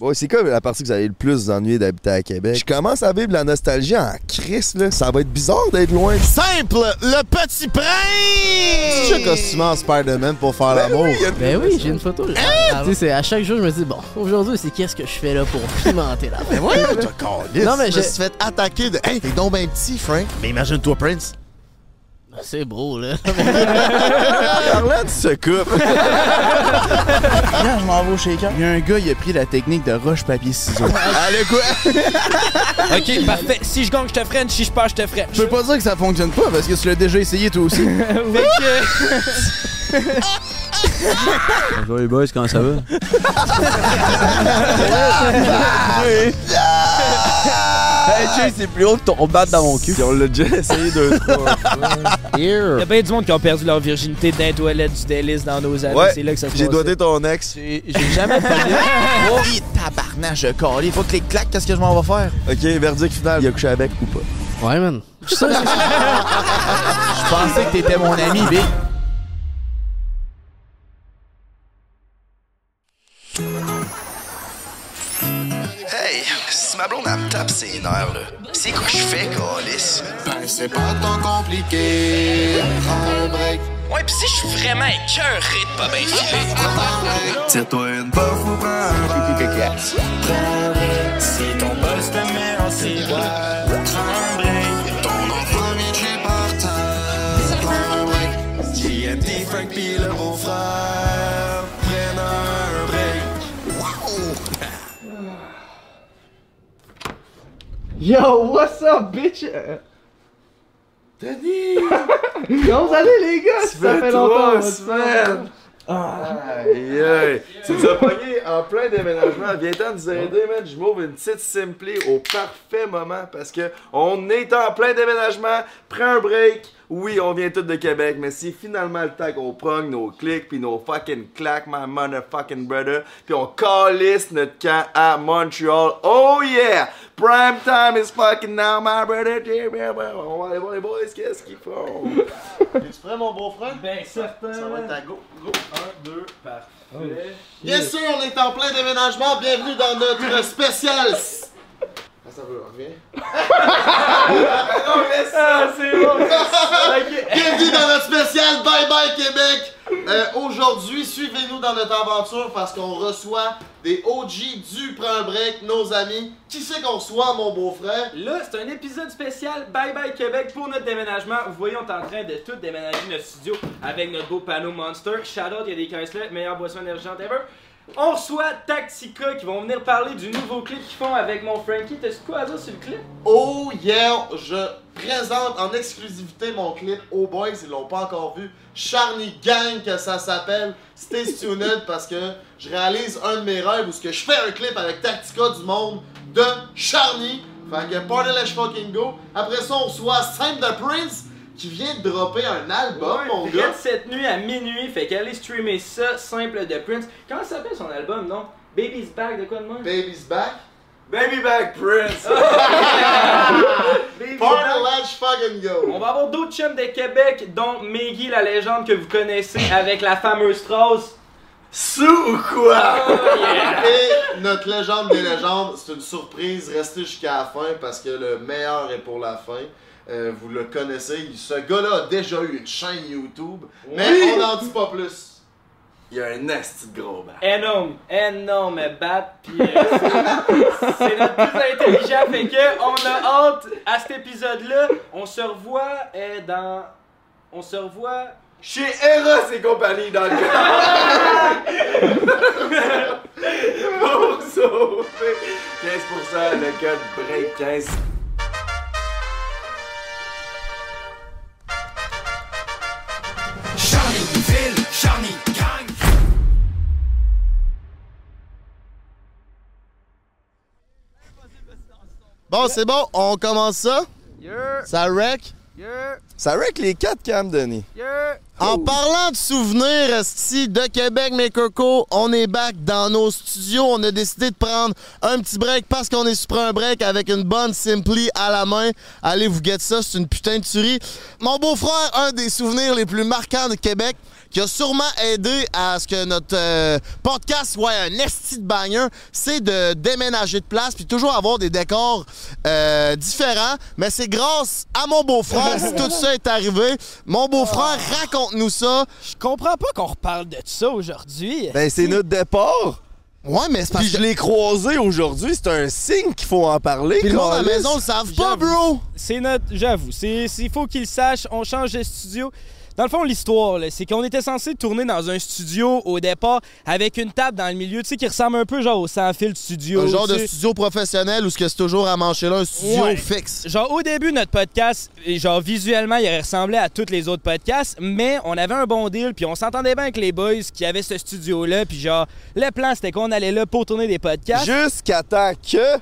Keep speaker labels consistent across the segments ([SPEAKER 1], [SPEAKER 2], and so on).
[SPEAKER 1] Ouais, c'est comme la partie que vous allez le plus vous ennuyer d'habiter à Québec. Je commence à vivre la nostalgie en crise, là. Ça va être bizarre d'être loin.
[SPEAKER 2] Simple, le petit prince!
[SPEAKER 3] Je suis costumé en Spider-Man pour faire l'amour.
[SPEAKER 4] Ben oui, j'ai une photo. là.
[SPEAKER 2] Hein?
[SPEAKER 4] Tu sais, c'est à chaque jour, je me dis, bon, aujourd'hui, c'est qu'est-ce que je fais là pour pimenter là?
[SPEAKER 2] Mais voyons, t'as
[SPEAKER 4] Non, mais
[SPEAKER 3] je
[SPEAKER 4] j'ai-
[SPEAKER 3] me suis fait attaquer de. Hey, t'es donc ben petit, Frank.
[SPEAKER 2] Mais imagine-toi, Prince.
[SPEAKER 4] C'est beau, là.
[SPEAKER 1] Parlant de ce couple,
[SPEAKER 3] Là, je m'en vais au shaker. Il y a un gars, il a pris la technique de roche-papier-ciseaux.
[SPEAKER 1] allez quoi?
[SPEAKER 5] Ok, parfait. Si je gagne, je te freine. Si je perds, je te freine.
[SPEAKER 3] Je peux pas dire que ça fonctionne pas parce que tu l'as déjà essayé toi aussi.
[SPEAKER 5] Fait que-
[SPEAKER 6] Bonjour les boys, comment ça va? hey Jay, c'est plus haut que ton batte dans mon cul.
[SPEAKER 1] Si on l'a déjà essayé deux, trois fois.
[SPEAKER 5] Il y a bien du monde qui ont perdu leur virginité dans les toilettes du délice dans nos années.
[SPEAKER 1] Ouais,
[SPEAKER 5] c'est là que ça se
[SPEAKER 1] J'ai
[SPEAKER 5] passe.
[SPEAKER 1] doigté ton ex.
[SPEAKER 6] J'ai j'ai jamais pogné.
[SPEAKER 3] Oh, il tabarnache de calé. Faut que les claques, qu'est-ce que je m'en vais faire?
[SPEAKER 1] Ok, verdict final. Il a couché avec ou pas?
[SPEAKER 4] Ouais, man. Je suis sûr que c'est-
[SPEAKER 3] Je pensais que t'étais mon ami, Big.
[SPEAKER 7] Hey, si ma blonde, elle me tape ses nerfs, là, c'est quoi je fais, Calis? Ben, c'est pas tant compliqué. Prends un break.
[SPEAKER 5] Ouais, pis si je suis vraiment écœuré de pas bien filer.
[SPEAKER 7] Tire-toi une bof ou prends un break. Si ton boss te met en cellule, prends un break. Ton enfant, Mitch, est partant. Prends un break. TNT, Frank, pis le bon frère. Prenne un break. Wow!
[SPEAKER 8] Yo, what's up, bitch? Denis! Comment vous allez, les gars? Ça fait longtemps,
[SPEAKER 1] trois
[SPEAKER 8] votre
[SPEAKER 1] semaines. Aïe, aïe. Tu nous as pogné en plein déménagement. Viens-t'en nous aider, man. Je m'ouvre une petite simply au parfait moment parce que on est en plein déménagement. Prends un break. Oui, on vient tous de Québec, mais c'est finalement le temps qu'on prend nos clics puis nos fucking claques, my motherfucking brother, puis on calisse notre camp à Montréal. Oh yeah! Prime time is fucking now, my brother. On va aller voir les boys, qu'est-ce qu'ils font?
[SPEAKER 3] Tu prêt, mon beau frère?
[SPEAKER 5] Ben, certain.
[SPEAKER 3] Ça va être à go. Go. Un, deux, parfait. Bien sûr, on est en plein déménagement. Bienvenue dans notre spécial. Ça veut, reviens.
[SPEAKER 5] Ah, c'est bon.
[SPEAKER 3] Bienvenue dans notre spécial Bye Bye Québec. Euh, Aujourd'hui, suivez-nous dans notre aventure parce qu'on reçoit des OG du Prends un Break, nos amis. Qui c'est qu'on reçoit, mon beau-frère?
[SPEAKER 5] Là, c'est un épisode spécial Bye Bye Québec pour notre déménagement. Vous voyez, on est en train de tout déménager notre studio avec notre beau panneau Monster. Shadow, il y a des Chrysler, meilleure boisson énergisante ever. On reçoit Tactica qui vont venir parler du nouveau clip qu'ils font avec mon Frankie. T'as quoi à dire sur le clip?
[SPEAKER 3] Oh yeah! Je présente en exclusivité mon clip Oh Boys, ils l'ont pas encore vu. Charny Gang que ça s'appelle. Stay tuned parce que je réalise un de mes rêves où ce que je fais un clip avec Tactica du monde de Charny. Fait que party let's fucking go. Après ça, on reçoit Sam the Prince qui vient de dropper un album,
[SPEAKER 5] Ouais,
[SPEAKER 3] mon
[SPEAKER 5] Red
[SPEAKER 3] gars.
[SPEAKER 5] cette nuit à minuit, fait qu'allez streamer ça, simple de Prince. Comment ça s'appelle son album, non? Baby's Back, de quoi de moi?
[SPEAKER 3] Baby's back.
[SPEAKER 1] Baby back Prince!
[SPEAKER 5] Baby's
[SPEAKER 3] Party
[SPEAKER 5] Back.
[SPEAKER 3] let's fucking
[SPEAKER 5] On
[SPEAKER 3] go.
[SPEAKER 5] va avoir d'autres chums de Québec, dont Meggy la légende que vous connaissez avec la fameuse phrase.
[SPEAKER 1] Sous ou quoi?
[SPEAKER 3] Oh, Et notre légende des légendes, c'est une surprise. Restez jusqu'à la fin parce que le meilleur est pour la fin. Euh, vous le connaissez. Ce gars-là a déjà eu une chaîne YouTube, mais on n'en dit pas plus.
[SPEAKER 1] Il y a un asti de gros bac.
[SPEAKER 5] Énorme, énorme bat, pis euh, c'est- c'est notre plus intelligent, fait que on a hâte à cet épisode-là. On se revoit euh, dans. On se revoit.
[SPEAKER 1] Chez Eros et compagnie dans le Pour sauver 15% le code break 15.
[SPEAKER 3] Bon, c'est bon, on commence ça. Ça wreck.
[SPEAKER 1] Ça rec les 4 cams, Denis.
[SPEAKER 3] En parlant de souvenirs esti, de Québec, mes cocos, on est back dans nos studios. On a décidé de prendre un petit break parce qu'on est sur un break avec une bonne Simply à la main. Allez vous get ça, c'est une putain de tuerie. Mon beau-frère, un des souvenirs les plus marquants de Québec,
[SPEAKER 2] qui a sûrement aidé à ce que notre euh, podcast soit un esti de bagneux, c'est de déménager de place puis toujours avoir des décors euh, différents. Mais c'est grâce à mon beau-frère si tout ça est arrivé. Mon beau-frère,
[SPEAKER 5] Ah.
[SPEAKER 2] raconte-nous ça.
[SPEAKER 5] Je comprends pas qu'on reparle de ça aujourd'hui.
[SPEAKER 1] Ben, c'est notre départ.
[SPEAKER 2] Ouais, mais c'est parce
[SPEAKER 1] Puis je
[SPEAKER 2] que...
[SPEAKER 1] l'ai croisé aujourd'hui. C'est un signe qu'il faut en parler.
[SPEAKER 2] Puis le monde à la
[SPEAKER 1] Carlis.
[SPEAKER 2] maison le savent pas, bro!
[SPEAKER 5] C'est notre. J'avoue, c'est. Il faut qu'ils le sachent, on change de studio. Dans le fond, l'histoire, là, c'est qu'on était censé tourner dans un studio au départ avec une table dans le milieu, tu sais, qui ressemble un peu genre au sans fil studio.
[SPEAKER 2] Un genre de
[SPEAKER 5] tu sais.
[SPEAKER 2] studio professionnel où ce que c'est toujours à manger là, un studio
[SPEAKER 5] Ouais.
[SPEAKER 2] fixe.
[SPEAKER 5] Genre, au début, notre podcast, et genre, visuellement, il ressemblait à tous les autres podcasts, mais on avait un bon deal, puis on s'entendait bien avec les boys qui avaient ce studio-là, puis genre, le plan, c'était qu'on allait là pour tourner des podcasts.
[SPEAKER 1] Jusqu'à temps que.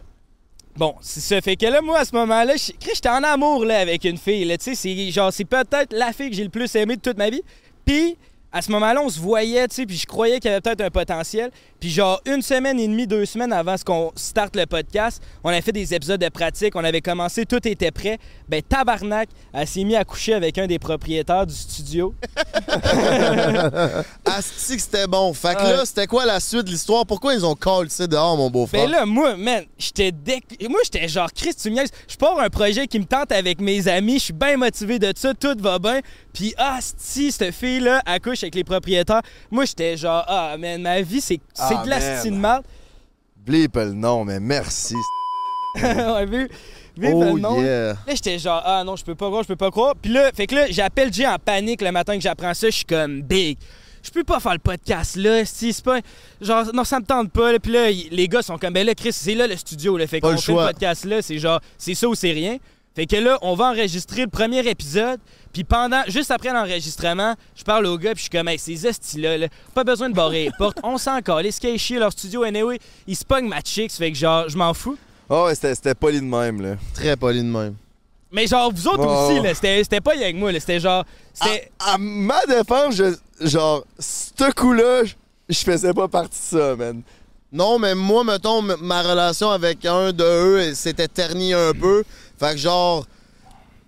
[SPEAKER 5] Bon, c'est ça fait que là, moi, à ce moment-là, je- Chris, j'étais en amour, là, avec une fille, là, tu sais, c'est genre, c'est peut-être la fille que j'ai le plus aimée de toute ma vie, puis... À ce moment-là, on se voyait, tu sais, puis je croyais qu'il y avait peut-être un potentiel. Puis genre une semaine et demie, deux semaines avant ce qu'on starte le podcast, on a fait des épisodes de pratique, on avait commencé, tout était prêt. Ben tabarnak, elle s'est mise à coucher avec un des propriétaires du studio.
[SPEAKER 2] Asti que c'était bon. Fait que
[SPEAKER 5] Ouais.
[SPEAKER 2] là, c'était quoi la suite de l'histoire? Pourquoi ils ont callé dehors, mon beau-frère?
[SPEAKER 5] Ben là, moi, man, j'étais déc... Moi, j'étais genre, Chris, tu me niaises. Je pars un projet qui me tente avec mes amis. Je suis bien motivé de ça. Tout va bien. Puis, ah, si, cette fille-là, elle couche avec les propriétaires. Moi, j'étais genre, ah, man, ma vie, c'est c'est
[SPEAKER 1] Ah,
[SPEAKER 5] de la
[SPEAKER 1] man.
[SPEAKER 5] style de merde.
[SPEAKER 1] Blip le nom, mais merci.
[SPEAKER 5] Ouais, vu, vu
[SPEAKER 2] oh
[SPEAKER 5] le nom.
[SPEAKER 2] yeah.
[SPEAKER 5] Là, j'étais genre, ah non, je peux pas croire, je peux pas croire. Puis là, fait que là, j'appelle Jay en panique le matin que j'apprends ça. Je suis comme, big. Je peux pas faire le podcast là, si c'est pas. Genre, non, ça me tente pas. Là. Puis là, y- les gars sont comme, ben là, Chris, c'est là le studio. Là. Fait
[SPEAKER 2] Pas
[SPEAKER 5] qu'on
[SPEAKER 2] le
[SPEAKER 5] fait le
[SPEAKER 2] choix.
[SPEAKER 5] podcast là, c'est genre, c'est ça ou c'est rien. Fait que là, on va enregistrer le premier épisode. Puis pendant, juste après l'enregistrement, je parle au gars, puis je suis comme, hey, ces hosties-là, là, pas besoin de barrer les portes. On s'en calait. Ce qui est chier, leur studio, anyway, ils se pognent ma chicks. Fait que genre, je m'en fous.
[SPEAKER 1] Oh, ouais, c'était c'était poli de même, là.
[SPEAKER 2] Très poli de même.
[SPEAKER 5] Mais genre, vous autres
[SPEAKER 1] Wow.
[SPEAKER 5] aussi, là, c'était, c'était pas rien que moi, là, c'était genre. C'était...
[SPEAKER 1] À, à ma défense, je- genre, ce coup-là, je- je faisais pas partie de ça, man.
[SPEAKER 2] Non, mais moi, mettons, m- ma relation avec un de eux, elle s'était ternie un peu. Fait que genre,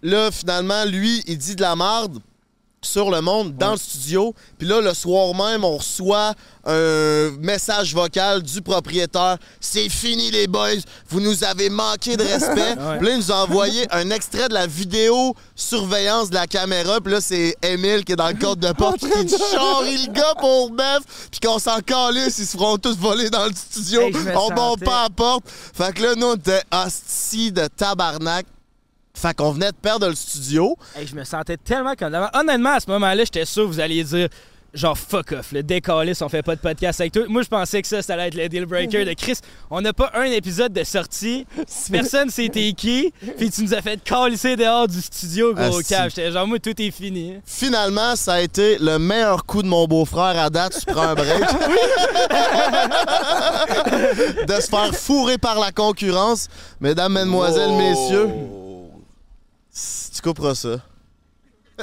[SPEAKER 2] là, finalement, lui, il dit de la marde sur le monde, dans le studio. Puis là, le soir même, on reçoit un message vocal du propriétaire. C'est fini, les boys. Vous nous avez manqué de respect. Puis là, il nous a envoyé un extrait de la vidéo surveillance de la caméra. Puis là, c'est Émile qui est dans le code de porte qui dit charrie le gars pour meuf. Puis qu'on s'en calisse, ils se feront tous voler dans le studio.
[SPEAKER 5] Hey, je me
[SPEAKER 2] on bombe
[SPEAKER 5] sentais-
[SPEAKER 2] pas à la porte. Fait que là, nous, on était hostie de tabarnak. Fait qu'on venait de perdre le studio.
[SPEAKER 5] Ah. Hey, je me sentais tellement comme d'avant. Honnêtement, à ce moment-là, j'étais sûr que vous alliez dire. Genre, fuck off, le décaliste, on fait pas de podcast avec toi. Moi, je pensais que ça, ça allait être le deal breaker de Chris. On n'a pas un épisode de sortie. Personne c'était qui. Puis tu nous as fait calisser dehors du studio, gros
[SPEAKER 2] Ah, si.
[SPEAKER 5] câble. J'étais genre, moi, tout est fini. hein.
[SPEAKER 2] Finalement, ça a été le meilleur coup de mon beau-frère à date. Tu prends un break. de se faire fourrer par la concurrence. Mesdames, mesdemoiselles, messieurs, tu couperas ça.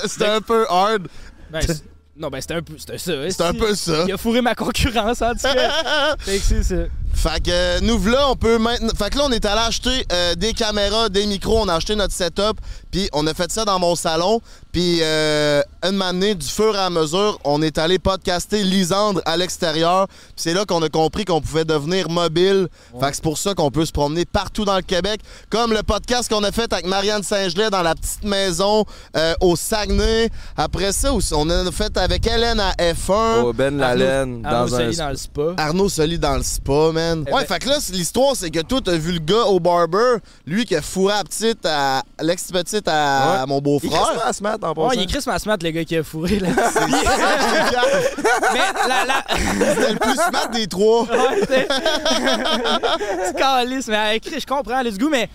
[SPEAKER 2] C'était un peu hard.
[SPEAKER 5] Ben, c'est- non, ben, c'était un peu. C'était ça. hein,
[SPEAKER 2] C'était un
[SPEAKER 5] si.
[SPEAKER 2] peu ça.
[SPEAKER 5] Il a fourré ma concurrence, en tout cas. Fait que c'est ça.
[SPEAKER 2] Fait que euh, nous voilà, on peut maintenant. Fait que là, on est allé acheter euh, des caméras, des micros, on a acheté notre setup, puis on a fait ça dans mon salon. Puis euh, une année, du fur et à mesure, on est allé podcaster Lisandre à l'extérieur. Puis c'est là qu'on a compris qu'on pouvait devenir mobile. Fait que c'est pour ça qu'on peut se promener partout dans le Québec, comme le podcast qu'on a fait avec Marianne Saint-Gelais dans la petite maison euh, au Saguenay. Après ça, aussi, on a fait avec Hélène à F1.
[SPEAKER 1] Oh, Ben
[SPEAKER 5] Arnaud-
[SPEAKER 1] Lalaine,
[SPEAKER 5] Ah, Arnaud
[SPEAKER 1] dans un.
[SPEAKER 5] Soli dans le spa.
[SPEAKER 2] Arnaud Soli dans le spa, man.
[SPEAKER 5] Eh
[SPEAKER 2] ouais,
[SPEAKER 5] ben-
[SPEAKER 2] fait que là, c'est- l'histoire, c'est que toi, t'as vu le gars au barber, lui qui a fourré la petite à. l'ex-petite à,
[SPEAKER 1] Ouais.
[SPEAKER 2] à mon
[SPEAKER 1] Il reste
[SPEAKER 2] beau-frère.
[SPEAKER 1] pas à se mettre en
[SPEAKER 5] Ouais,
[SPEAKER 1] passant.
[SPEAKER 5] il est Chris Masmat, le gars qui a fourré, là. Mais la, la...
[SPEAKER 2] C'était le plus smart des trois.
[SPEAKER 5] Ouais, c'est- c'est calisse, mais avec Chris, je comprends, let's go, mais...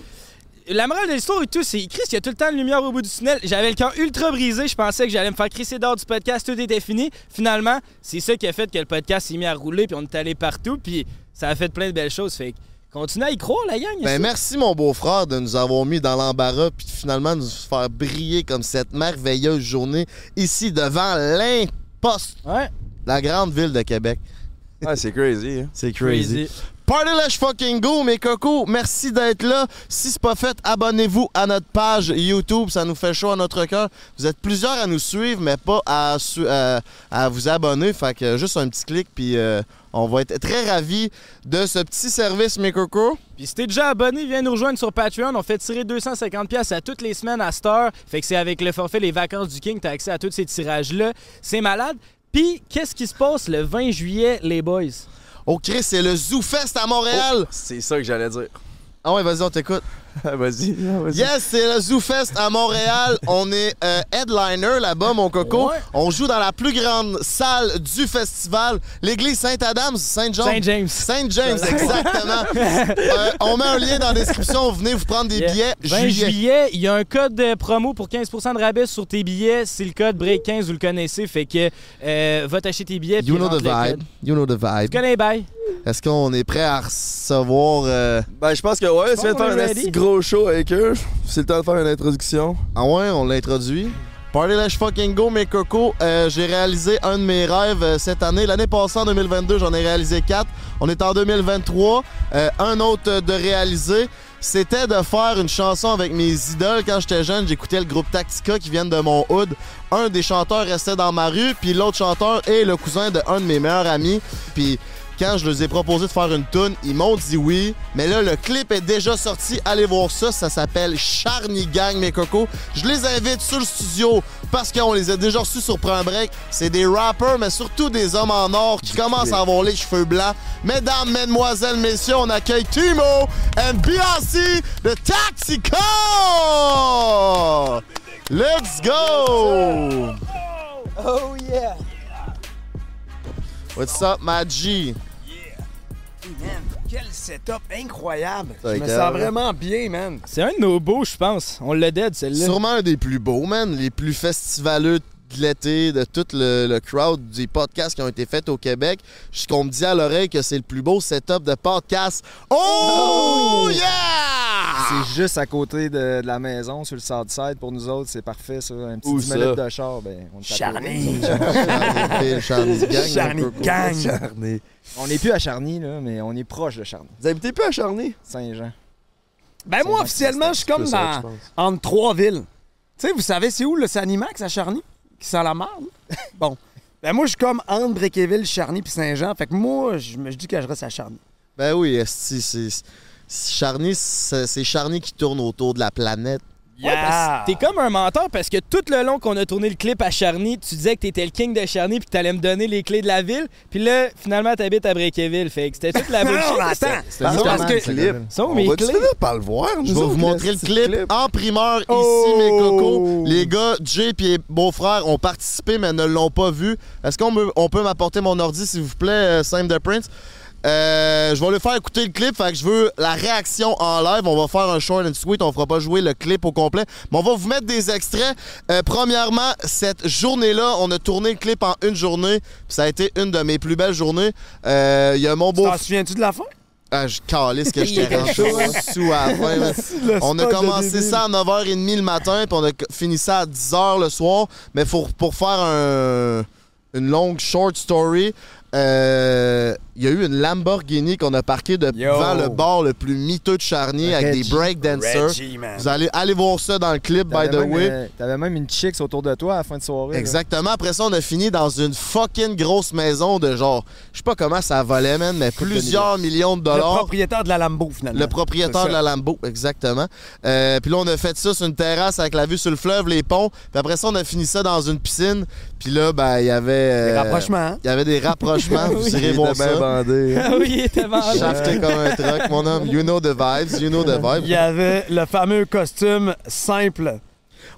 [SPEAKER 5] La morale de l'histoire et tout, c'est Chris, il y a tout le temps de lumière au bout du tunnel. J'avais le cœur ultra brisé, je pensais que j'allais me faire crisser dehors du podcast, tout était fini. Finalement, c'est ça qui a fait que le podcast s'est mis à rouler, puis on est allé partout, puis ça a fait plein de belles choses. Fait que continuez à y croire, la gang.
[SPEAKER 2] Ben, merci, mon beau-frère, de nous avoir mis dans l'embarras, puis de finalement nous faire briller comme cette merveilleuse journée ici devant l'imposte,
[SPEAKER 5] Ouais,
[SPEAKER 2] la grande ville de Québec.
[SPEAKER 1] Ah, c'est crazy, hein.
[SPEAKER 2] C'est crazy.
[SPEAKER 5] crazy.
[SPEAKER 2] Party Lash Fucking Go, mes cocos, merci d'être là. Si c'est pas fait, abonnez-vous à notre page YouTube, ça nous fait chaud à notre cœur. Vous êtes plusieurs à nous suivre, mais pas à, su- euh, à vous abonner. Fait que euh, juste un petit clic, puis euh, on va être très ravis de ce petit service, mes cocos.
[SPEAKER 5] Puis si t'es déjà abonné, viens nous rejoindre sur Patreon. On fait tirer 250 pièces à toutes les semaines à cette heure. Fait que c'est avec le forfait Les Vacances du King, t'as accès à tous ces tirages-là. C'est malade. Puis qu'est-ce qui se passe le 20 juillet, les boys?
[SPEAKER 2] Oh Chris, c'est le Zoo Fest à Montréal.
[SPEAKER 1] C'est ça que j'allais dire.
[SPEAKER 2] Ah ouais, vas-y, on t'écoute.
[SPEAKER 1] Ah, vas-y, vas-y.
[SPEAKER 2] Yes, c'est le Zoo Fest à Montréal. On est euh, headliner là-bas, mon coco.
[SPEAKER 5] Ouais.
[SPEAKER 2] On joue dans la plus grande salle du festival, l'église Saint-Adam, Saint-Jean.
[SPEAKER 5] Saint James.
[SPEAKER 2] Saint-James, exactement. Euh, on met un lien dans la description. Venez vous prendre des
[SPEAKER 5] Yeah.
[SPEAKER 2] billets.
[SPEAKER 5] 20 juillet, il y a un code euh, promo pour 15% de rabais sur tes billets. C'est le code BREAK15, vous le connaissez. Fait que euh, va t'acheter tes billets.
[SPEAKER 2] You
[SPEAKER 5] puis
[SPEAKER 2] know the
[SPEAKER 5] rentre le
[SPEAKER 2] vibe.
[SPEAKER 5] code.
[SPEAKER 2] You know the vibe.
[SPEAKER 5] Tu connais, bye.
[SPEAKER 2] Est-ce qu'on est prêt à recevoir. euh,
[SPEAKER 1] Ben, je pense que ouais, tu viens de
[SPEAKER 5] qu'on
[SPEAKER 1] faire un
[SPEAKER 5] est
[SPEAKER 1] esti
[SPEAKER 5] ready.
[SPEAKER 1] gros show avec eux. C'est le temps de faire une introduction.
[SPEAKER 2] Ah ouais, on l'a introduit. Party Lash Fucking Go, mes cocos. Euh, j'ai réalisé un de mes rêves euh, cette année. L'année passée, en 2022, j'en ai réalisé quatre. On est en 2023. Euh, un autre euh, de réaliser, c'était de faire une chanson avec mes idoles. Quand j'étais jeune, j'écoutais le groupe Tactica qui viennent de mon hood. Un des chanteurs restait dans ma rue, puis l'autre chanteur est le cousin de un de mes meilleurs amis. Puis quand je leur ai proposé de faire une tune, ils m'ont dit oui. Mais là, le clip est déjà sorti. Allez voir ça. Ça s'appelle Charny Gang, mes cocos. Je les invite sur le studio parce qu'on les a déjà reçus sur Prend Break. C'est des rappers, mais surtout des hommes en or qui commencent à avoir les cheveux blancs. Mesdames, mesdemoiselles, messieurs, on accueille Timo and Beyoncé de Tactico! Let's go!
[SPEAKER 5] Oh yeah!
[SPEAKER 2] What's up, my G?
[SPEAKER 7] Quel setup incroyable!
[SPEAKER 2] Ça
[SPEAKER 7] Je me
[SPEAKER 2] écœure,
[SPEAKER 7] sens
[SPEAKER 2] là.
[SPEAKER 7] vraiment bien, man.
[SPEAKER 5] C'est un de nos beaux, je pense. On l'a dead, celle-là.
[SPEAKER 2] Sûrement un des plus beaux, man. Les plus festivaleux de l'été, de tout le, le crowd des podcasts qui ont été faits au Québec. Jusqu'on me dit à l'oreille que c'est le plus beau setup de podcast. Oh, yeah!
[SPEAKER 7] C'est juste à côté de, de la maison, sur le Southside, pour nous autres, c'est parfait, ça. Un petit
[SPEAKER 1] Où
[SPEAKER 7] 10
[SPEAKER 1] ça?
[SPEAKER 7] minutes de char, ben, on est à côté.
[SPEAKER 2] Charny, Ah, Charny Gang.
[SPEAKER 7] Charny
[SPEAKER 2] un peu, quoi.
[SPEAKER 7] Gang!
[SPEAKER 1] Charné.
[SPEAKER 7] On n'est plus à Charny, là, mais on est proche de Charny.
[SPEAKER 1] Vous habitez plus à Charné?
[SPEAKER 7] Saint-Jean. Ben, moi, officiellement, je suis comme
[SPEAKER 1] C'est ça, je
[SPEAKER 7] dans,
[SPEAKER 1] pense.
[SPEAKER 7] entre trois villes. Tu sais, vous savez, c'est où le Sanimax à Charny? Qui sent la marde? bon. Ben, moi, je suis comme entre Bréquéville, Charny puis Saint-Jean. Fait que moi, je me je dis que je reste à Charny.
[SPEAKER 2] Ben oui, esti, c'est. c'est- Charny, c'est c'est Charny qui tourne autour de la planète.
[SPEAKER 5] Ouais, parce que T'es comme un menteur parce que tout le long qu'on a tourné le clip à Charny, tu disais que t'étais le king de Charny puis que t'allais me donner les clés de la ville. Puis là, finalement, t'habites à Bréqueville. Fait que c'était toute la
[SPEAKER 7] Non,
[SPEAKER 5] bullshit.
[SPEAKER 7] non, attends.
[SPEAKER 5] C'était-
[SPEAKER 2] C'est un
[SPEAKER 7] Non, Ah, parce
[SPEAKER 2] mythomane,
[SPEAKER 7] que-
[SPEAKER 2] ça, quand même.
[SPEAKER 5] Sont
[SPEAKER 1] On
[SPEAKER 5] mes
[SPEAKER 1] va
[SPEAKER 5] clés.
[SPEAKER 1] finir par le voir, nous
[SPEAKER 2] Je vais vous
[SPEAKER 1] autres,
[SPEAKER 2] montrer le
[SPEAKER 1] esti
[SPEAKER 2] clip, Oh! en primeur ici, mes cocos. Les gars, Jay et beau-frère ont participé mais ne l'ont pas vu. Est-ce qu'on me- on peut m'apporter mon ordi, s'il vous plaît, euh, Sam de Prince? Euh, je vais lui faire écouter le clip, fait que je veux la réaction en live. On va faire un short and sweet, on fera pas jouer le clip au complet, mais on va vous mettre des extraits. Euh, premièrement, cette journée-là, on a tourné le clip en une journée, puis ça a été une de mes plus belles journées. Euh, Il y a mon beau
[SPEAKER 7] T'en souviens-tu de la fin?
[SPEAKER 2] ah, je calisse que j'étais rendu
[SPEAKER 7] hein.
[SPEAKER 2] sous à la fin. man. On a commencé ça à 9h30 le matin, puis on a c- fini ça à 10h le soir. Mais pour, pour faire un- une longue short story, euh, il y a eu une Lamborghini qu'on a parquée de-
[SPEAKER 7] Yo.
[SPEAKER 2] devant le bar le plus miteux de Charny avec des
[SPEAKER 7] Reggie.
[SPEAKER 2] breakdancers.
[SPEAKER 7] Reggie, man.
[SPEAKER 2] Vous allez aller voir ça dans le clip, by
[SPEAKER 7] T'avais
[SPEAKER 2] the
[SPEAKER 7] même,
[SPEAKER 2] way.
[SPEAKER 7] euh, T'avais même une chicks autour de toi à la fin de soirée. là.
[SPEAKER 2] Exactement. Après ça, on a fini dans une fucking grosse maison de genre, je sais pas comment ça valait, man, mais plusieurs millions de
[SPEAKER 7] Le
[SPEAKER 2] dollars.
[SPEAKER 7] propriétaire de la Lambo, finalement.
[SPEAKER 2] Le propriétaire
[SPEAKER 7] C'est ça.
[SPEAKER 2] de la Lambo, exactement. Euh, puis là, on a fait ça sur une terrasse avec la vue sur le fleuve, les ponts. Puis après ça, on a fini ça dans une piscine. Puis là, ben, il y avait. euh,
[SPEAKER 7] Les rapprochements, hein?
[SPEAKER 2] Il y avait des rapprochements. vous irez
[SPEAKER 1] Il
[SPEAKER 2] voir
[SPEAKER 1] était bien
[SPEAKER 2] ça.
[SPEAKER 1] bandé.
[SPEAKER 5] Ah oui, il était vendu.
[SPEAKER 2] Shafté comme un truck, mon homme. You know the vibes, you know the vibes.
[SPEAKER 7] Il y avait le fameux costume simple. Ben,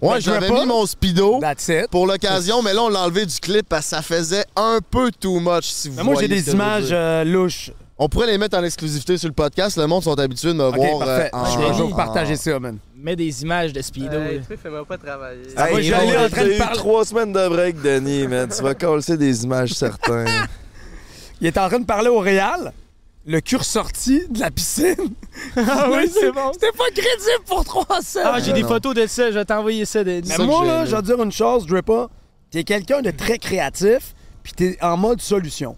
[SPEAKER 2] Ouais, j'avais mis mon speedo
[SPEAKER 7] That's it.
[SPEAKER 2] pour l'occasion, mais là, on l'a enlevé du clip parce que ça faisait un peu too much, si vous
[SPEAKER 7] Mais Ben, moi, j'ai
[SPEAKER 2] voyez ce
[SPEAKER 7] des
[SPEAKER 2] que je veux
[SPEAKER 7] images
[SPEAKER 2] dire.
[SPEAKER 7] euh, louches.
[SPEAKER 2] On pourrait les mettre en exclusivité sur le podcast. Le monde sont habitués de me
[SPEAKER 7] Ok,
[SPEAKER 2] voir. euh,
[SPEAKER 7] parfait.
[SPEAKER 2] en-
[SPEAKER 7] je vais je vais vous
[SPEAKER 2] en-
[SPEAKER 7] partager ça, man.
[SPEAKER 5] Mets des images de Speedo. là.
[SPEAKER 8] Hey, tu sais, fais-moi pas travailler.
[SPEAKER 7] Ah, moi,
[SPEAKER 1] Hey,
[SPEAKER 7] j'allais
[SPEAKER 1] Yvon,
[SPEAKER 7] en train
[SPEAKER 1] t'as
[SPEAKER 7] de
[SPEAKER 1] eu
[SPEAKER 7] parler-
[SPEAKER 1] trois semaines de break, Denis, man. Tu vas coller des images certaines.
[SPEAKER 7] Il est en train de parler au Real. Le cul ressorti de la piscine. ah
[SPEAKER 5] oui, c'est bon.
[SPEAKER 7] C'était pas crédible pour 3 cents.
[SPEAKER 5] Ah, j'ai
[SPEAKER 2] Euh,
[SPEAKER 5] des
[SPEAKER 2] non.
[SPEAKER 5] photos de ça. Je vais t'envoyer ça. Denis.
[SPEAKER 7] Mais
[SPEAKER 2] ça que
[SPEAKER 7] moi,
[SPEAKER 2] j'ai
[SPEAKER 7] là,
[SPEAKER 2] aimé.
[SPEAKER 7] je vais te dire une chose, Drippa. T'es quelqu'un de très créatif, puis t'es en mode solution.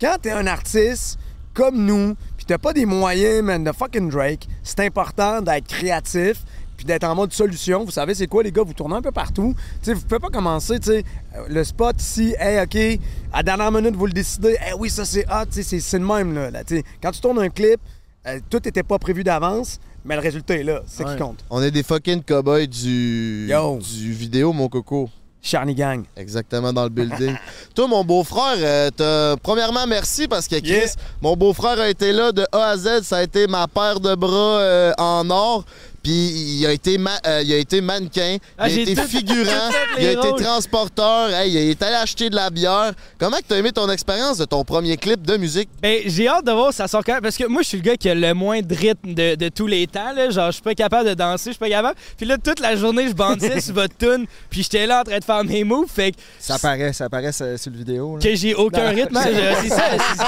[SPEAKER 7] Quand t'es un artiste, comme nous, puis t'as pas des moyens, man, de fucking Drake, c'est important d'être créatif, puis d'être en mode solution. Vous savez, c'est quoi, les gars? Vous tournez un peu partout. Tu sais, vous pouvez pas commencer, tu sais, euh, le spot ici, hey, OK, à la dernière minute, vous le décidez, hey, oui, ça, c'est hot, tu sais, c'est- c'est le même, là. là, tu sais. quand tu tournes un clip, euh, tout n'était pas prévu d'avance, mais le résultat est là. C'est
[SPEAKER 2] Ouais.
[SPEAKER 7] qui compte.
[SPEAKER 2] On est des fucking cow-boys du,
[SPEAKER 7] Yo.
[SPEAKER 2] du vidéo, mon coco.
[SPEAKER 7] Charny Gang.
[SPEAKER 2] Exactement dans le building. Toi, mon beau-frère, euh, t'as- premièrement, merci parce que Chris,
[SPEAKER 7] Yeah.
[SPEAKER 2] mon beau-frère a été là de A à Z. Ça a été ma paire de bras euh, en or. Puis il a été, ma- euh, il a été mannequin,
[SPEAKER 5] Ah,
[SPEAKER 2] il a
[SPEAKER 5] j'ai
[SPEAKER 2] été
[SPEAKER 5] tout-
[SPEAKER 2] figurant,
[SPEAKER 5] toutes les
[SPEAKER 2] il a été
[SPEAKER 5] rôles.
[SPEAKER 2] transporteur, hey, il est allé acheter de la bière. Comment que t'as aimé ton expérience de ton premier clip de musique?
[SPEAKER 5] Ben, j'ai hâte de voir si ça sort quand même. Parce que moi, je suis le gars qui a le moins de rythme de, de tous les temps. Là. Genre, je suis pas capable de danser, je suis pas capable. Puis là, toute la journée, je bandissais sur votre tune. Puis j'étais là en train de faire mes moves. Fait que,
[SPEAKER 9] Ça paraît, ça paraît sur, sur le vidéo. là.
[SPEAKER 5] que j'ai aucun rythme. hein. Je- C'est ça. c'est ça.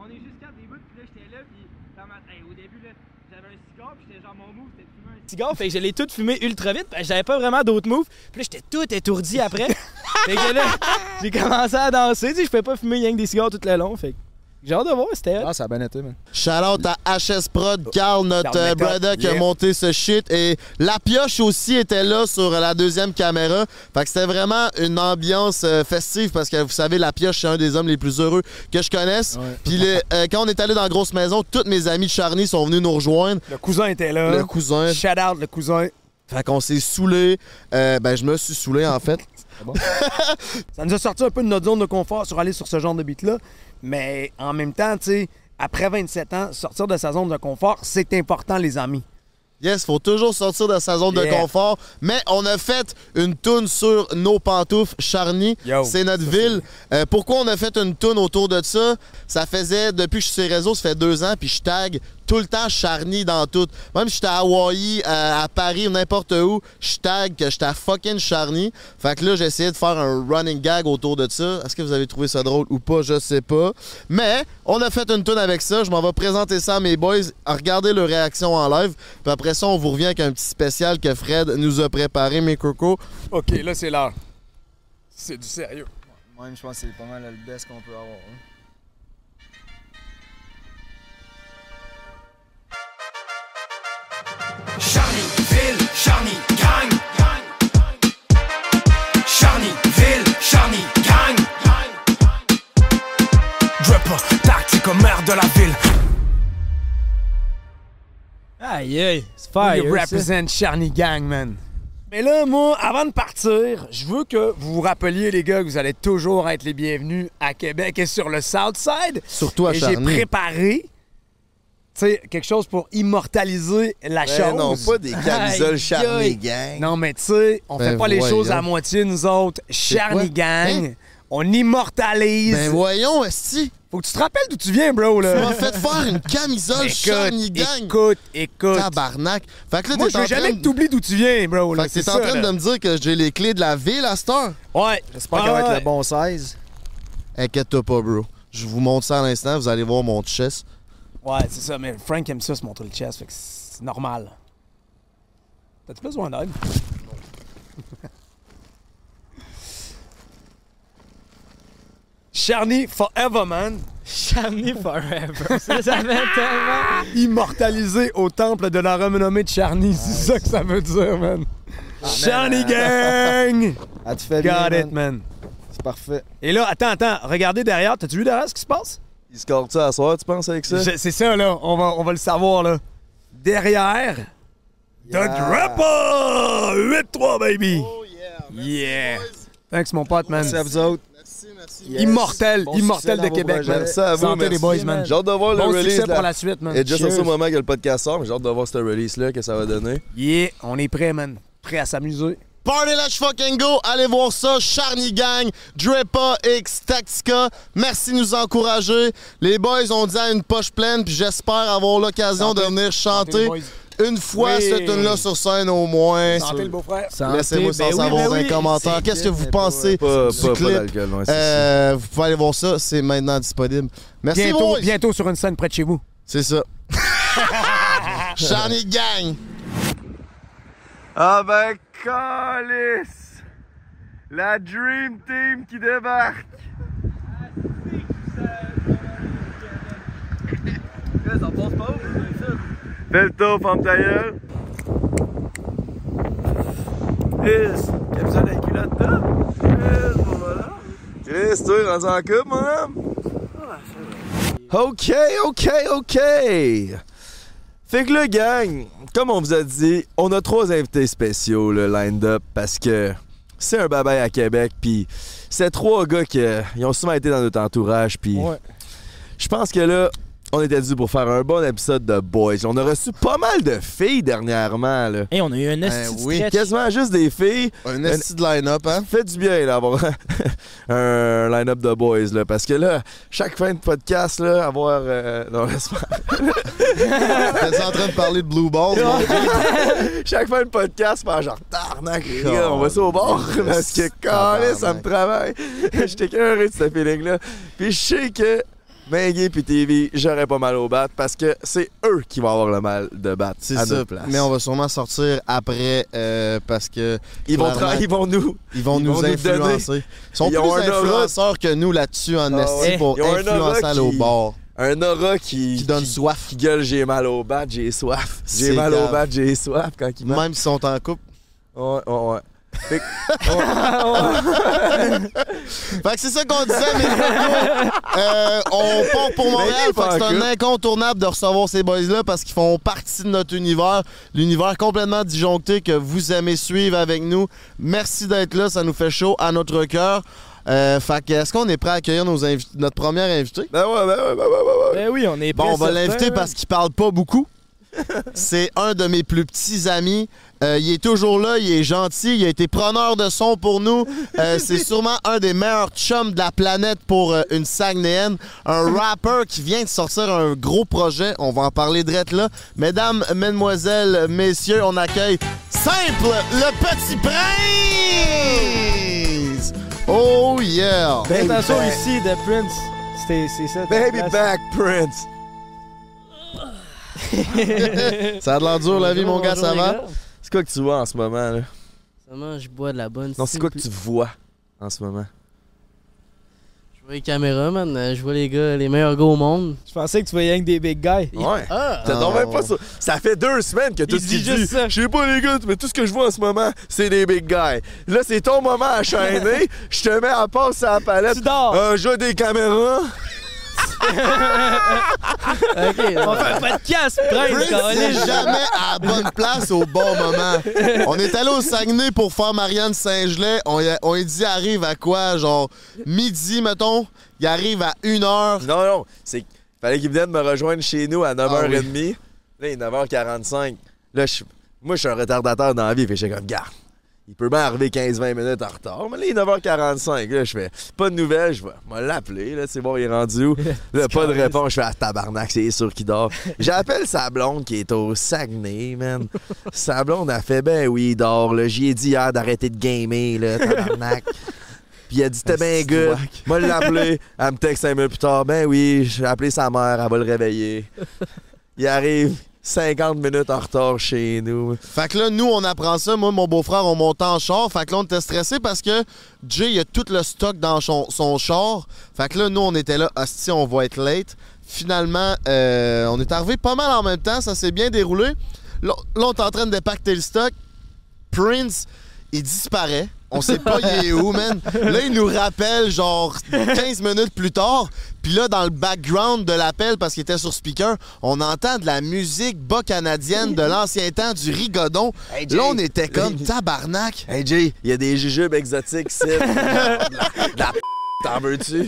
[SPEAKER 10] On est jusqu'à le début, puis là, j'étais là, puis dans ma- hey, au début, là, j'avais un cigare, puis j'étais genre, mon move, c'était de fumer un
[SPEAKER 5] cigare, fait que je l'ai tout fumé ultra vite, parce que j'avais pas vraiment d'autres moves. Puis là, j'étais tout étourdi après. fait que là, j'ai commencé à danser, tu sais, je peux pas fumer rien que des cigares tout le long. Fait que j'ai hâte de voir, c'était hot.
[SPEAKER 9] Ah, ça a bien été, man.
[SPEAKER 2] Shout-out à HS Prod, Carl, notre
[SPEAKER 7] Carl
[SPEAKER 2] euh,
[SPEAKER 7] Méthode,
[SPEAKER 2] brother qui a
[SPEAKER 7] yeah.
[SPEAKER 2] monté ce shit. Et la pioche aussi était là sur la deuxième caméra. Fait que c'était vraiment une ambiance euh, festive parce que vous savez, la pioche, c'est un des hommes les plus heureux que je connaisse. Puis le- euh, quand on est allé dans la grosse maison, toutes mes amis de Charny sont venus nous rejoindre.
[SPEAKER 7] Le cousin était là.
[SPEAKER 2] Le cousin.
[SPEAKER 7] Shout out, le cousin.
[SPEAKER 2] Fait qu'on s'est saoulé. Euh, ben, je me suis saoulé en fait.
[SPEAKER 7] Ça nous a sorti un peu de notre zone de confort sur aller sur ce genre de beat-là. Mais en même temps, tu sais, après 27 ans, sortir de sa zone de confort, c'est important, les amis.
[SPEAKER 2] Yes, faut toujours sortir de sa zone de
[SPEAKER 7] Yeah.
[SPEAKER 2] confort. Mais on a fait une toune sur nos pantoufles, Charny.
[SPEAKER 7] Yo.
[SPEAKER 2] C'est notre ville. Euh, pourquoi on a fait une toune autour de ça? Ça faisait, depuis que je suis sur les réseaux, ça fait deux ans, puis je tag tout le temps Charny dans tout. Même si j'étais à Hawaï, à, à Paris, ou n'importe où, je tag que j'étais à fucking Charny. Fait que là, j'ai essayé de faire un running gag autour de ça. Est-ce que vous avez trouvé ça drôle ou pas? Je sais pas. Mais on a fait une toune avec ça. Je m'en vais présenter ça à mes boys. Regardez leur réaction en live. Puis après ça, on vous revient avec un petit spécial que Fred nous a préparé, mes cocos.
[SPEAKER 7] OK, là, c'est l'heure. C'est du sérieux.
[SPEAKER 9] Moi-même, je pense que c'est pas mal le best qu'on peut avoir. hein.
[SPEAKER 11] Charny, ville, Charny, gang. Charny, ville, Charny, gang. Dripper, tactique, maire de la ville.
[SPEAKER 5] Ah, Aïe, aïe, c'est
[SPEAKER 7] You
[SPEAKER 5] fire. ça.
[SPEAKER 7] represent Charny Gang, man. Mais là, moi, avant de partir, je veux que vous vous rappeliez, les gars, que vous allez toujours être les bienvenus à Québec et sur le Southside.
[SPEAKER 2] Surtout à
[SPEAKER 7] Et j'ai
[SPEAKER 2] Charny.
[SPEAKER 7] préparé, tu sais, quelque chose pour immortaliser
[SPEAKER 1] Ben
[SPEAKER 7] la chose.
[SPEAKER 1] non, pas des camisoles
[SPEAKER 5] Aïe,
[SPEAKER 1] Charny
[SPEAKER 5] aïe.
[SPEAKER 1] Gang.
[SPEAKER 7] Non, mais tu sais, on
[SPEAKER 2] Ben
[SPEAKER 7] fait pas les
[SPEAKER 2] voyons.
[SPEAKER 7] choses à moitié, nous autres.
[SPEAKER 2] quoi?
[SPEAKER 7] Charny Gang,
[SPEAKER 2] Hein?
[SPEAKER 7] on immortalise.
[SPEAKER 2] Ben voyons, Esti.
[SPEAKER 7] Faut que tu te rappelles d'où tu viens, bro,
[SPEAKER 2] Tu m'as
[SPEAKER 7] là.
[SPEAKER 2] fait faire une camisole Charny
[SPEAKER 7] écoute,
[SPEAKER 2] Gang.
[SPEAKER 7] écoute, écoute.
[SPEAKER 2] Tabarnak. Fait que là,
[SPEAKER 7] Moi,
[SPEAKER 2] t'es
[SPEAKER 7] je
[SPEAKER 2] en
[SPEAKER 7] veux
[SPEAKER 2] train
[SPEAKER 7] jamais
[SPEAKER 2] de-
[SPEAKER 7] que t'oublies d'où tu viens, bro. là,
[SPEAKER 2] Fait que
[SPEAKER 7] c'est
[SPEAKER 2] t'es en
[SPEAKER 7] ça,
[SPEAKER 2] train
[SPEAKER 7] là.
[SPEAKER 2] de me dire que j'ai les clés de la ville à cette heure?
[SPEAKER 7] Ouais.
[SPEAKER 9] J'espère
[SPEAKER 7] Ah
[SPEAKER 9] qu'elle va
[SPEAKER 7] ouais.
[SPEAKER 9] être le bon 16.
[SPEAKER 2] Inquiète-toi pas, bro. Je vous montre ça à l'instant, vous allez voir mon chest.
[SPEAKER 7] Ouais, c'est ça, mais Frank aime ça se montrer le chest, fait que c'est normal. T'as-tu besoin d'aide? Charny Forever Man,
[SPEAKER 5] Charny forever. Ça, ça fait tellement.
[SPEAKER 7] immortalisé au temple de la renommée de Charny, c'est ça que ça veut dire, man. Charny Gang!
[SPEAKER 9] Ah, tu fais bien.
[SPEAKER 7] Got it,
[SPEAKER 9] man.
[SPEAKER 7] man.
[SPEAKER 9] C'est parfait.
[SPEAKER 7] Et là, attends, attends, regardez derrière, t'as-tu vu derrière ce qui se passe?
[SPEAKER 1] Il score ça à soir, tu penses, avec ça?
[SPEAKER 7] Je- C'est ça, là, on va, on va le savoir, là. Derrière, The Drapper! 8-3, baby! Yeah! Thanks, mon pote, man.
[SPEAKER 9] Merci à vous autres.
[SPEAKER 2] Merci, merci.
[SPEAKER 9] Yes.
[SPEAKER 7] Immortel,
[SPEAKER 9] Bon
[SPEAKER 7] immortel
[SPEAKER 9] succès
[SPEAKER 7] de
[SPEAKER 9] dans
[SPEAKER 7] Québec,
[SPEAKER 9] vos
[SPEAKER 7] man.
[SPEAKER 9] projets.
[SPEAKER 1] Merci à vous,
[SPEAKER 7] Santé,
[SPEAKER 1] merci,
[SPEAKER 7] les boys, man.
[SPEAKER 1] J'ai hâte de voir
[SPEAKER 7] Bon
[SPEAKER 1] le release.
[SPEAKER 7] succès
[SPEAKER 1] là.
[SPEAKER 7] pour la suite, man.
[SPEAKER 1] Et juste en
[SPEAKER 9] Cheers.
[SPEAKER 1] ce moment que le podcast sort, mais j'ai hâte de voir ce release-là que ça va donner.
[SPEAKER 7] Yeah, on est prêt, man. Prêt à s'amuser.
[SPEAKER 2] Party Let's Fucking Go, allez voir ça, Charny Gang, Drepa X Tactica, merci de nous encourager. Les boys ont dit à une poche pleine, puis j'espère avoir l'occasion de
[SPEAKER 7] Santé.
[SPEAKER 2] venir
[SPEAKER 7] Santé,
[SPEAKER 2] chanter
[SPEAKER 7] les boys.
[SPEAKER 2] une fois
[SPEAKER 7] Oui.
[SPEAKER 2] cette tune-là sur scène au moins.
[SPEAKER 7] Santé, le beau-frère.
[SPEAKER 2] Laissez-moi
[SPEAKER 1] ben
[SPEAKER 2] sans savoir dans les commentaires. Qu'est-ce que vous pensez
[SPEAKER 1] Pas,
[SPEAKER 2] du
[SPEAKER 1] pas, pas
[SPEAKER 2] clip?
[SPEAKER 1] d'alcool, ouais, c'est ça.
[SPEAKER 2] Euh, vous pouvez aller voir ça, c'est maintenant disponible. Merci
[SPEAKER 7] Bientôt,
[SPEAKER 2] boys.
[SPEAKER 7] bientôt sur une scène près de chez vous.
[SPEAKER 2] C'est ça. Charny Gang.
[SPEAKER 12] Ah ben, calice! La Dream Team qui débarque!
[SPEAKER 13] ça passe pas où,
[SPEAKER 12] Fais le tour, forme ta gueule. Chris, t'as besoin d'un culotte top? Chris, mon bonhomme. Chris, toi, rendu en couple, mon homme? Ah,
[SPEAKER 1] OK, OK, OK. Fait que le gang, comme on vous a dit, on a trois invités spéciaux le lined up parce que c'est un babaye à Québec puis c'est trois gars qui euh, ils ont souvent été dans notre entourage puis je pense que là on était dû pour faire un bon épisode de boys. On a reçu pas mal de filles dernièrement là.
[SPEAKER 5] Et on a eu
[SPEAKER 2] Ben
[SPEAKER 5] un esti
[SPEAKER 1] Eh
[SPEAKER 5] de
[SPEAKER 1] oui,
[SPEAKER 5] stretch.
[SPEAKER 1] quasiment juste des filles. Un esti de line-up, hein? Fait du bien, là, avoir un line-up de boys, là. Parce que là, chaque fin de podcast, là, avoir. euh, Non, laisse-moi. T'es en train de parler de Blue Ball, Chaque fin de podcast, faire genre, tarnac, les gars, on va ça au bord. Parce que, carré, ça me travaille. J'étais curé de ce feeling-là. Puis je sais que. Mingué puis TV, j'aurais pas mal au bat parce que c'est eux qui vont avoir le mal de battre
[SPEAKER 2] C'est
[SPEAKER 1] à
[SPEAKER 2] ça.
[SPEAKER 1] notre place.
[SPEAKER 2] Mais on va sûrement sortir après euh, parce que.
[SPEAKER 1] Ils vont
[SPEAKER 2] clairement,
[SPEAKER 1] tra- ils vont nous-
[SPEAKER 2] Ils vont
[SPEAKER 1] ils
[SPEAKER 2] nous
[SPEAKER 1] vont nous
[SPEAKER 2] influencer.
[SPEAKER 1] donner.
[SPEAKER 2] Ils sont
[SPEAKER 1] Ils ont
[SPEAKER 2] plus
[SPEAKER 1] un aura.
[SPEAKER 2] influenceurs que nous là-dessus en
[SPEAKER 1] Ah
[SPEAKER 2] esti
[SPEAKER 1] ouais.
[SPEAKER 2] pour
[SPEAKER 1] Ils ont un
[SPEAKER 2] influencer
[SPEAKER 1] aura
[SPEAKER 2] à l'eau
[SPEAKER 1] qui-
[SPEAKER 2] bord.
[SPEAKER 1] Un aura qui, qui donne soif. Qui gueule, j'ai mal au bat, j'ai soif. J'ai
[SPEAKER 2] C'est
[SPEAKER 1] mal
[SPEAKER 2] grave.
[SPEAKER 1] au bat, j'ai soif quand ils battent.
[SPEAKER 2] Même s'ils sont en couple.
[SPEAKER 1] Ouais, ouais, ouais. Fait que,
[SPEAKER 2] Fait que c'est ça qu'on disait, mais euh, on part pour
[SPEAKER 1] Mais il
[SPEAKER 2] Montréal.
[SPEAKER 1] est
[SPEAKER 2] Fait que
[SPEAKER 1] pas
[SPEAKER 2] c'est
[SPEAKER 1] en
[SPEAKER 2] un
[SPEAKER 1] couple.
[SPEAKER 2] incontournable de recevoir ces boys-là parce qu'ils font partie de notre univers, l'univers complètement disjoncté que vous aimez suivre avec nous. Merci d'être là, ça nous fait chaud à notre cœur. Euh, fait que est-ce qu'on est prêt à accueillir nos invi- notre premier invité?
[SPEAKER 1] Ben ouais, ben ouais, ben ouais,
[SPEAKER 5] Ben oui, on est
[SPEAKER 2] Bon,
[SPEAKER 5] prêt,
[SPEAKER 2] on va
[SPEAKER 5] certain,
[SPEAKER 2] l'inviter
[SPEAKER 5] ouais.
[SPEAKER 2] parce qu'il parle pas beaucoup. C'est un de mes plus petits amis. Euh, il est toujours là, il est gentil, il a été preneur de son pour nous. Euh, c'est sûrement un des meilleurs chums de la planète pour euh, une Saguenéenne. Un rapper qui vient de sortir un gros projet. On va en parler drette là. Mesdames, mesdemoiselles, messieurs, on accueille Simple, le petit prince! Oh yeah!
[SPEAKER 5] Fais Ben, attention ici de Prince. C'était- C'est ça. Baby
[SPEAKER 2] Ben.
[SPEAKER 1] back Prince.
[SPEAKER 2] ça a de l'air dur la vie, mon gars, ça
[SPEAKER 4] bonjour,
[SPEAKER 2] va?
[SPEAKER 4] les gars.
[SPEAKER 1] c'est quoi que tu vois en ce moment, là?
[SPEAKER 4] Seulement, je bois de la bonne.
[SPEAKER 1] Non, c'est quoi que tu vois en ce moment?
[SPEAKER 4] Je vois les caméras, man. Euh, Je vois les gars, les meilleurs gars au monde.
[SPEAKER 5] Je pensais que tu voyais que des big guys.
[SPEAKER 1] Ouais. T'as donc même pas ça. Ça fait deux semaines que tout
[SPEAKER 5] Il
[SPEAKER 1] ce
[SPEAKER 5] dit
[SPEAKER 1] qu'il
[SPEAKER 5] juste
[SPEAKER 1] dit. Je sais pas, les gars, mais tout ce que je vois en ce moment, c'est des big guys. Là, c'est ton moment à chaîner. Je te mets à passe à la palette. Tu dors. Un jeu des caméras.
[SPEAKER 4] ok.
[SPEAKER 5] On fait un podcast, Prince.
[SPEAKER 2] Prince n'est
[SPEAKER 5] câlisse.
[SPEAKER 2] jamais à la bonne place au bon moment. On est allé au Saguenay pour faire Marianne Saint-Gelais. On, y a- on y dit arrive à quoi? Genre midi, mettons. Il arrive à une heure.
[SPEAKER 1] Non, non. C'est fallait qu'il vienne me rejoindre chez nous à 9h30.
[SPEAKER 2] Ah oui.
[SPEAKER 1] Là, il est 9h45. Là, je suis- moi, je suis un retardateur dans la vie. Fait que j'ai comme, garde, il peut bien arriver 15-20 minutes en retard. Mais là, il est 9h45. Là, je fais, pas de nouvelles. Je vais je vais l'appeler. Là, c'est bon, il est rendu où? Là, pas de réponse. Je fais, ah, tabarnak, c'est sûr qu'il dort. J'appelle sa blonde qui est au Saguenay, man. sa blonde a fait, ben oui, il dort. Là, j'y ai dit hier d'arrêter de gamer, là, tabarnak. Puis il a dit, t'es bien good.
[SPEAKER 12] whack.
[SPEAKER 1] Moi, l'appeler. Elle me texte 5 minutes plus tard. Ben oui, j'ai appelé sa mère, elle va le réveiller. Il arrive 50 minutes en retard chez nous.
[SPEAKER 2] Fait que là, nous, on apprend ça. Moi, mon beau-frère, on montait en char. Fait que là, on était stressé parce que Jay, il a tout le stock dans son, son char. Fait que là, nous, on était là, hostie, on va être late. Finalement, euh, on est arrivé pas mal en même temps. Ça s'est bien déroulé. Là, là, on est en train de dépacter le stock. Prince, il disparaît. On sait pas il est où, man. Là, il nous rappelle genre 15 minutes plus tard. Puis là, dans le background de l'appel, parce qu'il était sur speaker, on entend de la musique bas canadienne de l'ancien temps, du rigodon.
[SPEAKER 1] Jay.
[SPEAKER 2] là, on était comme tabarnak.
[SPEAKER 1] Hey Jay, il y a des jujubes exotiques ici. De la- de la p- T'en veux-tu?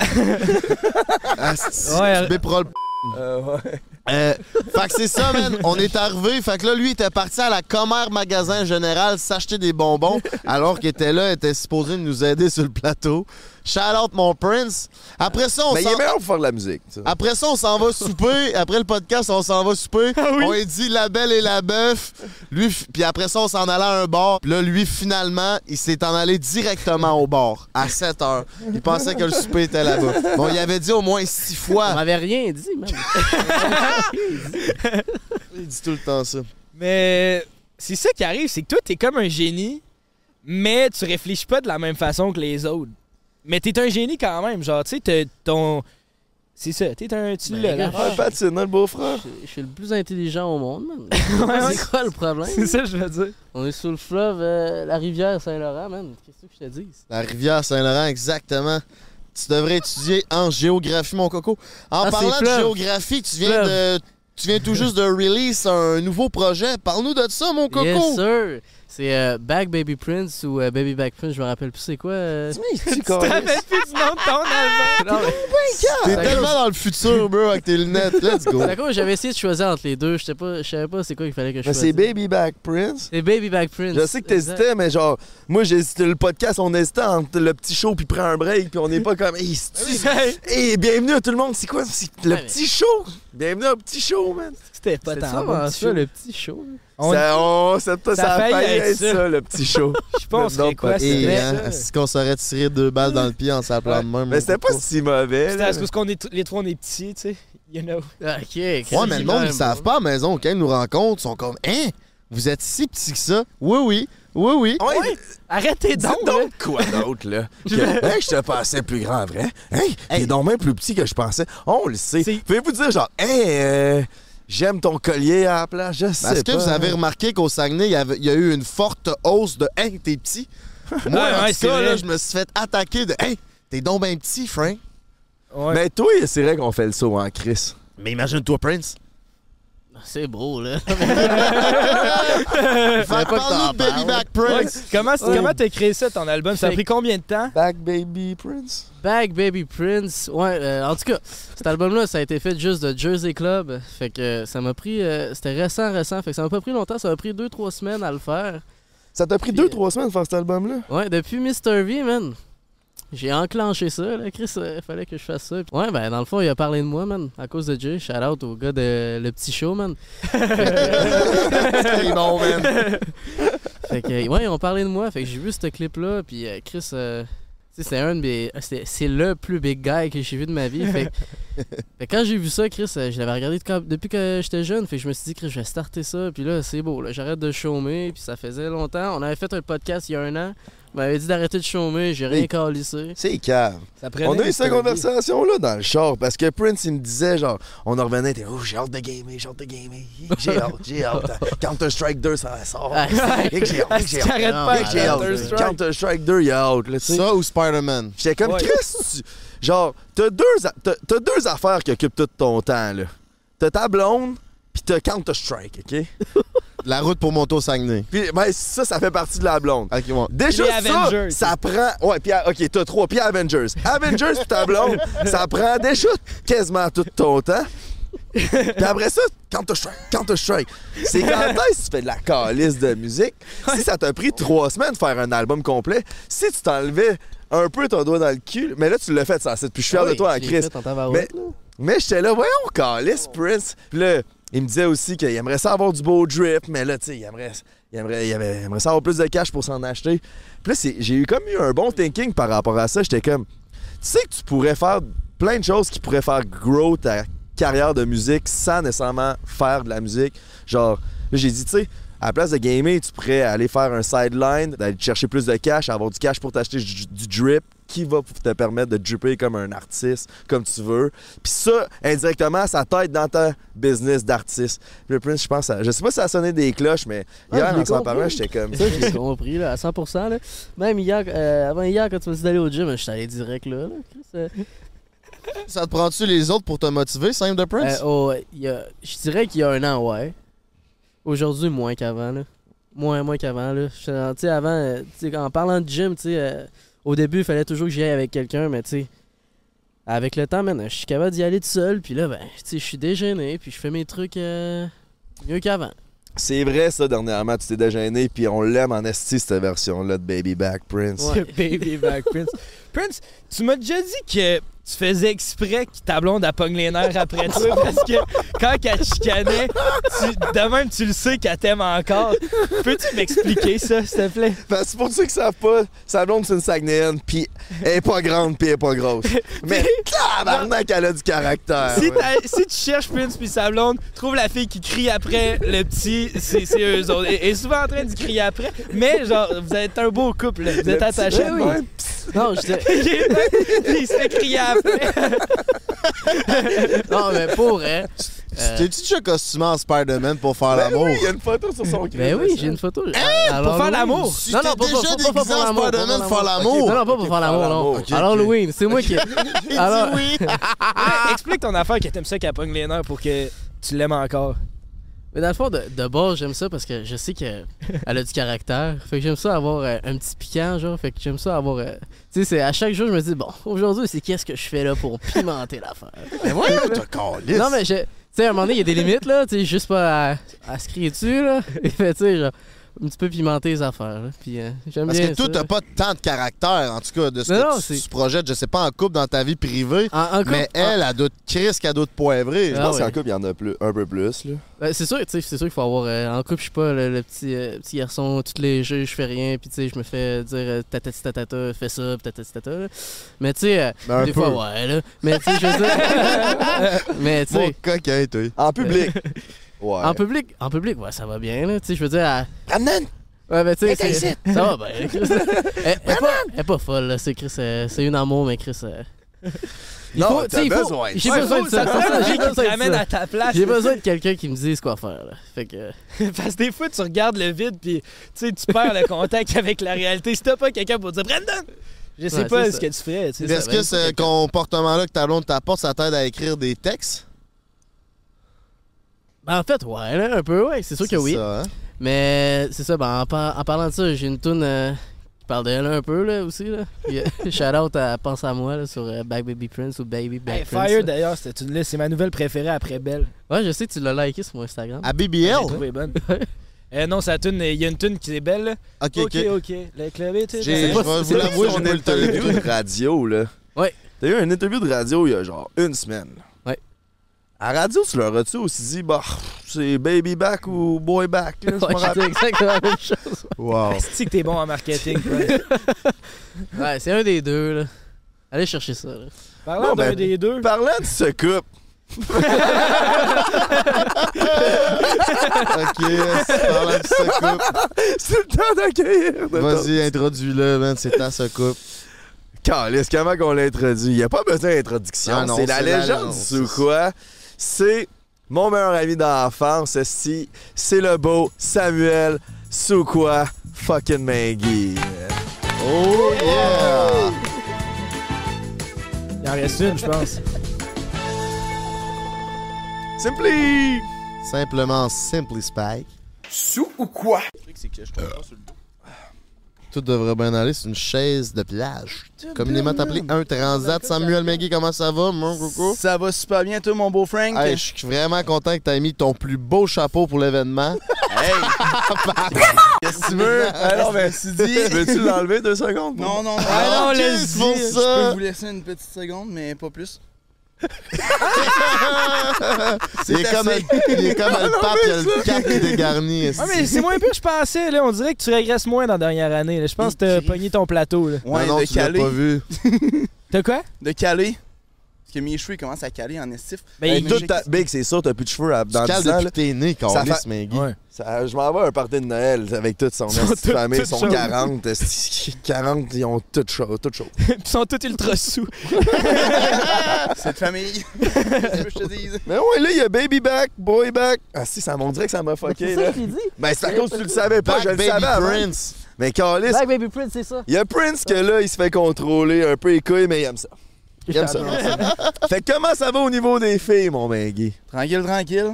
[SPEAKER 2] ouais, tu bipperas le p-
[SPEAKER 1] Euh, ouais.
[SPEAKER 2] Euh, fait que c'est ça, man. On est arrivé. Fait que là, lui, il était parti à la Commère Magasin Général s'acheter des bonbons, alors qu'il était là, il était supposé nous aider sur le plateau. Shout out, mon prince. Après ça, on
[SPEAKER 1] Mais Ben, il est
[SPEAKER 2] s'en- Ah.
[SPEAKER 1] meilleur pour faire de la musique. ça.
[SPEAKER 2] Après ça, on s'en va souper. Après le podcast, on s'en va souper.
[SPEAKER 1] Ah
[SPEAKER 2] On lui dit la belle et la bœuf. Lui, f- puis après ça, on s'en allait à un bar. Puis là, lui, finalement, il s'est en allé directement au bar à 7 h. Il pensait que le souper était là-bas. Bon, il avait dit au moins six fois. On
[SPEAKER 4] m'avait rien dit, même.
[SPEAKER 2] il dit tout le temps ça.
[SPEAKER 5] Mais c'est ça qui arrive, c'est que toi, t'es comme un génie, mais tu réfléchis pas de la même façon que les autres. Mais t'es un génie quand même, genre, tu sais, t'as- ton... C'est ça, t'es un. Tu
[SPEAKER 4] Ben, gars,
[SPEAKER 5] l'as, là.
[SPEAKER 4] je- Ah, Pat,
[SPEAKER 1] hein,
[SPEAKER 12] c'est notre beau-frère.
[SPEAKER 4] Je, je suis le plus intelligent au monde, man. c'est quoi le problème?
[SPEAKER 5] C'est ça, je veux dire.
[SPEAKER 4] On est sous le fleuve, euh, la rivière Saint-Laurent, man. Qu'est-ce que je te dis?
[SPEAKER 2] La rivière Saint-Laurent, exactement. Tu devrais étudier en géographie, mon coco. En
[SPEAKER 4] Ah, c'est
[SPEAKER 2] parlant de
[SPEAKER 4] fleuve.
[SPEAKER 2] géographie, tu viens
[SPEAKER 4] Fleuve.
[SPEAKER 2] de. Tu viens tout juste de release un nouveau projet. Parle-nous de ça, mon coco.
[SPEAKER 4] Yes, sir! C'est euh, Back Baby Prince ou euh, Baby Back Prince, je me rappelle plus c'est quoi. euh.
[SPEAKER 2] tu calais?
[SPEAKER 5] plus du nom de ton album.
[SPEAKER 4] Non, mais-
[SPEAKER 2] T'es
[SPEAKER 4] C'est à
[SPEAKER 2] tellement
[SPEAKER 4] cause-
[SPEAKER 2] dans le futur, bro, avec tes lunettes. Let's go.
[SPEAKER 4] C'est à cause que Ah, j'avais essayé de choisir entre les deux. Je sais pas, je savais pas c'est quoi qu'il fallait que je
[SPEAKER 1] Mais
[SPEAKER 4] choisisse.
[SPEAKER 1] Ben, c'est Baby Back Prince.
[SPEAKER 4] C'est Baby Back Prince.
[SPEAKER 1] Je sais que t'hésitais,
[SPEAKER 4] Exact.
[SPEAKER 1] mais genre, moi, j'hésitais le podcast, on hésitait entre le petit show puis prend un break, puis on n'est pas comme, hey, c'est-tu- hey, bienvenue à tout le monde, c'est quoi, c'est le
[SPEAKER 4] Ouais, mais-
[SPEAKER 1] petit show? Bienvenue au petit show, man.
[SPEAKER 5] C'était pas
[SPEAKER 4] C'était
[SPEAKER 5] tant
[SPEAKER 4] ça,
[SPEAKER 5] bon,
[SPEAKER 4] avant
[SPEAKER 5] petit
[SPEAKER 4] ça,
[SPEAKER 5] show.
[SPEAKER 4] le petit show.
[SPEAKER 1] On- Ça- on- ça- ça a failli être ça, le petit show.
[SPEAKER 5] Je pense que quoi,
[SPEAKER 2] Et,
[SPEAKER 5] c'était
[SPEAKER 2] hein, est-ce qu'on s'aurait tiré deux balles dans le pied en s'appelant de même?
[SPEAKER 1] Mais
[SPEAKER 2] mon
[SPEAKER 1] c'était pas
[SPEAKER 2] coco?
[SPEAKER 1] si mauvais.
[SPEAKER 5] C'était
[SPEAKER 1] là.
[SPEAKER 5] parce qu'on est t- les trois on est petits, tu sais. You know.
[SPEAKER 4] Ah, Ok.
[SPEAKER 2] Ouais, mais le monde, ils
[SPEAKER 1] hein.
[SPEAKER 2] savent pas à la maison. Quand ils nous rencontrent, ils sont comme Hein, vous êtes si petit que ça? Oui, oui, oui, oui.
[SPEAKER 1] Ah Ouais,
[SPEAKER 5] Arrêtez
[SPEAKER 1] donc! quoi d'autre, là? Que, hey, je te pensais plus grand, vrai? Hey, t'es donc même plus petit que je pensais. On le sait. Pouvez-vous dire, genre, hey, euh, j'aime ton collier à la place? Je sais
[SPEAKER 2] Parce que
[SPEAKER 1] pas. hein.
[SPEAKER 2] vous avez remarqué qu'au Saguenay, il y, avait- il y a eu une forte hausse de Hein, t'es petit. Moi,
[SPEAKER 1] Ouais,
[SPEAKER 2] en
[SPEAKER 1] ouais,
[SPEAKER 2] tout
[SPEAKER 1] c'est
[SPEAKER 2] cas,
[SPEAKER 1] vrai.
[SPEAKER 2] là, je me suis fait attaquer de Hein, t'es donc ben petit, Frank.
[SPEAKER 1] Mais toi, c'est vrai qu'on fait le saut en Chris.
[SPEAKER 2] Mais imagine-toi, Prince.
[SPEAKER 4] C'est beau, là.
[SPEAKER 2] Fait que parle-nous de Baby Back Prince.
[SPEAKER 5] Ouais, Comment c'est-
[SPEAKER 4] Ouais.
[SPEAKER 5] comment t'as créé ça, ton album? Ça a
[SPEAKER 4] Fait-
[SPEAKER 5] pris combien de temps?
[SPEAKER 1] Back Baby Prince.
[SPEAKER 4] Back Baby Prince. Ouais, euh, en tout cas, cet album-là, ça a été fait juste de Jersey Club. Fait que euh, ça m'a pris. euh, C'était récent, récent. Fait que ça m'a pas pris longtemps. Ça m'a pris 2-3 semaines à le faire.
[SPEAKER 1] Ça t'a pris 2-3 semaines de faire cet album-là?
[SPEAKER 4] Ouais, depuis Mr. V, man. J'ai enclenché ça, là, Chris, il fallait que je fasse ça. Puis- Ouais, ben dans le fond, il a parlé de moi, man, à cause de Jay. Shout out au gars de Le Petit Show, man.
[SPEAKER 2] C'est bon, man.
[SPEAKER 4] Fait que, ouais, ils ont parlé de moi. Fait que j'ai vu ce clip-là, puis euh, Chris, euh, tu sais, c'est un de mes- euh, c'est- c'est le plus big guy que j'ai vu de ma vie. Fait, que- fait que quand j'ai vu ça, Chris, euh, je l'avais regardé de quand- depuis que j'étais jeune. Fait que je me suis dit, Chris, je vais starter ça, puis là, c'est beau, là, j'arrête de chômer, puis ça faisait longtemps. On avait fait un podcast il y a un an. On m'avait dit d'arrêter de chômer, j'ai rien
[SPEAKER 1] Mais-
[SPEAKER 4] calissé.
[SPEAKER 1] C'est cave.
[SPEAKER 5] Ça
[SPEAKER 1] On a eu cette conversation-là dans le char parce que Prince, il me disait, genre, on en revenait, il était, oh, j'ai hâte de gamer, j'ai hâte de gamer, j'ai hâte, j'ai hâte. Counter-Strike 2, ça sort.
[SPEAKER 4] Ah,
[SPEAKER 1] Et que j'ai hâte, et que j'ai hâte.
[SPEAKER 4] T'arrêtes pas
[SPEAKER 1] Et que j'ai hâte.
[SPEAKER 4] Counter-Strike.
[SPEAKER 1] Counter-Strike 2, il y a hâte, là, tu sais.
[SPEAKER 2] Ça ou Spider-Man?
[SPEAKER 1] J'étais comme,
[SPEAKER 2] Ouais.
[SPEAKER 1] Chris, tu- genre, t'as deux, a- t'as- t'as deux affaires qui occupent tout ton temps, là. T'as ta blonde, puis t'as Counter-Strike, OK?
[SPEAKER 2] La route pour monter au Saguenay.
[SPEAKER 1] Puis ben, ça, ça fait partie de la blonde.
[SPEAKER 2] Ok, ouais.
[SPEAKER 1] Déjà,
[SPEAKER 2] Puis
[SPEAKER 1] ça,
[SPEAKER 2] les Avengers.
[SPEAKER 1] ça prend. Ouais, puis OK, t'as trois. Puis Avengers. Avengers puis ta blonde, ça prend déjà quasiment tout ton temps. Puis après ça, Counter-Strike, Counter-Strike. C'est quand est-ce que tu fais de la calice de musique? Si ça t'a pris trois semaines de faire un album complet, si tu t'enlevais un peu ton doigt dans le cul, mais là, tu l'as fait, ça, c'est. Puis je suis fier
[SPEAKER 4] Oui,
[SPEAKER 1] de toi en
[SPEAKER 4] je l'ai
[SPEAKER 1] Chris.
[SPEAKER 4] fait en tabarouette,
[SPEAKER 1] Mais, mais j'étais là, voyons, calice, Prince. Puis là, il me disait aussi qu'il aimerait ça avoir du beau drip, mais là, tu sais, il aimerait, il, aimerait, il avait- il aimerait ça avoir plus de cash pour s'en acheter. Puis là, c'est- j'ai eu comme eu un bon thinking par rapport à ça. J'étais comme, tu sais que tu pourrais faire plein de choses qui pourraient faire grow ta carrière de musique sans nécessairement faire de la musique. Genre, là, j'ai dit, tu sais, à la place de gamer, tu pourrais aller faire un sideline, d'aller chercher plus de cash, avoir du cash pour t'acheter du, du drip qui va te permettre de dripper comme un artiste, comme tu veux. Puis ça, indirectement, ça t'aide dans ta business d'artiste. Puis Le Prince, je pense, à- je sais pas si ça a sonné des cloches, mais
[SPEAKER 4] Ah,
[SPEAKER 1] hier,
[SPEAKER 4] je l'ai
[SPEAKER 1] en s'en
[SPEAKER 4] compris.
[SPEAKER 1] parlant, j'étais comme ça.
[SPEAKER 4] J'ai compris, là, à 100%. Là. Même hier, euh, avant hier, quand tu m'as dit d'aller au gym, je suis allé direct, là. là, Chris, euh.
[SPEAKER 2] Ça te prend-tu les autres pour te motiver, Simon de Prince?
[SPEAKER 4] Euh, oh, il y a- je dirais qu'il y a un an, ouais. Aujourd'hui, moins qu'avant, là. Moins, moins qu'avant, là. Je- Tu sais, avant, euh, tu sais, en parlant de gym, tu sais, euh, au début, il fallait toujours que j'y aille avec quelqu'un, mais tu sais, avec le temps, man, je suis capable d'y aller tout seul, puis là, ben, tu sais, je suis dégéné, puis je fais mes trucs euh, mieux qu'avant.
[SPEAKER 1] C'est vrai, ça, dernièrement, tu t'es dégéné, puis on l'aime en esti, cette version-là de Baby Back Prince.
[SPEAKER 5] Baby Back Prince. Prince, tu m'as déjà dit que tu faisais exprès que ta blonde elle pogne les nerfs après toi parce que quand qu'elle te chicanait, tu, de même tu le sais qu'elle t'aime encore. Peux-tu m'expliquer ça, s'il te plaît?
[SPEAKER 1] Parce que pour ceux qui savent pas, sa blonde, c'est une Saguenayaine, puis elle est pas grande, puis elle est pas grosse. Mais tabarnak, elle a du caractère.
[SPEAKER 5] Si,
[SPEAKER 1] Ah ouais.
[SPEAKER 5] t'as- si tu cherches Prince puis sa blonde, trouve la fille qui crie après le petit, c'est c'est eux autres. Elle est souvent en train de crier après, mais genre, vous êtes un beau couple, vous
[SPEAKER 1] Le
[SPEAKER 5] êtes
[SPEAKER 1] petit- Eh
[SPEAKER 5] attachés.
[SPEAKER 1] Ouais, ouais, pss,
[SPEAKER 4] Non, j'étais.
[SPEAKER 5] Il se fait crier après.
[SPEAKER 4] non, mais pour, hein. euh,
[SPEAKER 2] T'es-tu déjà costumé en Spider-Man pour faire
[SPEAKER 1] Ben
[SPEAKER 2] l'amour?
[SPEAKER 4] oui, il y a une
[SPEAKER 1] photo sur son cul.
[SPEAKER 4] Ben oui, j'ai une photo.
[SPEAKER 2] Hein?
[SPEAKER 4] Ah,
[SPEAKER 2] Pour faire l'amour? Si
[SPEAKER 4] Non, non,
[SPEAKER 2] t'es
[SPEAKER 4] pas,
[SPEAKER 2] déjà
[SPEAKER 4] pas- pas- pas
[SPEAKER 2] déguisé en
[SPEAKER 4] l'amour,
[SPEAKER 2] Spider-Man,
[SPEAKER 4] pas
[SPEAKER 2] faire l'amour.
[SPEAKER 4] Ok, Non, non, pas pour faire l'amour, non.
[SPEAKER 2] Ok,
[SPEAKER 4] Alors,
[SPEAKER 2] ok.
[SPEAKER 4] Halloween, c'est moi qui.
[SPEAKER 5] dit
[SPEAKER 4] Alors...
[SPEAKER 5] oui.
[SPEAKER 1] Ah.
[SPEAKER 5] Ouais, Explique ton affaire que t'aimes ça qu'elle pogne les nerfs pour que tu l'aimes encore.
[SPEAKER 4] Mais dans le fond, de, de base, j'aime ça parce que je sais qu'elle a du caractère. Fait que j'aime ça avoir euh, un petit piquant, genre. Fait que j'aime ça avoir. euh, Tu sais, c'est- à chaque jour, je me dis, bon, aujourd'hui, c'est qu'est-ce que je fais là pour pimenter l'affaire.
[SPEAKER 2] Mais voyons, t'as calisse.
[SPEAKER 4] Non, mais je. Tu sais, à un moment donné, il y a des limites, là. Tu sais, juste pas à, à se crier dessus, là. Et fait, tu sais, genre, un petit peu pimenter les affaires, là. Puis, euh, j'aime
[SPEAKER 2] Parce
[SPEAKER 4] bien.
[SPEAKER 2] que toi,
[SPEAKER 4] ça.
[SPEAKER 2] t'as pas tant de caractère, en tout cas, de ce
[SPEAKER 4] Non, non,
[SPEAKER 2] que tu,
[SPEAKER 4] c'est-
[SPEAKER 2] tu projettes, je sais pas, en couple dans ta vie privée.
[SPEAKER 4] couple,
[SPEAKER 2] mais
[SPEAKER 4] en-
[SPEAKER 2] elle, elle doit te crisser qu'elle doit te poivrer.
[SPEAKER 4] Je Ah pense ouais. qu'en
[SPEAKER 2] couple,
[SPEAKER 1] il y en a un peu plus. Là.
[SPEAKER 4] Ben, c'est sûr, tu sais, c'est sûr qu'il faut avoir. euh, en couple, je suis pas le, le petit, euh, petit garçon, tous les jeux, je fais rien, puis tu sais, je me fais dire euh, tatati tatata, fais ça, puis tatati tatata. là. Mais tu sais, euh,
[SPEAKER 1] Ben, un
[SPEAKER 4] des
[SPEAKER 1] peu.
[SPEAKER 4] fois, ouais, là. Mais tu sais, je veux dire. mais tu sais.
[SPEAKER 1] Mon
[SPEAKER 2] coquin, toi.
[SPEAKER 1] En public. ouais.
[SPEAKER 4] Ben En public, en public, ouais, ça va bien, là. Tu sais, je veux dire. À... Ouais, ben, tu sais,
[SPEAKER 1] Viens
[SPEAKER 4] c'est-
[SPEAKER 1] ici.
[SPEAKER 4] ça va bien, là, Chris. elle, elle est pas, elle est pas folle, là. C'est Chris, euh, c'est une amour, mais Chris. euh, il
[SPEAKER 1] Non,
[SPEAKER 4] faut-
[SPEAKER 1] t'as
[SPEAKER 4] tu sais, il faut-
[SPEAKER 1] besoin de
[SPEAKER 4] J'ai
[SPEAKER 1] ça.
[SPEAKER 4] besoin de ça.
[SPEAKER 5] Faut-
[SPEAKER 4] c'est ça, j'ai
[SPEAKER 5] Qui te
[SPEAKER 4] besoin de
[SPEAKER 5] ramène
[SPEAKER 4] Ah, ça.
[SPEAKER 5] à ta place,
[SPEAKER 4] J'ai
[SPEAKER 5] là.
[SPEAKER 4] besoin de quelqu'un qui me dise quoi faire, là. Fait que.
[SPEAKER 5] Parce que des fois, tu regardes le vide puis tu sais, tu perds le contact avec la réalité. Si t'as pas quelqu'un pour dire Brandon, je sais
[SPEAKER 2] Ouais,
[SPEAKER 5] pas
[SPEAKER 2] c'est ça.
[SPEAKER 5] ce que tu ferais. tu sais.
[SPEAKER 2] Est-ce
[SPEAKER 4] ben,
[SPEAKER 2] que ce comportement-là que ta blonde t'apporte, ça t'aide à écrire des textes?
[SPEAKER 4] Ben, en fait, ouais, là, un peu, ouais, c'est sûr que
[SPEAKER 2] C'est
[SPEAKER 4] oui.
[SPEAKER 2] ça, hein?
[SPEAKER 4] Mais c'est ça, ben, en, par- en parlant de ça, j'ai une toune euh, qui parle d'elle un peu, là, aussi, là. Puis, euh, Shout out à Pense à moi, là, sur euh, Back Baby Prince ou Baby Back
[SPEAKER 5] Hey,
[SPEAKER 4] Prince.
[SPEAKER 5] Fire
[SPEAKER 4] là.
[SPEAKER 5] d'ailleurs, cette tune-là, c'est ma nouvelle préférée après Belle.
[SPEAKER 4] Ouais, je sais, tu l'as liké sur mon Instagram.
[SPEAKER 2] À BBL?
[SPEAKER 5] J'ai trouvé bonne. Euh, non, sa tune, il y a une tune qui est belle. là.
[SPEAKER 4] Ah,
[SPEAKER 2] Ok,
[SPEAKER 5] ok,
[SPEAKER 2] ok.
[SPEAKER 5] ok. Le club est
[SPEAKER 1] J'ai-
[SPEAKER 5] C'est pas-
[SPEAKER 1] je vais
[SPEAKER 5] c'est
[SPEAKER 1] vous
[SPEAKER 5] pas
[SPEAKER 1] l'avouer,
[SPEAKER 5] son
[SPEAKER 1] j'ai pas eu le temps
[SPEAKER 5] interview.
[SPEAKER 1] de radio, là.
[SPEAKER 4] Ouais.
[SPEAKER 1] T'as eu une interview de radio il y a genre une semaine.
[SPEAKER 4] Ouais.
[SPEAKER 1] À radio, tu leur as-tu aussi dit, bah, pff, c'est baby back ou boy back? là, je
[SPEAKER 4] Ouais,
[SPEAKER 1] me
[SPEAKER 4] j'ai dit
[SPEAKER 1] rappelle.
[SPEAKER 4] exactement la même chose.
[SPEAKER 1] Wow.
[SPEAKER 5] C'est que t'es bon en marketing. quoi.
[SPEAKER 4] Ouais, c'est un des deux, là. Allez chercher ça, là.
[SPEAKER 5] Parlant
[SPEAKER 1] Bon,
[SPEAKER 5] d'un
[SPEAKER 1] ben,
[SPEAKER 5] des deux.
[SPEAKER 1] Parlant de ce couple.
[SPEAKER 2] ok, parlant de ce couple.
[SPEAKER 1] C'est le temps d'accueillir.
[SPEAKER 2] Vas-y, introduis-le, man, c'est temps ce couple.
[SPEAKER 1] Calisse, comment qu'on l'introduit? Il n'y a pas besoin d'introduction.
[SPEAKER 2] Ah non,
[SPEAKER 1] c'est la
[SPEAKER 2] c'est la-
[SPEAKER 1] légende
[SPEAKER 2] non,
[SPEAKER 1] du
[SPEAKER 2] c'est-
[SPEAKER 1] Soukois. C'est mon meilleur ami d'enfance, esti. C'est le beau Samuel Soukois fucking Maggie.
[SPEAKER 2] Oh yeah!
[SPEAKER 5] Il en reste une, je pense.
[SPEAKER 1] Simply!
[SPEAKER 2] Simplement Simply Spike.
[SPEAKER 1] Sous ou quoi?
[SPEAKER 2] Tout devrait bien aller, c'est une chaise de plage. Communément appelée un transat. Samuel Maggie, comment ça va, mon coucou?
[SPEAKER 14] Ça va super bien, toi, mon beau Frank.
[SPEAKER 2] Oh. Hey, je suis vraiment content que t'aies mis ton plus beau chapeau pour l'événement.
[SPEAKER 14] Qu'est-ce
[SPEAKER 2] que tu veux?
[SPEAKER 14] Alors, ben,
[SPEAKER 2] si
[SPEAKER 14] dit.
[SPEAKER 1] Veux-tu l'enlever deux secondes?
[SPEAKER 14] Non, non, non.
[SPEAKER 2] Ah,
[SPEAKER 14] Ok,
[SPEAKER 2] non, laisse
[SPEAKER 14] c'est
[SPEAKER 2] dire,
[SPEAKER 14] bon,
[SPEAKER 2] je
[SPEAKER 14] Je
[SPEAKER 2] peux
[SPEAKER 14] peux vous
[SPEAKER 2] vous
[SPEAKER 14] laisser une petite seconde, mais pas plus.
[SPEAKER 2] il, est comme, il est comme le pape, il a le cap qui dégarni.
[SPEAKER 5] Ouais, mais c'est moins pire que je pensais. Là. On dirait que tu régresses moins dans la dernière année. là. Je pense que t'as pogné ton plateau. Là.
[SPEAKER 14] Ouais, de caler.
[SPEAKER 5] T'as quoi?
[SPEAKER 14] De caler. Parce que mes cheveux ils commencent à caler en estif.
[SPEAKER 4] Ben,
[SPEAKER 5] Ben,
[SPEAKER 1] Mais
[SPEAKER 14] Hey,
[SPEAKER 1] toute
[SPEAKER 14] j'ai-
[SPEAKER 1] ta big, c'est sûr, t'as plus de cheveux à, dans
[SPEAKER 14] cales
[SPEAKER 1] 10 ans,
[SPEAKER 14] depuis
[SPEAKER 1] là.
[SPEAKER 14] que t'es né,
[SPEAKER 1] Ça
[SPEAKER 14] câlisse,
[SPEAKER 1] fait-
[SPEAKER 14] Maggie.
[SPEAKER 1] Ouais. Ça- je m'en vais à un party de Noël avec toute son esti de
[SPEAKER 5] tout-
[SPEAKER 1] famille,
[SPEAKER 5] toutes
[SPEAKER 1] son
[SPEAKER 5] chaudes.
[SPEAKER 1] 40, esti, 40, ils ont toutes chaud, toutes chaud.
[SPEAKER 5] Puis ils sont tous ultra sous.
[SPEAKER 14] Cette famille. Qu'est-ce que je te dise?
[SPEAKER 1] Mais ouais, là, il y a baby back, boy back. Ah si, ça m'en dirait que ça m'a fucké,
[SPEAKER 14] c'est ça
[SPEAKER 1] là.
[SPEAKER 14] que j'ai dit.
[SPEAKER 1] Ben, c'est à cause que tu le savais pas,
[SPEAKER 14] Back
[SPEAKER 1] je le
[SPEAKER 14] baby
[SPEAKER 1] savais avant.
[SPEAKER 14] Prince.
[SPEAKER 1] Mais Carlis,
[SPEAKER 4] Black Baby Prince, c'est ça.
[SPEAKER 1] il y a Prince que là, il se fait contrôler un peu les couilles, mais il aime ça. Il aime ça. fait que comment ça va au niveau des filles, mon Benguy?
[SPEAKER 14] Tranquille, tranquille.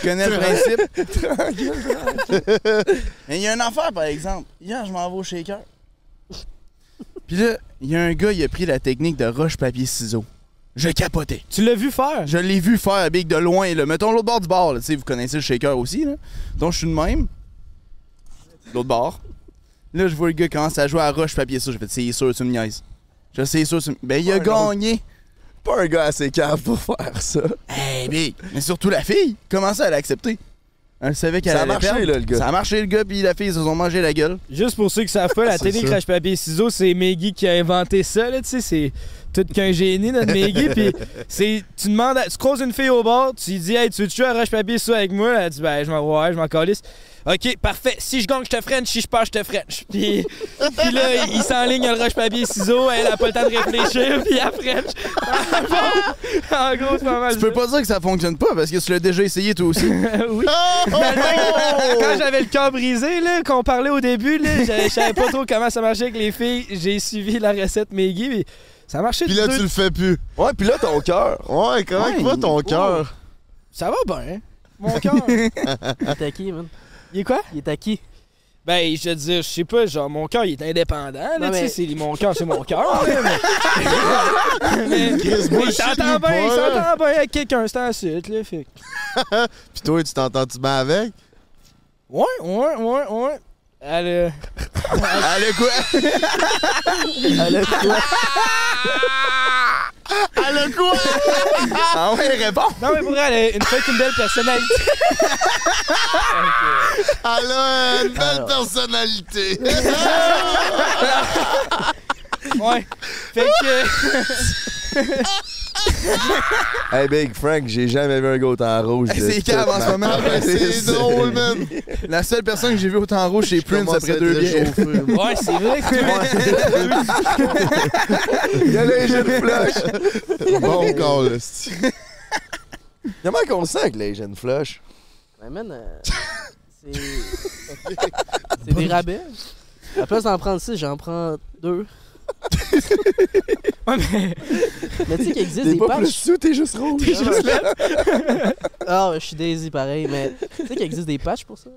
[SPEAKER 14] tu connais le principe. tranquille, tranquille. Mais il y a une affaire, par exemple. Hier, je m'en vais au shaker. Puis là, il y a un gars, il a pris la technique de roche-papier-ciseaux. Je capotais.
[SPEAKER 5] Tu l'as vu faire?
[SPEAKER 14] Je l'ai vu faire, Big, de loin. Là. Mettons l'autre bord du bar. là. Tu sais, vous connaissez le shaker aussi. Là. Donc, je suis de même. L'autre bord. Là, je vois le gars commencer à jouer à roche-papier-ciseaux. Je fais, c'est sûr, tu me niaises. Je sais, sûr, tu me... Ben, il a gagné.
[SPEAKER 1] Pas un gars assez calme pour faire ça.
[SPEAKER 14] Hey, Big. Mais surtout la fille. Comment ça, elle a accepté? Elle savait qu'elle
[SPEAKER 1] Ça a
[SPEAKER 14] allait
[SPEAKER 1] marché,
[SPEAKER 14] perdre.
[SPEAKER 1] là, le gars.
[SPEAKER 14] Ça a marché, le gars, puis la fille, ils se sont mangé la gueule.
[SPEAKER 5] Juste pour ceux qui savent pas, la
[SPEAKER 14] C'est
[SPEAKER 5] télé
[SPEAKER 14] ça.
[SPEAKER 5] crache papier ciseaux, c'est Meggy qui a inventé ça. Là, tu sais, c'est tout qu'un génie, notre Maggie. Puis c'est, tu demandes, à- tu creuses une fille au bord, tu lui dis, hey, tu veux tuer un roche papier ça avec moi? Elle dit, ben, je m'en ouais, je m'en calisse. Ok, parfait. Si je gagne, je te French. Si je perds, je te French. Puis, puis là, il s'enligne à le roche papier ciseaux. Elle a pas le temps de réfléchir. Puis elle French. en gros, c'est pas mal.
[SPEAKER 1] Tu peux pas dire que ça fonctionne pas parce que tu l'as déjà essayé toi aussi.
[SPEAKER 5] oui.
[SPEAKER 2] Oh!
[SPEAKER 5] Quand j'avais le cœur brisé, là, qu'on parlait au début, là, je je savais pas trop comment ça marchait avec les filles. J'ai suivi la recette Maggie, mais ça marchait.
[SPEAKER 2] Puis là, tu le fais plus.
[SPEAKER 7] Ouais, puis là, ton cœur.
[SPEAKER 2] Ouais, comment
[SPEAKER 5] Ouais,
[SPEAKER 2] il va ton
[SPEAKER 5] oh.
[SPEAKER 2] cœur?
[SPEAKER 5] Ça va bien. Mon cœur.
[SPEAKER 4] Il est acquis, man.
[SPEAKER 5] Il est quoi?
[SPEAKER 4] Il est acquis.
[SPEAKER 5] Ben, je veux dire, je sais pas, genre, mon cœur, il est indépendant, là,
[SPEAKER 4] Non,
[SPEAKER 5] tu sais,
[SPEAKER 4] mais-
[SPEAKER 5] c'est mon cœur, c'est mon cœur, là, mais... mais...
[SPEAKER 2] Chris,
[SPEAKER 5] mais
[SPEAKER 2] moi,
[SPEAKER 5] il
[SPEAKER 2] je
[SPEAKER 5] s'entend
[SPEAKER 2] suis pas,
[SPEAKER 5] bien, il
[SPEAKER 2] là.
[SPEAKER 5] s'entend bien avec quelqu'un, c'est ensuite, là, fait que-
[SPEAKER 2] Puis toi, tu t'entends-tu bien avec?
[SPEAKER 5] Ouais, ouais, ouais, ouais. Elle euh,
[SPEAKER 1] Elle a quoi? Elle a quoi?
[SPEAKER 2] Elle a quoi?
[SPEAKER 1] ah ouais, réponds!
[SPEAKER 5] Non, mais pour vrai, elle a une fois une belle personnalité.
[SPEAKER 2] Elle a une belle personnalité.
[SPEAKER 5] ouais. Fait que...
[SPEAKER 7] Hey Big Frank, j'ai jamais vu un gars autant rouge.
[SPEAKER 1] Hey,
[SPEAKER 7] de
[SPEAKER 1] c'est
[SPEAKER 7] toute
[SPEAKER 1] calme en
[SPEAKER 7] ma
[SPEAKER 1] ce moment.
[SPEAKER 7] carrière.
[SPEAKER 1] C'est drôle, man. La seule personne que j'ai vue autant rouge, c'est Prince
[SPEAKER 7] commence à
[SPEAKER 1] après
[SPEAKER 7] être
[SPEAKER 1] deux bières.
[SPEAKER 7] réchauffé,
[SPEAKER 5] Ouais, c'est vrai
[SPEAKER 7] Il y a les jeunes flush.
[SPEAKER 2] Bon call, là,
[SPEAKER 7] Comment qu'on le sent avec les jeunes flush?
[SPEAKER 4] Ben, man, euh, c'est. c'est des rabais. À place d'en prendre 6, j'en prends 2.
[SPEAKER 5] ouais, mais.
[SPEAKER 4] Mais tu sais qu'il existe
[SPEAKER 7] T'es
[SPEAKER 4] des
[SPEAKER 7] pas
[SPEAKER 4] patchs.
[SPEAKER 7] plus sous, t'es juste rouge.
[SPEAKER 4] T'es juste Ah, je suis Daisy pareil, mais tu sais qu'il existe des patchs pour ça.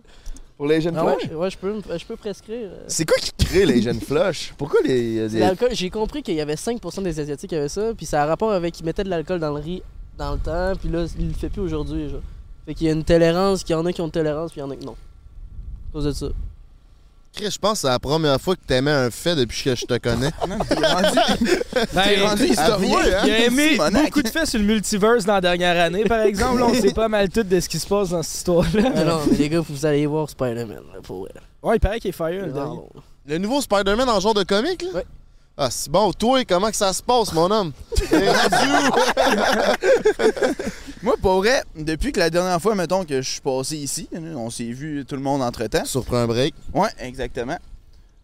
[SPEAKER 7] Pour les jeunes
[SPEAKER 4] Ah ouais,
[SPEAKER 7] flush?
[SPEAKER 4] je- ouais, je peux, me- je peux prescrire. euh,
[SPEAKER 7] C'est quoi qui crée les jeunes flush? Pourquoi les. euh,
[SPEAKER 4] de
[SPEAKER 7] les-
[SPEAKER 4] l'alcool. J'ai compris qu'il y avait 5% des Asiatiques qui avaient ça, puis ça a rapport avec qu'ils mettaient de l'alcool dans le riz dans le temps, puis là, il le fait plus aujourd'hui. genre. Fait qu'il y a une tolérance, qu'il y en a qui ont une tolérance, puis il y en a qui non. À cause de ça.
[SPEAKER 2] Chris, je pense que c'est la première fois que t'aimais un fait depuis que je te connais.
[SPEAKER 5] Ben,
[SPEAKER 2] rendu
[SPEAKER 5] il-
[SPEAKER 2] historien,
[SPEAKER 5] il a- Il a
[SPEAKER 2] hein,
[SPEAKER 5] aimé
[SPEAKER 2] Simonac.
[SPEAKER 5] beaucoup de faits sur le multiverse dans la dernière année, par exemple. Là, on sait pas mal tout de ce qui se passe dans cette histoire-là.
[SPEAKER 4] Ah non, mais les gars, vous allez voir Spider-Man, là, pour vrai.
[SPEAKER 5] Ouais, il paraît qu'il est fire, le
[SPEAKER 4] Non.
[SPEAKER 5] dernier.
[SPEAKER 2] Le nouveau Spider-Man en genre de comique, là? Ah, c'est bon. Toi, comment que ça se passe, mon homme? T'es rendu où?
[SPEAKER 1] Moi, pour vrai, depuis que la dernière fois, mettons, que je suis passé ici, on s'est vu tout le monde entre-temps.
[SPEAKER 2] Surprend un break.
[SPEAKER 1] Ouais, exactement.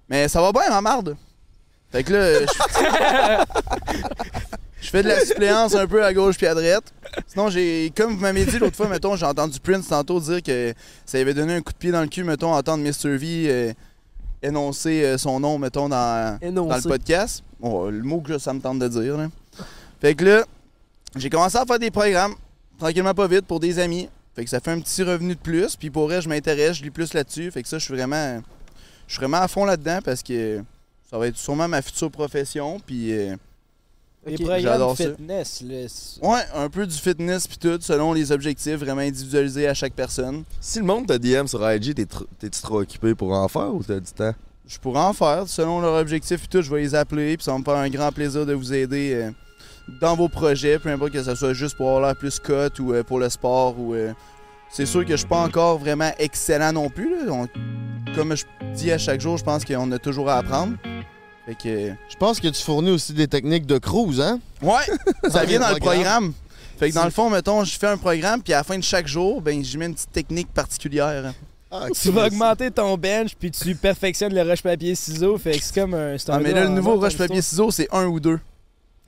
[SPEAKER 1] Mais ça va bien, ma marde. Fait que là, je- je fais de la suppléance un peu à gauche puis à droite. Sinon, j'ai, comme vous m'avez dit l'autre fois, mettons, j'ai entendu Prince tantôt dire que ça avait donné un coup de pied dans le cul, mettons, à entendre Mr. V euh, énoncer euh, son nom, mettons, dans,
[SPEAKER 4] Énoncer.
[SPEAKER 1] dans le podcast. Bon, le mot que je- ça me tente de dire. là. Fait que là, j'ai commencé à faire des programmes, tranquillement pas vite, pour des amis. Fait que ça fait un petit revenu de plus. Puis pour vrai, je m'intéresse, je lis plus là-dessus. Fait que ça, je suis vraiment, je suis vraiment à fond là-dedans parce que ça va être sûrement ma future profession. Puis euh,
[SPEAKER 5] Les
[SPEAKER 1] j'adore
[SPEAKER 5] programmes
[SPEAKER 1] ça.
[SPEAKER 5] fitness, là. c'est-
[SPEAKER 1] Ouais, un peu du fitness puis tout, selon les objectifs vraiment individualisés à chaque personne.
[SPEAKER 7] Si le monde te DM sur IG, t'es tr- t'es-tu trop occupé pour en faire ou t'as du temps?
[SPEAKER 1] Je pourrais en faire, selon leur objectif puis tout, je vais les appeler puis ça va me faire un grand plaisir de vous aider euh, dans vos projets, peu importe que ce soit juste pour avoir l'air plus cote ou euh, pour le sport ou euh, c'est sûr que je suis pas encore vraiment excellent non plus. là. On- comme je dis à chaque jour, je pense qu'on a toujours à apprendre. Fait que euh,
[SPEAKER 2] Je pense que tu fournis aussi des techniques de cruise, hein?
[SPEAKER 1] Ouais, ça vient dans le programme. Fait que dans
[SPEAKER 2] C'est-
[SPEAKER 1] le fond, mettons, je fais un programme, puis à la fin de chaque jour, ben, j'y mets une petite technique particulière.
[SPEAKER 2] Ah,
[SPEAKER 5] Tu vas augmenter ton bench, puis tu perfectionnes le rush papier ciseaux. Fait que c'est comme un. c'est un
[SPEAKER 1] Ah, mais
[SPEAKER 5] gars
[SPEAKER 1] là, le
[SPEAKER 5] en-
[SPEAKER 1] nouveau
[SPEAKER 5] en-
[SPEAKER 1] rush papier ciseaux, c'est un ou deux.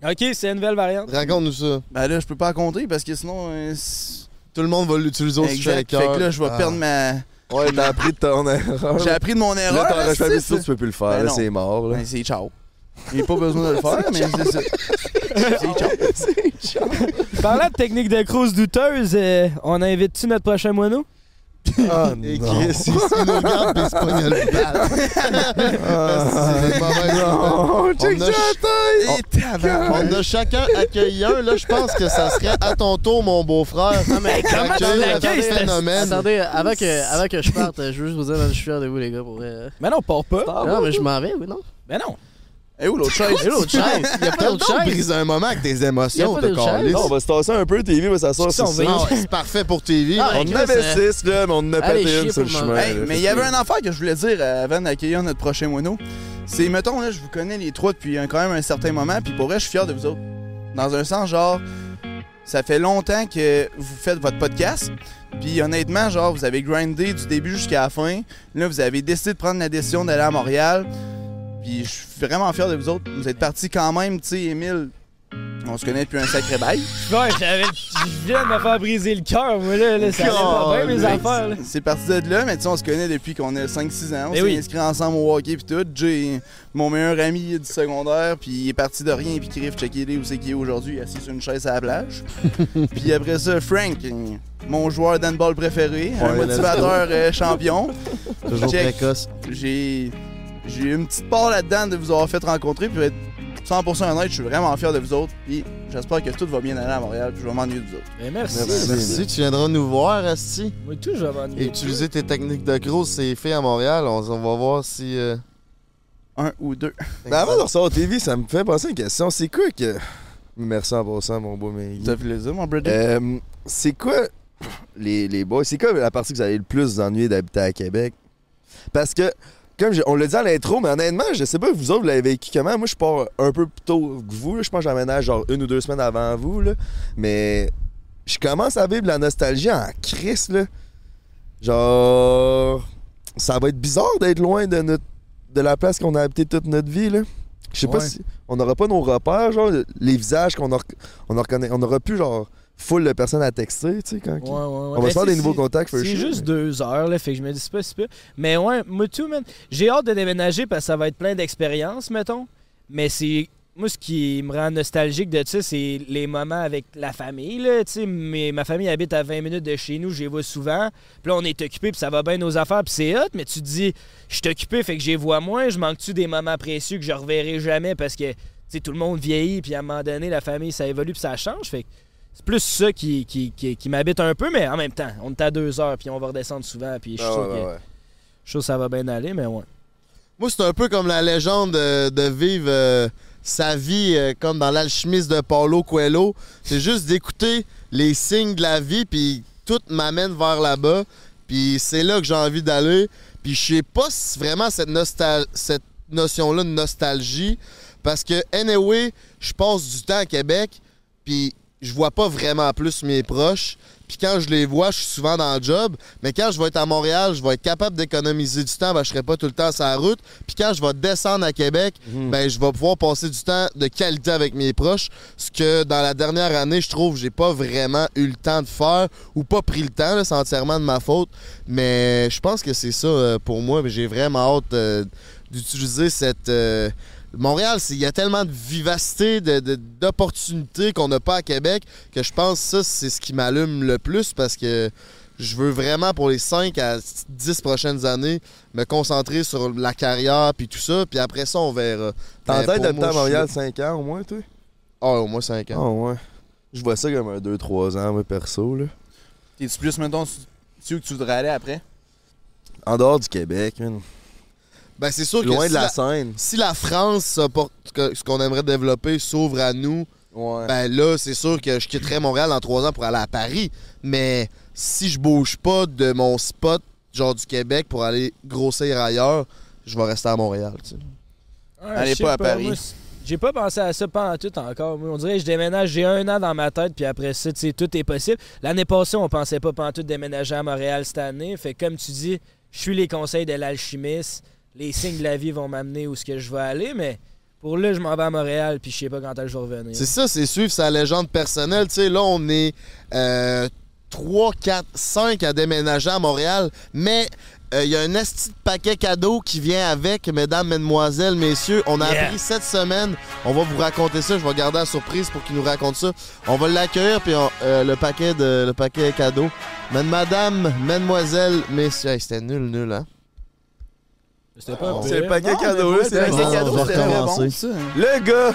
[SPEAKER 5] Ok, c'est une nouvelle variante.
[SPEAKER 2] Raconte-nous ça.
[SPEAKER 1] Ben là, je peux pas compter parce que sinon. euh, c'est-
[SPEAKER 2] Tout le monde va l'utiliser au Ah.
[SPEAKER 1] Exact.
[SPEAKER 2] sujet
[SPEAKER 1] Fait que là, Ah. je vais perdre ma.
[SPEAKER 7] Ouais, t'as appris de ton erreur.
[SPEAKER 1] J'ai appris de mon erreur.
[SPEAKER 7] Là, t'en
[SPEAKER 1] là,
[SPEAKER 7] restes pas
[SPEAKER 1] c'est
[SPEAKER 7] habitué,
[SPEAKER 1] ça.
[SPEAKER 7] tu peux plus le faire.
[SPEAKER 1] Ben
[SPEAKER 7] là,
[SPEAKER 1] non.
[SPEAKER 7] c'est mort. Là.
[SPEAKER 1] Ben, c'est ciao. J'ai pas besoin de le faire, mais c'est ça.
[SPEAKER 5] Parlant de technique de cruise douteuse, euh, on invite-tu notre prochain moineau?
[SPEAKER 7] Ah,
[SPEAKER 2] Et Chris, il se nous regarde pis il se pogne à le battre. Ah, c'est pas vrai.
[SPEAKER 7] non,
[SPEAKER 2] On a ch-
[SPEAKER 1] Et tabarnak.
[SPEAKER 2] On a chacun accueilli un. Là, je pense que ça serait à ton tour, mon beau-frère.
[SPEAKER 4] Non, mais comment
[SPEAKER 2] D'accueillir
[SPEAKER 4] tu
[SPEAKER 2] le
[SPEAKER 4] l'accueilles, cette-
[SPEAKER 2] phénomène.
[SPEAKER 4] Attendez, avant que, avant que je parte, je veux juste vous dire, man, je suis fier de vous, les gars, pour vrai.
[SPEAKER 5] Mais non, pars pas.
[SPEAKER 4] Non, mais je m'en vais, oui, non.
[SPEAKER 5] Mais non.
[SPEAKER 1] Et Eh, où l'autre chaise?
[SPEAKER 4] Et l'autre chaise? Il y a pas d'autre
[SPEAKER 2] T'as
[SPEAKER 4] chaise.
[SPEAKER 2] brisé un moment avec tes
[SPEAKER 4] Y a
[SPEAKER 2] émotions,
[SPEAKER 4] pas
[SPEAKER 2] t'as
[SPEAKER 4] d'autre chaise.
[SPEAKER 2] calé.
[SPEAKER 7] Non, on va se tasser un peu, TV, mais ça sort sur ça.
[SPEAKER 2] Ah ouais, C'est parfait pour TV.
[SPEAKER 4] Ah,
[SPEAKER 2] là.
[SPEAKER 4] ouais,
[SPEAKER 7] On en
[SPEAKER 4] Chris,
[SPEAKER 7] avait
[SPEAKER 4] euh,
[SPEAKER 7] six, là, mais on en a
[SPEAKER 4] allez
[SPEAKER 7] pété
[SPEAKER 4] chier
[SPEAKER 7] une sur le
[SPEAKER 4] pour
[SPEAKER 7] chemin.
[SPEAKER 4] manger.
[SPEAKER 1] Hey,
[SPEAKER 7] là.
[SPEAKER 1] mais il y avait un affaire que je voulais dire euh, avant d'accueillir notre prochain moineau. C'est, mettons, là, je vous connais les trois depuis un- quand même un certain moment, puis pour vrai, je suis fier de vous autres. Dans un sens, genre, ça fait longtemps que vous faites votre podcast, puis honnêtement, genre, vous avez grindé du début jusqu'à la fin. Là, vous avez décidé de prendre la décision d'aller à Montréal, puis je suis vraiment fier de vous autres. Vous êtes partis quand même, tu sais, Émile, on se connaît depuis un sacré bail.
[SPEAKER 5] Ouais, j'avais. Je viens de me faire briser le cœur, moi, là. là, ça
[SPEAKER 1] Oh,
[SPEAKER 5] allait pas bien, mes
[SPEAKER 1] Caliste.
[SPEAKER 5] affaires, là.
[SPEAKER 1] C'est parti de là, mais tu sais, on se connaît depuis qu'on a 5-6 ans. On
[SPEAKER 5] Mais
[SPEAKER 1] s'est
[SPEAKER 5] oui.
[SPEAKER 1] inscrits ensemble au hockey puis tout. Jay, mon meilleur ami du secondaire, puis il est parti de rien, puis Griff, checkez-les où c'est qu'il est aujourd'hui, assis sur une chaise à la plage. puis après ça, Frank, mon joueur d'handball préféré, un
[SPEAKER 2] Ouais,
[SPEAKER 1] motivateur
[SPEAKER 2] let's go.
[SPEAKER 1] euh, champion.
[SPEAKER 2] Toujours
[SPEAKER 1] Check.
[SPEAKER 2] précoce.
[SPEAKER 1] J'ai j'ai eu une petite part là-dedans de vous avoir fait rencontrer, puis pour être 100% honnête, je suis vraiment fier de vous autres, puis j'espère que tout va bien aller à Montréal, puis je vais m'ennuyer de vous autres.
[SPEAKER 2] Merci, tu viendras nous voir, Asti.
[SPEAKER 5] Moi, tout, je vais m'ennuyer.
[SPEAKER 2] Et utiliser tes techniques de gros, c'est fait à Montréal. On, on va voir si. euh,
[SPEAKER 1] Un ou deux.
[SPEAKER 3] Mais Ben,
[SPEAKER 2] Ben,
[SPEAKER 3] avant de recevoir TV, ça me fait passer une question. C'est quoi que. Merci en passant, mon beau Mary.
[SPEAKER 1] Ça fait plaisir, mon brother.
[SPEAKER 3] Euh, c'est quoi, les, les boys, c'est quoi la partie que vous avez le plus vous ennuyer d'habiter à Québec? Parce que, comme je- on l'a dit à l'intro, mais honnêtement, je sais pas, vous autres, vous l'avez vécu comment? Moi, je pars un peu plus tôt que vous. là. Je pense que j'emménage genre une ou deux semaines avant vous. là. Mais je commence à vivre la nostalgie en crise. Là. Genre, ça va être bizarre d'être loin de notre de la place qu'on a habité toute notre vie là. Je sais pas
[SPEAKER 2] Ouais.
[SPEAKER 3] si on n'aura pas nos repères, genre les visages qu'on a rec- on a reconnaît, on aura plus genre full de personnes à texter, tu sais quand
[SPEAKER 5] Ouais, ouais, ouais.
[SPEAKER 3] on va
[SPEAKER 5] Ben,
[SPEAKER 3] se faire
[SPEAKER 5] c'est-
[SPEAKER 3] des nouveaux
[SPEAKER 5] c'est-
[SPEAKER 3] contacts. for
[SPEAKER 5] C'est
[SPEAKER 3] sure,
[SPEAKER 5] juste deux heures, là, fait que je me dis c'est pas si peu. Mais ouais, moi, tout, man, j'ai hâte de déménager parce que ça va être plein d'expériences, mettons. Mais c'est. Moi, ce qui me rend nostalgique de ça, c'est les moments avec la famille. Là. Tu sais, mes- ma famille habite à 20 minutes de chez nous, je les vois souvent. Puis là, on est occupé, puis ça va bien nos affaires, puis c'est hot. Mais tu te dis, je suis occupé, fait que je les vois moins. Je manque-tu des moments précieux que je reverrai jamais parce que tu sais, tout le monde vieillit, puis à un moment donné, la famille, ça évolue, puis ça change. Fait que c'est plus ça qui, qui, qui, qui m'habite un peu, mais en même temps, on est à deux heures, puis on va redescendre souvent, puis je suis
[SPEAKER 2] Ah
[SPEAKER 5] sûr
[SPEAKER 2] ouais,
[SPEAKER 5] que-
[SPEAKER 2] ouais, ouais.
[SPEAKER 5] je suis sûr que ça va bien aller, mais ouais.
[SPEAKER 2] Moi, c'est un peu comme la légende euh, de, vivre euh, sa vie euh, comme dans l'alchimiste de Paulo Coelho. C'est juste d'écouter les signes de la vie, puis tout m'amène vers là-bas. Puis c'est là que j'ai envie d'aller. Puis je sais pas si vraiment cette, nostal- cette notion-là de nostalgie, parce que, anyway, je passe du temps à Québec, puis je vois pas vraiment plus mes proches. Puis quand je les vois, je suis souvent dans le job. Mais quand je vais être à Montréal, je vais être capable d'économiser du temps, ben, je serai pas tout le temps sur la route. Puis quand je vais descendre à Québec, ben, je vais pouvoir passer du temps de qualité avec mes proches. Ce que dans la dernière année, je trouve, j'ai pas vraiment eu le temps de faire ou pas pris le temps. là, C'est entièrement de ma faute. Mais je pense que c'est ça euh, pour moi. mais J'ai vraiment hâte euh, d'utiliser cette. euh, Montréal, c'est- il y a tellement de vivacité, de- de- d'opportunités qu'on n'a pas à Québec que je pense que ça, c'est ce qui m'allume le plus parce que je veux vraiment pour les 5 à 10 prochaines années me concentrer sur la carrière puis tout ça. Puis après ça, on verra.
[SPEAKER 3] T'as en
[SPEAKER 2] Mais
[SPEAKER 3] tête
[SPEAKER 2] Ben, pour
[SPEAKER 3] d'habiter
[SPEAKER 2] moi,
[SPEAKER 3] à
[SPEAKER 2] je suis
[SPEAKER 3] Montréal
[SPEAKER 2] là.
[SPEAKER 3] 5 ans au moins, toi?
[SPEAKER 2] Ah, au moins 5
[SPEAKER 3] Ah ouais. Je vois ça comme un 2-3 ans, moi, perso. Là.
[SPEAKER 1] T'es-tu plus, mettons, tu- tu où que tu voudrais aller après?
[SPEAKER 3] En dehors du Québec, man.
[SPEAKER 2] Ben, c'est sûr que
[SPEAKER 3] Loin
[SPEAKER 2] si
[SPEAKER 3] de la scène.
[SPEAKER 2] Si la France, ça porte- que- ce qu'on aimerait développer, s'ouvre à nous, ben là, c'est sûr que je quitterais Montréal dans trois ans pour aller à Paris. Mais si je bouge pas de mon spot, genre du Québec, pour aller grossir ailleurs, je vais rester à Montréal. tu sais.
[SPEAKER 5] Ah,
[SPEAKER 2] Allez
[SPEAKER 5] je sais
[SPEAKER 2] pas à Paris.
[SPEAKER 5] moi, c- J'ai pas pensé à ça pendant tout encore. moi. on dirait que je déménage, j'ai un an dans ma tête, puis après ça, tu sais, tout est possible. L'année passée, on pensait pas pendant tout déménager à Montréal cette année. Fait que comme tu dis, je suis les conseils de l'alchimiste. Les signes de la vie vont m'amener où ce que je vais aller, mais pour là, je m'en vais à Montréal, puis je sais pas quand est-ce que je vais revenir.
[SPEAKER 2] C'est ça, c'est suivre sa légende personnelle. Tu sais, là, on est euh, 3, 4, 5 à déménager à Montréal, mais euh, il y a un esti de paquet cadeau qui vient avec, mesdames, mesdemoiselles, messieurs. On a
[SPEAKER 3] Yeah.
[SPEAKER 2] appris cette semaine. On va vous raconter ça. Je vais garder la surprise pour qu'il nous raconte ça. On va l'accueillir, puis on- euh, le paquet de le paquet cadeau. Mais Madame, mesdemoiselles, messieurs. Hey, C'était nul, nul, hein?
[SPEAKER 5] C'était
[SPEAKER 2] Ah. pas
[SPEAKER 3] C'est le paquet
[SPEAKER 2] Non, mais
[SPEAKER 3] cadeau,
[SPEAKER 2] ouais,
[SPEAKER 3] c'est le
[SPEAKER 2] t'as raison.
[SPEAKER 3] paquet
[SPEAKER 2] On
[SPEAKER 3] cadeau,
[SPEAKER 2] va
[SPEAKER 3] c'était vraiment
[SPEAKER 2] recommencer.
[SPEAKER 3] bon, ça. Le gars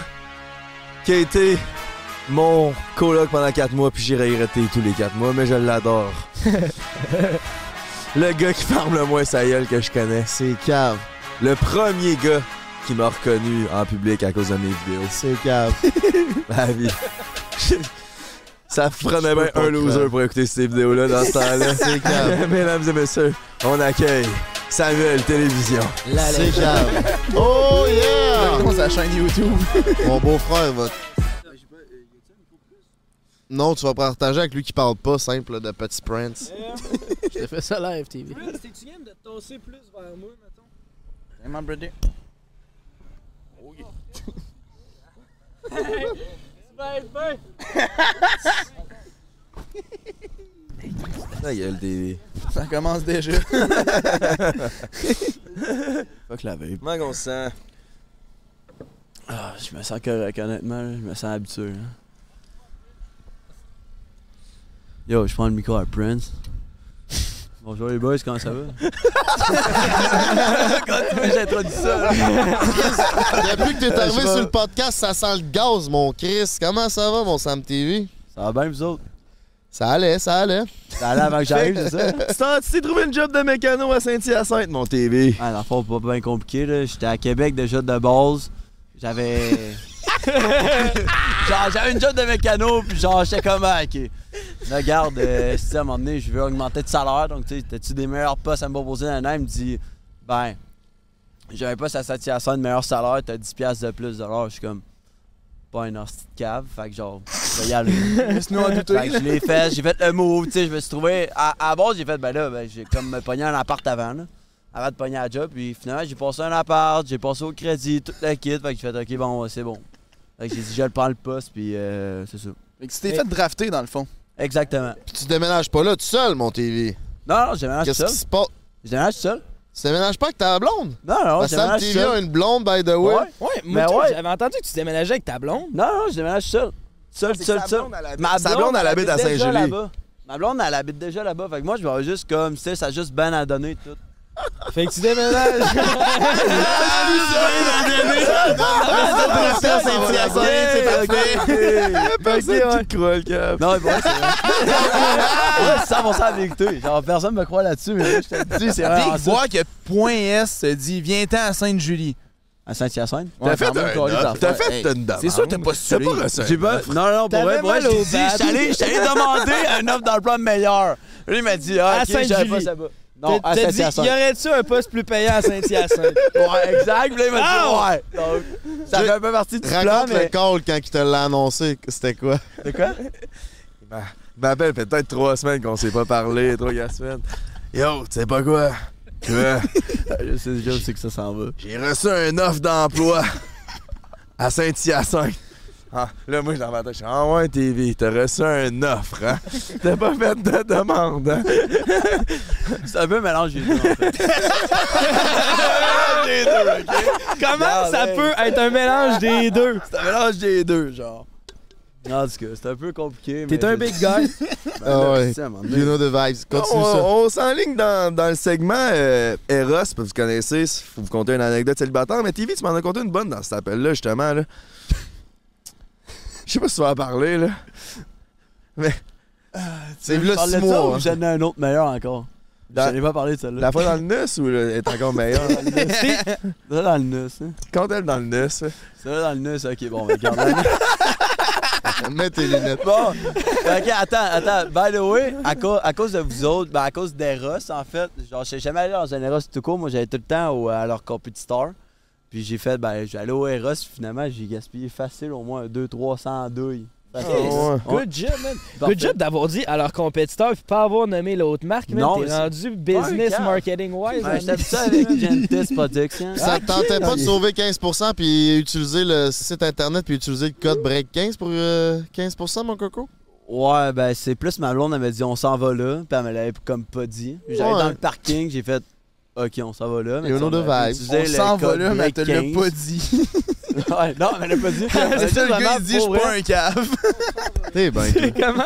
[SPEAKER 3] qui a été mon coloc pendant 4 mois, puis j'ai regretté tous les 4 mois, mais je l'adore. le gars qui parle le moins sa gueule que je connais.
[SPEAKER 2] C'est cave.
[SPEAKER 3] Le premier gars qui m'a reconnu en public à cause de mes vidéos.
[SPEAKER 2] C'est cave.
[SPEAKER 3] Ma vie. Ça prenait
[SPEAKER 2] peux
[SPEAKER 3] bien
[SPEAKER 2] pas
[SPEAKER 3] un
[SPEAKER 2] croire.
[SPEAKER 3] loser pour écouter ces vidéos-là dans ce temps-là.
[SPEAKER 2] C'est clair.
[SPEAKER 3] Mesdames et messieurs, on accueille
[SPEAKER 1] Samuel Télévision.
[SPEAKER 2] C'est grave. Oh yeah!
[SPEAKER 15] Dans sa chaîne YouTube.
[SPEAKER 2] Mon beau-frère va. Non, tu vas partager avec lui qui parle pas, simple, de Petit Prince.
[SPEAKER 4] Je te fais ça live, TV.
[SPEAKER 16] tu game de tosser plus vers moi, mettons?
[SPEAKER 15] Vraiment, brother.
[SPEAKER 16] Tu vas être bien!
[SPEAKER 1] Ta gueule, TV.
[SPEAKER 15] Ça commence déjà.
[SPEAKER 1] Fuck la vape. Comment qu'on se sent?
[SPEAKER 15] Ah, je me sens correct, honnêtement. là. Je me sens habitué. là. Yo, je prends le micro à Prince. Bonjour les boys, comment ça va?
[SPEAKER 2] Quand tu veux, j'introduis ça. Depuis que t'es arrivé
[SPEAKER 15] Je vais-
[SPEAKER 2] sur le podcast, ça sent le gaz, mon Chris. Comment ça va, mon Sam TV?
[SPEAKER 15] Ça va bien, vous autres?
[SPEAKER 2] Ça allait, ça allait.
[SPEAKER 15] Ça allait avant que j'arrive, c'est ça?
[SPEAKER 1] Tu t'en- Tu t'es trouvé une job de mécano à Saint-Hyacinthe, mon TV.
[SPEAKER 15] Ah, dans le fond, pas bien compliqué, là. J'étais à Québec déjà de base. J'avais. genre, j'avais une job de mécano, puis genre, j'étais comme, ah, ok. Là, regarde, euh, je dis, à un moment donné, je veux augmenter de salaire, donc, tu sais, t'as-tu des meilleurs postes à me proposer dans l'année? Il me dit, ben, j'avais pas sa satisfaction de meilleur salaire, t'as 10$ piastres de plus de l'heure. Je suis comme, pas une hostie de cave, fait que genre, je vais y aller.
[SPEAKER 17] Laisse-nous en douter.
[SPEAKER 15] Fait que je l'ai fait, j'ai fait le move, tu sais, je me suis trouvé. À, à la base, j'ai fait, ben là, ben, j'ai comme me pogné un appart avant, là. Avant de pogner un job, puis finalement, j'ai passé un appart, j'ai passé au crédit, tout le kit, fait que j'ai fait, ok, bon, c'est bon. Fait que j'ai dit, je le prends le poste, puis euh, c'est ça. Fait que tu
[SPEAKER 2] t'es fait
[SPEAKER 15] drafter, dans le fond. Exactement.
[SPEAKER 2] Puis tu déménages pas là, tout seul, mon TV.
[SPEAKER 15] Non, non, je déménage
[SPEAKER 2] Qu'est-ce
[SPEAKER 15] seul.
[SPEAKER 2] qui se passe?
[SPEAKER 15] Je déménage seul.
[SPEAKER 2] Tu déménages pas avec ta blonde?
[SPEAKER 15] Non, non,
[SPEAKER 2] Ben,
[SPEAKER 15] je
[SPEAKER 2] Sam
[SPEAKER 15] déménage
[SPEAKER 2] TV
[SPEAKER 15] seul.
[SPEAKER 2] a une blonde, by the way.
[SPEAKER 15] Ouais,
[SPEAKER 5] Ouais,
[SPEAKER 15] mais
[SPEAKER 5] moi, toi,
[SPEAKER 15] ouais.
[SPEAKER 5] j'avais entendu que tu déménageais avec ta blonde.
[SPEAKER 15] Non, non, je déménage seul. Seul,
[SPEAKER 5] C'est
[SPEAKER 15] seul,
[SPEAKER 5] sa
[SPEAKER 15] seul.
[SPEAKER 5] blonde, elle habite-
[SPEAKER 15] Ma
[SPEAKER 5] sa blonde, elle habite à
[SPEAKER 15] déjà
[SPEAKER 5] Saint-Julie.
[SPEAKER 15] là-bas. Ma blonde, elle habite déjà là-bas. Fait que moi, je vais juste comme, tu sais, ça a juste ben à donner tout.
[SPEAKER 5] Fait que tu déménages.
[SPEAKER 1] Personne qui te croit, le cap.
[SPEAKER 15] Non, mais bon, c'est vrai. Ouais, c'est 100% la vérité. Genre, personne me croit là-dessus, mais là, je te le dis, c'est
[SPEAKER 1] Dès
[SPEAKER 15] vrai.
[SPEAKER 1] qu'il voit
[SPEAKER 15] que point S se dit, viens-t'en à Sainte-Julie. À Saint-Hyacinthe?
[SPEAKER 1] T'as fait un offre, t'as fait une demande. T'as pas reçu
[SPEAKER 15] J'ai
[SPEAKER 1] une
[SPEAKER 15] pas.
[SPEAKER 1] offre.
[SPEAKER 15] Non, non, pour vrai,
[SPEAKER 1] T'avais
[SPEAKER 15] pour vrai, je
[SPEAKER 1] mal
[SPEAKER 15] t'ai
[SPEAKER 1] au
[SPEAKER 15] dit, je suis
[SPEAKER 1] bad.
[SPEAKER 15] allé- je suis allé demander un offre dans le plan meilleur. Lui, il m'a dit, ah,
[SPEAKER 5] À
[SPEAKER 15] ok, je savais pas
[SPEAKER 5] Sainte-Julie.
[SPEAKER 15] ça va. Non,
[SPEAKER 5] T'as- t'as
[SPEAKER 15] à
[SPEAKER 5] dit,
[SPEAKER 15] Saint-Hyacinthe.
[SPEAKER 5] y aurait-tu un poste plus payant à Saint-Hyacinthe?
[SPEAKER 15] Ouais, exact. Puis là, il
[SPEAKER 1] Ah,
[SPEAKER 15] m'a dit, ouais. Donc, ça
[SPEAKER 2] Je-
[SPEAKER 15] fait un peu partie du plan,
[SPEAKER 2] Raconte le
[SPEAKER 15] mais.
[SPEAKER 2] call quand il te l'a annoncé, que c'était quoi?
[SPEAKER 15] De quoi?
[SPEAKER 1] Ben, il m'appelle peut-être trois semaines qu'on s'est pas parlé, trois quatre semaines. Yo, tu sais pas quoi? Quoi?
[SPEAKER 15] je sais déjà où c'est que ça s'en va.
[SPEAKER 1] J'ai reçu une offre d'emploi à Saint-Hyacinthe. Ah, là, moi, je dans ma tête, je suis Ah ouais, TV, t'as reçu une offre, hein? T'as pas fait de demande, hein?
[SPEAKER 15] C'est un peu mélangé. en fait. Les deux, ok?
[SPEAKER 5] Comment ça
[SPEAKER 15] hey.
[SPEAKER 5] peut être un mélange des deux?
[SPEAKER 15] C'est un mélange des deux, genre. En tout cas, c'est un peu compliqué.
[SPEAKER 5] T'es
[SPEAKER 15] mais
[SPEAKER 5] un
[SPEAKER 15] je-
[SPEAKER 5] big guy.
[SPEAKER 15] Ben là,
[SPEAKER 1] Ah ouais.
[SPEAKER 15] c'est ça, à un moment donné.
[SPEAKER 2] You know the vibes. Continue
[SPEAKER 1] on,
[SPEAKER 2] ça.
[SPEAKER 1] on s'enligne dans, dans le segment euh, Eros, parce que vous connaissez, faut vous conter une anecdote célibataire, mais TV, tu m'en as conté une bonne dans cet appel-là, justement. Là. Je sais pas si tu vas en parler, là. Mais.
[SPEAKER 15] Euh, Tu veux que je parle de ça ou J'en ai un autre meilleur encore.
[SPEAKER 1] Dans-
[SPEAKER 15] J'en ai pas parlé de celle-là.
[SPEAKER 1] La fois dans le nus ou là, est encore meilleure?
[SPEAKER 15] Celle-là dans le nus. Hein.
[SPEAKER 1] Quand elle dans le nus.
[SPEAKER 15] Celle-là dans le nus, ok, bon, mais regarde.
[SPEAKER 2] Mets tes lunettes.
[SPEAKER 15] Bon, ok, attends, attends. By the way, à, cau- à cause de vous autres, ben à cause d'Eros, en fait, genre, je suis jamais allé dans un Eros tout court. Moi, j'allais tout le temps au- à leur compétiteur. Puis j'ai fait, ben, j'allais au Eros, finalement, j'ai gaspillé facile au moins 200-300 douilles.
[SPEAKER 1] Ah,
[SPEAKER 15] Facile. Ouais.
[SPEAKER 5] Good job, man.
[SPEAKER 15] Parfait.
[SPEAKER 5] Good job d'avoir dit à leurs compétiteurs puis pas avoir nommé l'autre marque, man.
[SPEAKER 15] Non, mais
[SPEAKER 5] T'es
[SPEAKER 15] c'est-
[SPEAKER 5] rendu business
[SPEAKER 15] Ouais, calme.
[SPEAKER 5] marketing wise.
[SPEAKER 15] Ouais, j'étais ça avec Gentis Production.
[SPEAKER 2] Ça te tentait pas de sauver 15% puis utiliser le site internet puis utiliser le code BREAK15 pour euh, 15% mon coco?
[SPEAKER 15] Ouais, ben c'est plus ma blonde, elle m'a dit on s'en va là, puis elle me l'avait comme pas dit. J'allais
[SPEAKER 2] Ouais.
[SPEAKER 15] dans le parking, j'ai fait ok, on s'en va là.
[SPEAKER 2] Et
[SPEAKER 15] tu sais,
[SPEAKER 2] on a
[SPEAKER 15] on avait
[SPEAKER 2] vibe.
[SPEAKER 15] utilisé
[SPEAKER 2] On
[SPEAKER 15] le
[SPEAKER 2] s'en va
[SPEAKER 15] code
[SPEAKER 2] là, mais elle te l'a
[SPEAKER 15] break 15.
[SPEAKER 2] pas
[SPEAKER 15] dit. ouais, non, mais elle l'a pas dit.
[SPEAKER 2] C'est ça, le gars, il dit, je suis pas un
[SPEAKER 15] cave.
[SPEAKER 2] T'es ben toi.
[SPEAKER 5] Comment?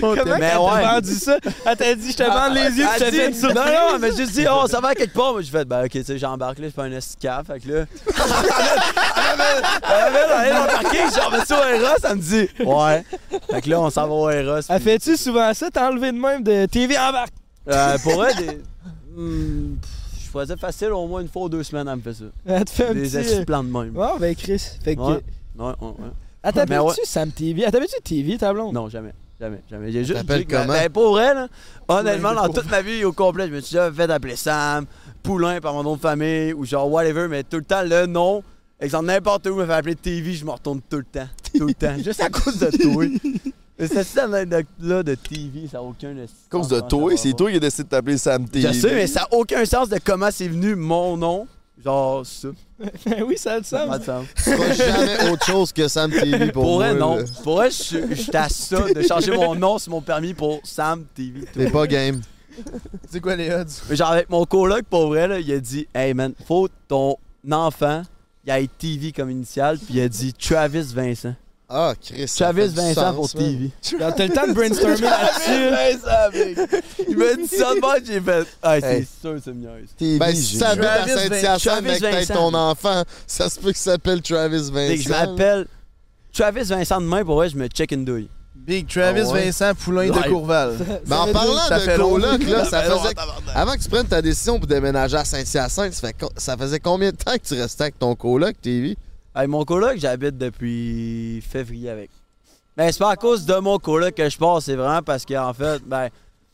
[SPEAKER 5] Comment
[SPEAKER 15] t'aime.
[SPEAKER 5] qu'elle
[SPEAKER 15] Mais
[SPEAKER 5] t'a
[SPEAKER 15] ouais.
[SPEAKER 5] vendu ça? Elle t'a dit, je te
[SPEAKER 15] Ah,
[SPEAKER 5] bande les yeux, je
[SPEAKER 15] elle
[SPEAKER 5] te fais une
[SPEAKER 15] dit-
[SPEAKER 5] surprise.
[SPEAKER 15] Non, non, mais j'ai dit, oh, ça va quelque part. Mais j'ai fait, ben, ok, tu sais, j'embarque là, je fais un escaf. Fait que là. Elle m'amène- Elle est dans le parking, genre, mais tu au Eros, elle me dit, ouais. Fait que là, on s'en va au Eros.
[SPEAKER 5] Elle fait-tu Ah, souvent ça? T'as enlevé de même de Ah, TV embarque.
[SPEAKER 15] Euh, pour elle, des... Hmm, pff, je faisais facile au moins une fois ou deux semaines, elle me fait ça.
[SPEAKER 5] Elle te fait un
[SPEAKER 15] des
[SPEAKER 5] petit,
[SPEAKER 15] estis
[SPEAKER 5] euh,
[SPEAKER 15] plans de même.
[SPEAKER 5] Ouais, ben Chris. Fait que.
[SPEAKER 15] Ouais, ouais, ouais. ouais.
[SPEAKER 5] Elle
[SPEAKER 15] Mais ouais.
[SPEAKER 5] t'appelle-tu Sam Ah, TV? Elle t'appelle-tu TV, ta blonde?
[SPEAKER 15] Non, jamais. Jamais, jamais. J'ai juste
[SPEAKER 5] t'appelle
[SPEAKER 15] dit que ben, ma-
[SPEAKER 5] Oh. comment?
[SPEAKER 15] ben, pour vrai, là, honnêtement,
[SPEAKER 5] Ouais,
[SPEAKER 15] dans
[SPEAKER 5] pour
[SPEAKER 15] toute ma vie au complet, je me suis déjà fait appeler Sam. Poulain par mon nom de famille ou genre whatever, mais tout le temps le nom. Exemple, n'importe où, me fait appeler TV, je me retourne tout le temps. Tout le temps. Juste à cause de toi. Mais cette scène là de TV, ça n'a aucun À
[SPEAKER 1] cause de toi, c'est toi qui as décidé de t'appeler Sam T.
[SPEAKER 15] Ah, Je sais, mais ça n'a aucun sens de comment c'est venu mon nom. Genre ça.
[SPEAKER 5] Ben oui, ça a du
[SPEAKER 15] Ça
[SPEAKER 5] sens.
[SPEAKER 15] a du sens.
[SPEAKER 2] Pas jamais autre chose que Sam TV pour,
[SPEAKER 15] Pour vrai,
[SPEAKER 2] moi,
[SPEAKER 15] non.
[SPEAKER 2] là.
[SPEAKER 15] Pour vrai, je- j'étais à ça de changer mon nom sur mon permis pour Sam TV.
[SPEAKER 2] T'es pas game.
[SPEAKER 15] C'est quoi les odds? Genre, avec mon coloc, pour vrai, là, il a dit Hey man, faut ton enfant, il a TV comme initiale, puis il a dit Travis Vincent.
[SPEAKER 2] Ah, Chris.
[SPEAKER 15] Travis
[SPEAKER 2] fait du
[SPEAKER 15] Vincent
[SPEAKER 2] sens,
[SPEAKER 15] pour
[SPEAKER 2] man.
[SPEAKER 15] TV.
[SPEAKER 2] Genre, t'as le temps de brainstormer
[SPEAKER 15] Travis Vincent, mec. Il m'a dit ça de moi, j'ai fait Hey, c'est
[SPEAKER 2] Hey.
[SPEAKER 15] sûr, c'est mieux.
[SPEAKER 2] Ben, si ça habite à Saint-Hyacinthe avec peut-être ton enfant, ça se peut que ça s'appelle Travis Vincent.
[SPEAKER 15] Dès que je m'appelle Travis Vincent demain, pour vrai, je me check une douille.
[SPEAKER 14] Big Travis
[SPEAKER 15] Ah ouais?
[SPEAKER 14] Vincent Poulain de
[SPEAKER 15] Ouais.
[SPEAKER 14] Courval.
[SPEAKER 2] Mais Ben, en parlant
[SPEAKER 14] Ça fait
[SPEAKER 2] de coloc,
[SPEAKER 14] longtemps.
[SPEAKER 2] là, ça
[SPEAKER 14] fait longtemps.
[SPEAKER 2] faisait. Avant que tu prennes ta décision pour déménager à Saint-Hyacinthe, ça, fait co- ça faisait combien de temps que tu restais avec ton coloc, TV?
[SPEAKER 15] Hey, mon coloc, j'habite depuis février avec. Mais c'est pas à cause de mon coloc que je pars, c'est vraiment parce qu'en fait, ben,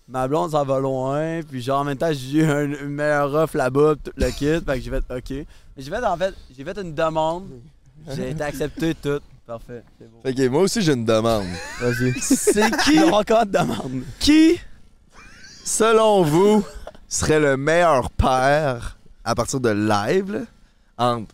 [SPEAKER 15] ma blonde, ça va loin. Puis genre, en même temps, j'ai eu un une meilleure offre là-bas, pis tout le kit. fait que j'ai fait OK. J'ai fait, en fait, j'ai fait une demande. J'ai été accepté, tout. Parfait. C'est beau.
[SPEAKER 1] Ok, moi aussi j'ai une demande.
[SPEAKER 15] Vas-y.
[SPEAKER 1] C'est
[SPEAKER 15] qui? encore de demande. Qui,
[SPEAKER 1] selon vous, serait le meilleur père à partir de live là, entre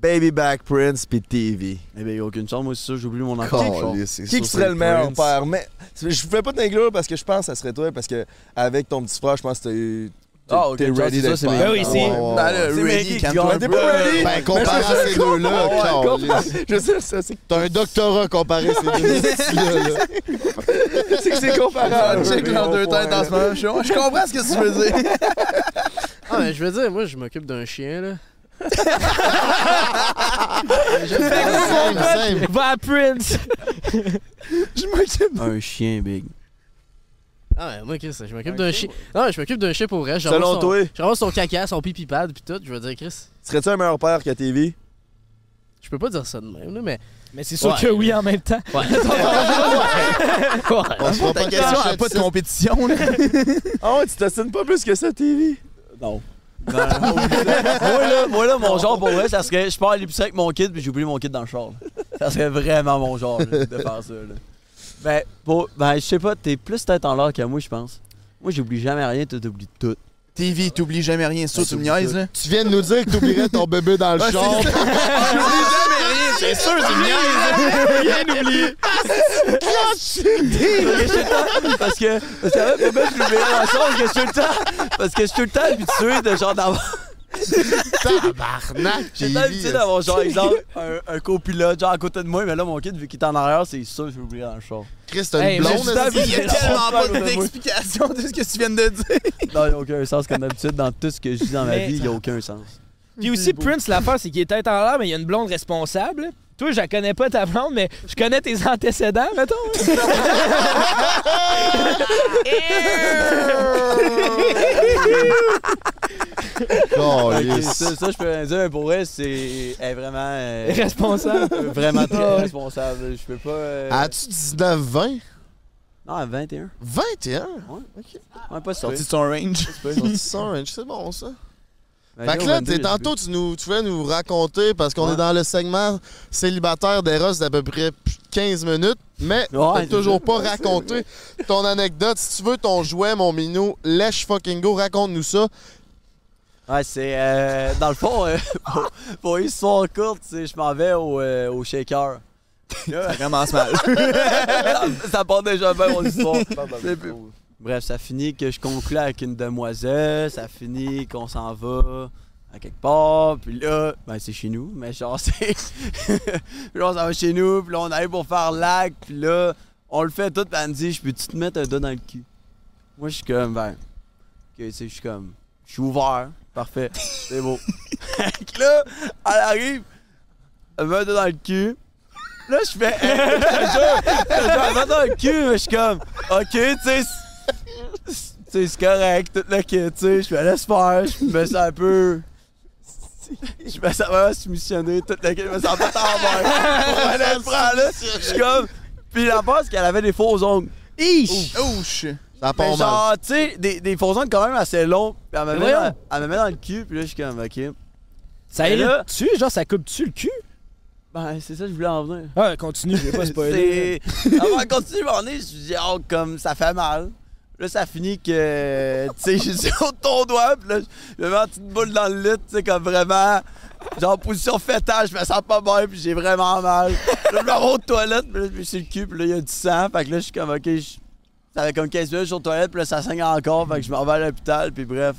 [SPEAKER 1] Baby Back Prince puis TV?
[SPEAKER 15] Eh bien, aucune chance, moi, c'est sûr, j'oublie mon
[SPEAKER 1] enfant.
[SPEAKER 15] Caliste,
[SPEAKER 1] Qui,
[SPEAKER 15] c'est
[SPEAKER 1] qui
[SPEAKER 15] sûr,
[SPEAKER 1] serait
[SPEAKER 15] c'est
[SPEAKER 1] le meilleur
[SPEAKER 15] Prince.
[SPEAKER 1] père? Mais je voulais pas t'inclure parce que je pense que ça serait toi, parce que avec ton petit frère, je pense que t'as eu. t'es-
[SPEAKER 15] Ah, ok,
[SPEAKER 1] T'es
[SPEAKER 15] ça,
[SPEAKER 1] ready
[SPEAKER 15] c'est ça,
[SPEAKER 1] d'être
[SPEAKER 15] c'est
[SPEAKER 1] père.
[SPEAKER 15] Maggie. Ben oui, c'est-
[SPEAKER 1] Ouais, ouais, ouais.
[SPEAKER 15] Ben là, C'est ready, Maggie qui calme-toi. gagne.
[SPEAKER 1] T'es pas ready?
[SPEAKER 15] Ben,
[SPEAKER 1] Mais
[SPEAKER 15] comparé
[SPEAKER 1] je
[SPEAKER 15] à
[SPEAKER 1] sais
[SPEAKER 15] ces deux-là,
[SPEAKER 1] pas. Ouais,
[SPEAKER 15] Carlis.
[SPEAKER 1] comparé. Je sais, ça, c'est.
[SPEAKER 2] T'as un doctorat comparé à ces deux là
[SPEAKER 14] C'est que c'est comparable.
[SPEAKER 15] Check leurs deux têtes en ce moment.
[SPEAKER 14] Je je comprends ce que tu veux dire.
[SPEAKER 4] Ah, mais je veux dire, moi, je m'occupe d'un chien, là.
[SPEAKER 5] Mon pote Va à Prince.
[SPEAKER 4] Je m'occupe
[SPEAKER 15] Un chien, Big.
[SPEAKER 4] Ah ouais, moi, Chris, je m'occupe d'un chien. Non, mais je m'occupe d'un chien pour vrai. Je
[SPEAKER 1] Selon
[SPEAKER 4] ramasse son-
[SPEAKER 1] toi.
[SPEAKER 4] Je ramasse son caca, son pipi pad, pis tout. Je veux dire, Chris,
[SPEAKER 1] Serais-tu un meilleur père que TV?
[SPEAKER 4] je peux pas dire ça de même, là, mais.
[SPEAKER 5] Mais c'est sûr que oui en même temps.
[SPEAKER 1] On
[SPEAKER 4] Ouais.
[SPEAKER 1] se fera
[SPEAKER 4] Ta
[SPEAKER 1] pas
[SPEAKER 4] question,
[SPEAKER 1] cacher
[SPEAKER 4] elle a pas de
[SPEAKER 1] ça.
[SPEAKER 14] compétition, là.
[SPEAKER 1] Ah ouais, tu t'assines pas plus que ça, TV?
[SPEAKER 15] Non. Ben, moi, là, moi, là, mon genre, pour vrai, ça serait. Je pars à l'épicerie avec mon kid, puis j'oublie mon kid dans le char. là. Ça serait vraiment mon genre, là, de faire ça, là. Ben, pour, ben, je sais pas, t'es plus tête en l'air que moi, je pense. Moi, j'oublie jamais rien, toi, t'oublies tout.
[SPEAKER 14] TV, t'oublies jamais rien,
[SPEAKER 4] Ben,
[SPEAKER 14] ça, tu me niaises, là.
[SPEAKER 2] Tu viens de nous dire que t'oublierais ton bébé dans le char.
[SPEAKER 14] C'est sûr, c'est
[SPEAKER 15] Rien oublié. Parce que, parce que, ouais, pourquoi je l'oublierais dans le char? Parce que je suis tout le temps, parce que je suis tout le temps habitué de genre d'avoir.
[SPEAKER 2] Tabarnak!
[SPEAKER 15] J'ai
[SPEAKER 2] TV,
[SPEAKER 15] l'habitude d'avoir, genre, exemple, un, un copilote, genre, à côté de moi, mais là, mon kid, vu qu'il est en arrière, c'est sûr que je vais oublier dans le char.
[SPEAKER 2] Chris,
[SPEAKER 14] t'as une blonde, est-ce que- Il y a tellement pas
[SPEAKER 15] d'explication de ce que tu viens de dire. Non, il n'y a aucun sens, comme d'habitude, dans tout ce que je dis dans ma
[SPEAKER 5] Mais-
[SPEAKER 15] vie, il n'y a aucun sens.
[SPEAKER 5] Puis aussi, Prince, l'affaire, c'est qu'il est tête en l'air, mais il y a une blonde responsable. Toi, je la connais pas ta blonde, mais je connais tes antécédents, mettons. hein.
[SPEAKER 15] Ok, ça, ça, je peux rien dire, mais pour vrai, c'est elle est vraiment. euh,
[SPEAKER 5] Responsable.
[SPEAKER 15] vraiment très
[SPEAKER 5] Ah ouais.
[SPEAKER 15] responsable. Je peux pas. euh,
[SPEAKER 2] As-tu 19, 20?
[SPEAKER 15] Non, à 21.
[SPEAKER 2] 21?
[SPEAKER 15] Ouais, Ouais, pas
[SPEAKER 14] Sorti de son range.
[SPEAKER 2] Sorti de son
[SPEAKER 14] hein?
[SPEAKER 2] range, c'est bon ça.
[SPEAKER 15] Ben,
[SPEAKER 2] fait
[SPEAKER 15] là,
[SPEAKER 2] que
[SPEAKER 15] au
[SPEAKER 2] là,
[SPEAKER 15] 22,
[SPEAKER 2] t'es-
[SPEAKER 15] j'ai
[SPEAKER 2] tantôt, tu, nous, tu voulais nous raconter, parce qu'on
[SPEAKER 15] Ouais.
[SPEAKER 2] est dans le segment célibataire d'Eros d'à peu près 15 minutes, mais t'as
[SPEAKER 15] Ouais,
[SPEAKER 2] toujours
[SPEAKER 15] c'est
[SPEAKER 2] pas
[SPEAKER 15] vrai.
[SPEAKER 2] raconté ton anecdote. Si tu veux ton jouet, mon minou, lèche fucking go, raconte-nous ça.
[SPEAKER 15] Ouais, c'est. euh, dans le fond, euh, pour, pour une histoire courte, c'est- je m'en vais au, euh, au shaker. ça commence mal. ça, part déjà bien mon histoire. C'est plus- Bref, ça finit que je conclue avec une demoiselle, ça finit qu'on s'en va à quelque part, puis là, ben c'est chez nous, mais genre c'est... puis là, on s'en va chez nous, puis là, on arrive pour faire l'acte, puis là, on le fait tout, puis elle me dit « Je peux-tu te mettre un doigt dans le cul? » Moi, je suis comme, ben, ok, tu sais, je suis comme, je suis ouvert, parfait, c'est beau. Fait que là, elle arrive, elle me met un doigt dans le cul. Là, je fais, hey, je te jure, je te jure, elle me met dans le cul, mais je suis comme, ok, tu sais, c'est- c'est- c'est c'est correct, tout le kit, tu sais, je me laisse faire, je me sens un peu. Je me sens vraiment soumissionné, toute la gueule, je me sens pas tant mal. Elle le prend, là. Je suis comme. Puis la part, c'est qu'elle avait des faux ongles.
[SPEAKER 14] Ouch! Ouch!
[SPEAKER 2] Ça part mal.
[SPEAKER 15] Mais Ben, genre, tu sais, des, des faux ongles quand même assez longs. Puis elle me,
[SPEAKER 5] Mais
[SPEAKER 15] met
[SPEAKER 5] voyons.
[SPEAKER 15] dans, elle me met dans le cul, puis là, je suis comme, ok.
[SPEAKER 5] Ça
[SPEAKER 15] Mais là-
[SPEAKER 5] irrite-tu? Genre, ça coupe-tu le cul?
[SPEAKER 15] Ben, c'est ça, que je voulais en venir.
[SPEAKER 5] Ah, continue, je vais pas spoiler.
[SPEAKER 15] C'est- Avant de continuer mon nez, je me dis, oh, comme ça fait mal. Là, ça finit que. Tu sais, je suis au ton doigt, puis là, je me mets en petite boule dans le lit, tu sais, comme vraiment. Genre, position fétale, je me sens pas bien, puis j'ai vraiment mal. Là, je me rends aux toilettes, puis là, je me suis le cul, puis là, il y a du sang. Fait que là, je suis comme, ok, je. Ça fait comme 15 minutes, je suis aux toilettes, puis là, ça saigne encore, fait que je m'en vais à l'hôpital, puis bref.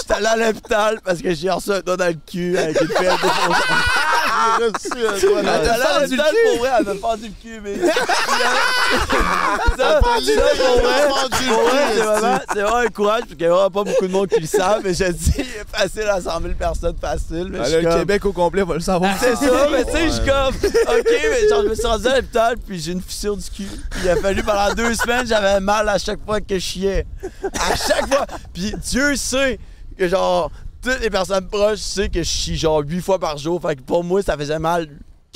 [SPEAKER 15] J'étais allé à l'hôpital parce que j'ai reçu un doigt dans le cul avec une pelle de
[SPEAKER 2] J'ai reçu un doigt dans le
[SPEAKER 15] Elle
[SPEAKER 2] cul. Fendu le
[SPEAKER 15] t'a l'air d'être
[SPEAKER 2] cul.
[SPEAKER 15] pour vrai, elle m'a fendu le cul, mais.
[SPEAKER 2] Elle
[SPEAKER 15] Ça,
[SPEAKER 2] m'a fendu le cul,
[SPEAKER 15] ça, pour vrai,
[SPEAKER 2] elle m'a fendu le
[SPEAKER 15] pour vrai,
[SPEAKER 2] cul,
[SPEAKER 15] c'est vraiment-
[SPEAKER 2] esti.
[SPEAKER 15] C'est vraiment un courage, parce qu'il n'y a pas beaucoup de monde qui le savent, mais j'ai dit, facile à 100 000 personnes, facile. Mais
[SPEAKER 14] Ah, là,
[SPEAKER 15] je suis
[SPEAKER 14] le
[SPEAKER 15] comme-
[SPEAKER 14] Québec au complet va le savoir.
[SPEAKER 5] Ah,
[SPEAKER 15] C'est ça, mais tu sais, je suis
[SPEAKER 14] Ouais.
[SPEAKER 15] comme, ok, mais genre, je me suis rendu à l'hôpital, puis j'ai une fissure du cul. Puis il a fallu pendant deux semaines, j'avais mal à chaque fois que je chiais. À chaque fois. Puis Dieu sait que, genre, toutes les personnes proches savent que je chie, genre, huit fois par jour. Fait que pour moi, ça faisait mal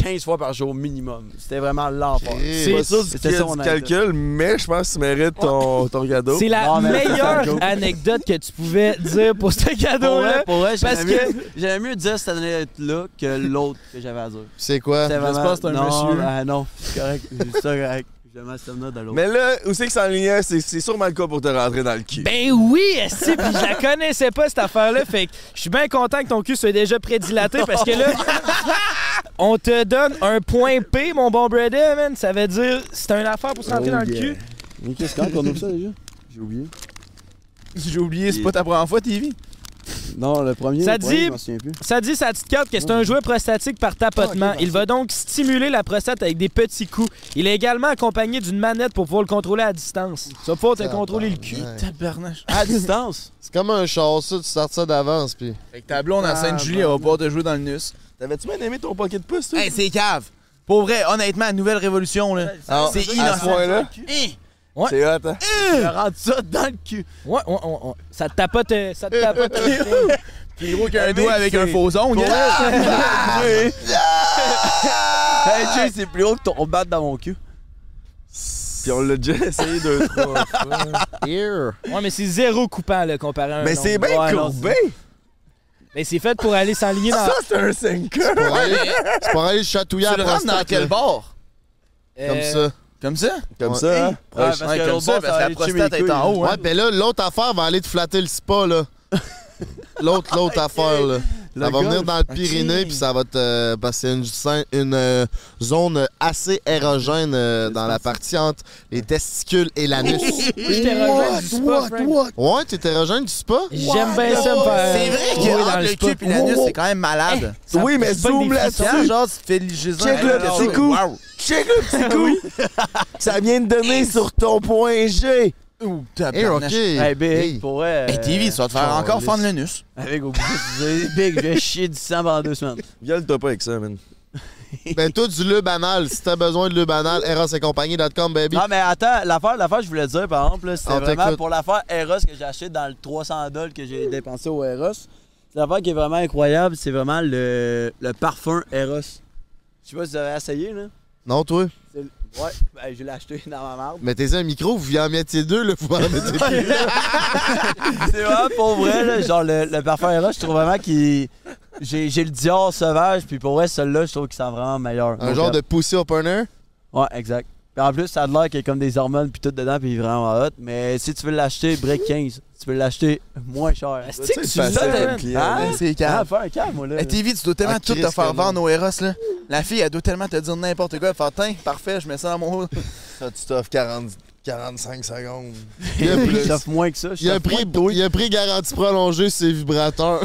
[SPEAKER 15] 15 fois par jour minimum. C'était vraiment l'enfer.
[SPEAKER 1] C'est ça du,
[SPEAKER 15] C'était ça, mon
[SPEAKER 1] du
[SPEAKER 15] anecdote.
[SPEAKER 1] calcul, mais je pense que tu mérites ton, ton cadeau.
[SPEAKER 5] C'est la
[SPEAKER 1] Non, mais-
[SPEAKER 5] meilleure anecdote que tu pouvais dire pour ce
[SPEAKER 15] Pour
[SPEAKER 5] cadeau-là.
[SPEAKER 15] vrai, pour vrai, j'aimais
[SPEAKER 5] parce
[SPEAKER 15] mieux,
[SPEAKER 5] que
[SPEAKER 15] j'aimais mieux dire cette anecdote-là que l'autre que j'avais à dire.
[SPEAKER 2] C'est quoi?
[SPEAKER 15] C'était vraiment-
[SPEAKER 2] J'espère que c'est un
[SPEAKER 15] non,
[SPEAKER 2] monsieur.
[SPEAKER 15] Ah non, c'est correct. C'est ça, correct. J'aimais cette anecdote de l'autre.
[SPEAKER 1] Mais là, où c'est que ça enlignait? C'est c'est sûrement le cas pour te rentrer dans le cul.
[SPEAKER 5] Ben oui, esti, puis je la connaissais pas cette affaire-là, fait que je suis bien content que ton cul soit déjà prédilaté parce que là, on te donne un point P, mon bon Brady, man. Ça veut dire c'est une affaire pour se rentrer dans le cul.
[SPEAKER 14] Mais qu'est-ce qu'on ouvre ça déjà?
[SPEAKER 15] J'ai oublié.
[SPEAKER 14] J'ai oublié, c'est pas ta première fois, TV?
[SPEAKER 15] Non, le premier.
[SPEAKER 5] Ça dit, ça dit sa petite carte que c'est un jouet prostatique par tapotement. Il va donc stimuler la prostate avec des petits coups. Il est également accompagné d'une manette pour pouvoir le contrôler à distance. Ça va pouvoir te contrôler le cul.
[SPEAKER 14] Tabarnache.
[SPEAKER 15] À distance.
[SPEAKER 2] C'est comme un char, ça, tu sors ça d'avance, puis.
[SPEAKER 14] Fait que ta blonde à Sainte-Julie, elle va pouvoir te jouer dans le nus. T'avais-tu bien aimé ton pocket pouce, toi? Hey, c'est cave! Pour vrai, honnêtement, nouvelle révolution, là.
[SPEAKER 1] Ah,
[SPEAKER 14] c'est
[SPEAKER 1] à
[SPEAKER 14] innocent.
[SPEAKER 1] ce point-là?
[SPEAKER 14] Hein?
[SPEAKER 1] C'est hot, hein?
[SPEAKER 14] Je rentre ça dans le cul.
[SPEAKER 5] Ouais, ouais, ouais, ouais. Ça te tapote. euh, Ça te tapote.
[SPEAKER 14] Plus gros qu'un doigt avec un faux ongle. hein?
[SPEAKER 15] hey, Jay, c'est plus haut que ton batte dans mon cul.
[SPEAKER 1] Puis on l'a déjà essayé deux, trois fois.
[SPEAKER 5] Ouais, mais c'est zéro coupant là, comparé à un
[SPEAKER 1] Mais
[SPEAKER 5] autre.
[SPEAKER 1] c'est bien
[SPEAKER 5] Ouais, non,
[SPEAKER 1] courbé!
[SPEAKER 5] c'est- Mais c'est fait pour aller s'enligner dans.
[SPEAKER 1] Ça, c'est un sinker!
[SPEAKER 2] Pour aller, c'est pour aller chatouiller
[SPEAKER 14] Tu
[SPEAKER 2] à
[SPEAKER 14] le
[SPEAKER 2] la
[SPEAKER 14] rentres
[SPEAKER 2] prostate,
[SPEAKER 14] dans quel
[SPEAKER 2] là.
[SPEAKER 14] bord?
[SPEAKER 5] euh,
[SPEAKER 2] Comme ça.
[SPEAKER 14] Comme ça?
[SPEAKER 1] Comme ça, hein?
[SPEAKER 14] Ouais, parce que
[SPEAKER 2] Ouais, comme
[SPEAKER 14] l'autre bord, ça
[SPEAKER 2] ça,
[SPEAKER 14] va
[SPEAKER 2] parce que
[SPEAKER 14] aller tuer mes couilles.
[SPEAKER 2] Ouais, ben là, l'autre affaire va aller te flatter le spa, là. L'autre, l'autre affaire, là.
[SPEAKER 14] Le
[SPEAKER 2] Ça va venir
[SPEAKER 14] golf.
[SPEAKER 2] dans le Pyrénées,
[SPEAKER 14] Ok.
[SPEAKER 2] puis ça va te. euh, parce que c'est une, scène- une euh, zone assez érogène euh, dans la partie entre les testicules et l'anus.
[SPEAKER 14] Oh,
[SPEAKER 5] What? What? What?
[SPEAKER 2] Ouais, t'es érogène du spa?
[SPEAKER 5] J'aime bien ça me faire.
[SPEAKER 14] C'est vrai
[SPEAKER 5] rouler
[SPEAKER 14] que
[SPEAKER 5] dans
[SPEAKER 14] entre le
[SPEAKER 5] spa.
[SPEAKER 14] cul et l'anus,
[SPEAKER 5] Wow.
[SPEAKER 14] c'est quand même malade.
[SPEAKER 5] Eh, ça-
[SPEAKER 14] oui, mais
[SPEAKER 5] c'est pas
[SPEAKER 14] zoom
[SPEAKER 5] une
[SPEAKER 14] là-dessus.
[SPEAKER 5] définition.
[SPEAKER 14] Genre, tu fais le léger
[SPEAKER 1] Check le petit coup! Check le petit coup! Ça vient de donner sur ton point G!
[SPEAKER 14] Ouh,
[SPEAKER 1] tabarnache.
[SPEAKER 14] Hey,
[SPEAKER 15] Hey, Big,
[SPEAKER 14] Hey.
[SPEAKER 15] pour vrai.
[SPEAKER 14] Hey, TV, ça va te faire
[SPEAKER 15] Charles,
[SPEAKER 14] encore fendre le
[SPEAKER 15] lisse.
[SPEAKER 14] nus.
[SPEAKER 15] Avec au bout de Big, je vais chier du sang pendant deux semaines.
[SPEAKER 1] Viole-toi pas avec ça, man.
[SPEAKER 2] Ben, toi, du lube anal. Si t'as besoin de lube anal, erosetcompagnie.com, baby.
[SPEAKER 15] Non, mais attends, l'affaire, l'affaire, que je voulais dire, par exemple, là, c'était
[SPEAKER 2] On
[SPEAKER 15] vraiment
[SPEAKER 2] t'écoute.
[SPEAKER 15] pour l'affaire Eros que j'ai acheté dans le 300 que j'ai dépensé au Eros. C'est l'affaire qui est vraiment incroyable, c'est vraiment le, le parfum Eros. Je sais pas si vous avez essayé, là.
[SPEAKER 2] Non, toi?
[SPEAKER 15] C'est- Ouais, ben, je l'ai acheté dans ma marde.
[SPEAKER 2] Mettez-y un micro, vous en mettez deux, là, vous en mettez plus.
[SPEAKER 15] C'est vraiment pour vrai, là, genre le, le parfum Eros, je trouve vraiment qu'il. J'ai, j'ai le Dior sauvage, puis pour vrai, celui-là, je trouve qu'il sent vraiment meilleur.
[SPEAKER 2] Un genre de pussy opener?
[SPEAKER 15] Ouais, exact. Puis en plus, ça a de l'air qu'il y a comme des hormones, puis tout dedans, puis il est vraiment hot. Mais si tu veux l'acheter, break 15, tu peux l'acheter moins cher.
[SPEAKER 14] Est-ce que tu fais ça,
[SPEAKER 15] t'as-
[SPEAKER 14] t'as-
[SPEAKER 15] Ah,
[SPEAKER 14] Ah, c'est calme.
[SPEAKER 15] Ah, fais un calme, moi, là.
[SPEAKER 14] Hey, TV, tu dois tellement
[SPEAKER 15] Ah,
[SPEAKER 14] tout te
[SPEAKER 15] Christ,
[SPEAKER 14] faire
[SPEAKER 15] que non.
[SPEAKER 14] vendre au Eros, là. La fille, elle doit tellement te dire n'importe quoi. Elle fait, tiens, parfait, je mets ça dans mon haut.
[SPEAKER 1] Ça, tu t'offres 40 45 secondes.
[SPEAKER 2] Il y a un prix-
[SPEAKER 15] J'offre moins que ça. je
[SPEAKER 2] Il y a un
[SPEAKER 15] t'offre moins
[SPEAKER 2] prix, il y a un prix garantie prolongée, c'est vibrateur.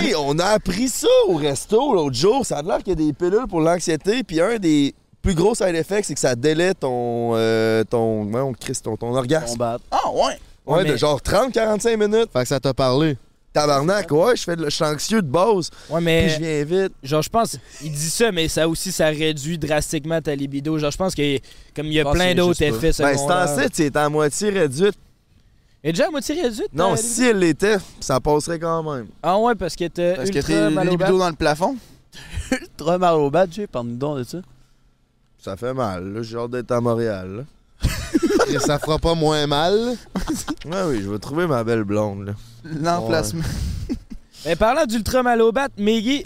[SPEAKER 1] hey, on a appris ça au resto l'autre jour. Ça a l'air qu'il y a des pilules pour l'anxiété. Puis un des plus gros side effects, c'est que ça délai ton. euh, ton. voyons, Christ, ton, ton orgasme.
[SPEAKER 15] bat.
[SPEAKER 14] Ah, ouais.
[SPEAKER 1] Ouais,
[SPEAKER 5] mais-
[SPEAKER 1] de genre 30-45 minutes.
[SPEAKER 2] Fait que ça t'a parlé.
[SPEAKER 1] Tabarnak, ouais, je fais de- je suis anxieux de base.
[SPEAKER 5] Ouais, mais.
[SPEAKER 1] Puis je viens vite.
[SPEAKER 5] Genre, je pense, il dit ça, mais ça aussi, ça réduit drastiquement ta libido. Genre, je pense que comme il y a
[SPEAKER 15] pense
[SPEAKER 5] plein
[SPEAKER 15] que c'est
[SPEAKER 5] d'autres
[SPEAKER 15] juste
[SPEAKER 5] effets
[SPEAKER 1] Ben, c'est
[SPEAKER 5] secondaires.
[SPEAKER 1] en site, c'est à moitié réduite.
[SPEAKER 5] Et déjà à moitié réduite?
[SPEAKER 1] Non,
[SPEAKER 5] ta
[SPEAKER 1] si elle l'était, ça passerait quand même.
[SPEAKER 5] Ah ouais, parce que t'es
[SPEAKER 14] Parce que
[SPEAKER 5] ultra
[SPEAKER 14] t'es
[SPEAKER 5] mal au
[SPEAKER 14] libido
[SPEAKER 5] bat.
[SPEAKER 14] dans le plafond. Euh,
[SPEAKER 15] Ultra mal au bat, Jay, parle-nous donc de ça.
[SPEAKER 1] Ça fait mal, là. J'ai hâte d'être à Montréal, là.
[SPEAKER 2] Et ça fera pas moins mal.
[SPEAKER 1] Ouais, oui, je vais trouver ma belle blonde. là.
[SPEAKER 14] L'emplacement.
[SPEAKER 5] Mais parlant d'ultra malobat, Miggy.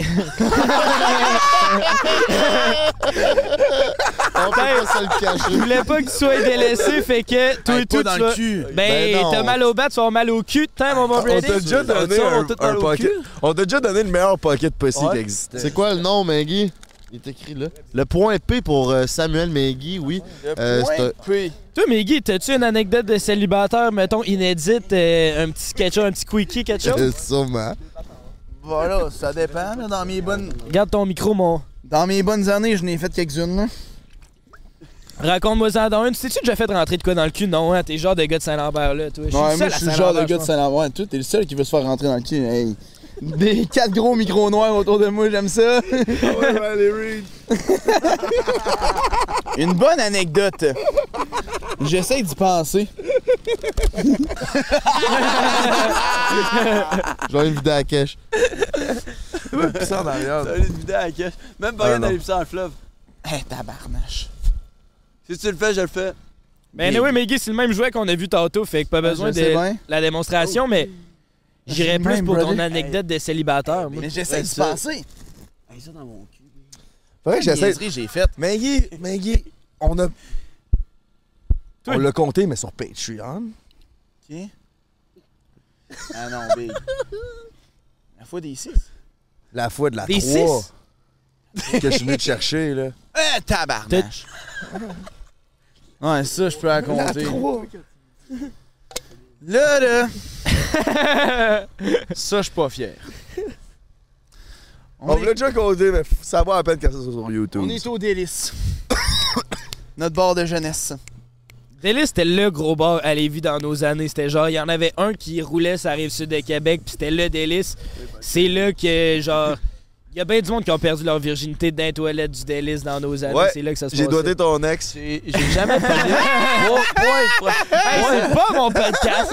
[SPEAKER 2] On peut pas se le cacher.
[SPEAKER 5] Je voulais pas que tu sois délaissé, fait que toi
[SPEAKER 2] Hey,
[SPEAKER 5] et tout.
[SPEAKER 2] pas dans
[SPEAKER 5] tu
[SPEAKER 2] le
[SPEAKER 5] vas-
[SPEAKER 2] cul. Ben
[SPEAKER 5] Ben,
[SPEAKER 2] non.
[SPEAKER 5] t'as mal au bat, tu vas avoir mal au cul, tant mon bon
[SPEAKER 1] On
[SPEAKER 5] Brady.
[SPEAKER 1] t'a déjà donné
[SPEAKER 5] Ça,
[SPEAKER 1] un,
[SPEAKER 5] on t'a
[SPEAKER 1] un
[SPEAKER 5] mal au
[SPEAKER 1] pocket.
[SPEAKER 5] cul.
[SPEAKER 1] On t'a déjà donné le meilleur pocket pussy
[SPEAKER 2] Ouais.
[SPEAKER 1] qui existait.
[SPEAKER 2] C'est quoi le nom, Maggie? Il est écrit là. Le point P pour euh, Samuel Maggie, oui. Euh, c'est un-
[SPEAKER 5] Toi, Miggy, t'as-tu une anecdote de célibataire, mettons, inédite, euh, un petit ketchup, un petit quickie, quelque
[SPEAKER 2] Euh,
[SPEAKER 5] chose?
[SPEAKER 2] Sûrement.
[SPEAKER 14] Voilà, ça dépend. là, Dans mes bonnes.
[SPEAKER 5] Garde ton micro, mon.
[SPEAKER 14] Dans mes bonnes années, je n'ai fait quelques-unes. là.
[SPEAKER 5] Raconte-moi ça dans une. Tu T'es-tu déjà fait rentrer de quoi dans le cul? Non, hein? T'es le genre de gars de Saint-Lambert, là, toi.
[SPEAKER 14] Ouais,
[SPEAKER 5] le
[SPEAKER 14] moi,
[SPEAKER 5] seul
[SPEAKER 14] je
[SPEAKER 5] à
[SPEAKER 14] suis le genre de
[SPEAKER 5] Saint-Lambert,
[SPEAKER 14] gars de
[SPEAKER 5] je pense.
[SPEAKER 14] Saint-Lambert. et Tout, t'es le seul qui veut se faire rentrer dans le cul. Hey. Des quatre gros micros noirs autour de moi, j'aime ça. Une bonne anecdote. J'essaie d'y penser.
[SPEAKER 2] Je vais inviter à la cache.
[SPEAKER 1] pisser en arrière.
[SPEAKER 15] T'as allé te vider à la cache. Même pas
[SPEAKER 2] Ah,
[SPEAKER 15] rien
[SPEAKER 2] non.
[SPEAKER 15] d'aller pisser dans le fleuve.
[SPEAKER 14] Eh, tabarnache.
[SPEAKER 15] Si tu le fais, je le fais.
[SPEAKER 5] Ben, oui, Miggy, c'est le même jouet qu'on a vu tantôt, fait que pas besoin
[SPEAKER 15] je sais
[SPEAKER 5] de
[SPEAKER 15] bien.
[SPEAKER 5] la démonstration,
[SPEAKER 14] Oh.
[SPEAKER 5] mais j'irais
[SPEAKER 15] J'ai
[SPEAKER 5] plus
[SPEAKER 15] même,
[SPEAKER 5] pour ton
[SPEAKER 15] brother.
[SPEAKER 5] anecdote de célibataire. moi.
[SPEAKER 14] Mais j'essaie
[SPEAKER 5] Ouais,
[SPEAKER 14] d'y
[SPEAKER 5] ça.
[SPEAKER 14] penser. Hey, ça dans mon cul.
[SPEAKER 1] Faudrait que j'essaie.
[SPEAKER 14] niaiserie j'ai faite.
[SPEAKER 1] Maggie, Maggie, on a. On l'a compté, mais sur Patreon.
[SPEAKER 14] Ok. Ah non, big. La fois des six.
[SPEAKER 1] La fois de la
[SPEAKER 14] Des
[SPEAKER 1] 3
[SPEAKER 14] six?
[SPEAKER 1] que je suis venu te chercher, là.
[SPEAKER 14] Eh, tabarnache. Ouais, ça, je peux raconter. Là, là. ça, je suis pas fier.
[SPEAKER 1] On, me l'a déjà compté, mais f- ça va à peine quand ça soit sur YouTube.
[SPEAKER 14] On est au délice. Notre bord de jeunesse.
[SPEAKER 5] Délice, c'était le gros bar à Lévis dans nos années. C'était genre, il y en avait un qui roulait sur la rive sud de Québec, puis c'était le délice. C'est là que, genre, il y a bien du monde qui ont perdu leur virginité dans les toilettes du délice dans nos années.
[SPEAKER 1] Ouais,
[SPEAKER 5] c'est là que ça se
[SPEAKER 1] J'ai doigté
[SPEAKER 5] passait.
[SPEAKER 1] ton ex.
[SPEAKER 15] J'ai jamais pogné. Moi, moi,
[SPEAKER 5] Hey,
[SPEAKER 15] moi,
[SPEAKER 5] c'est pas mon podcast,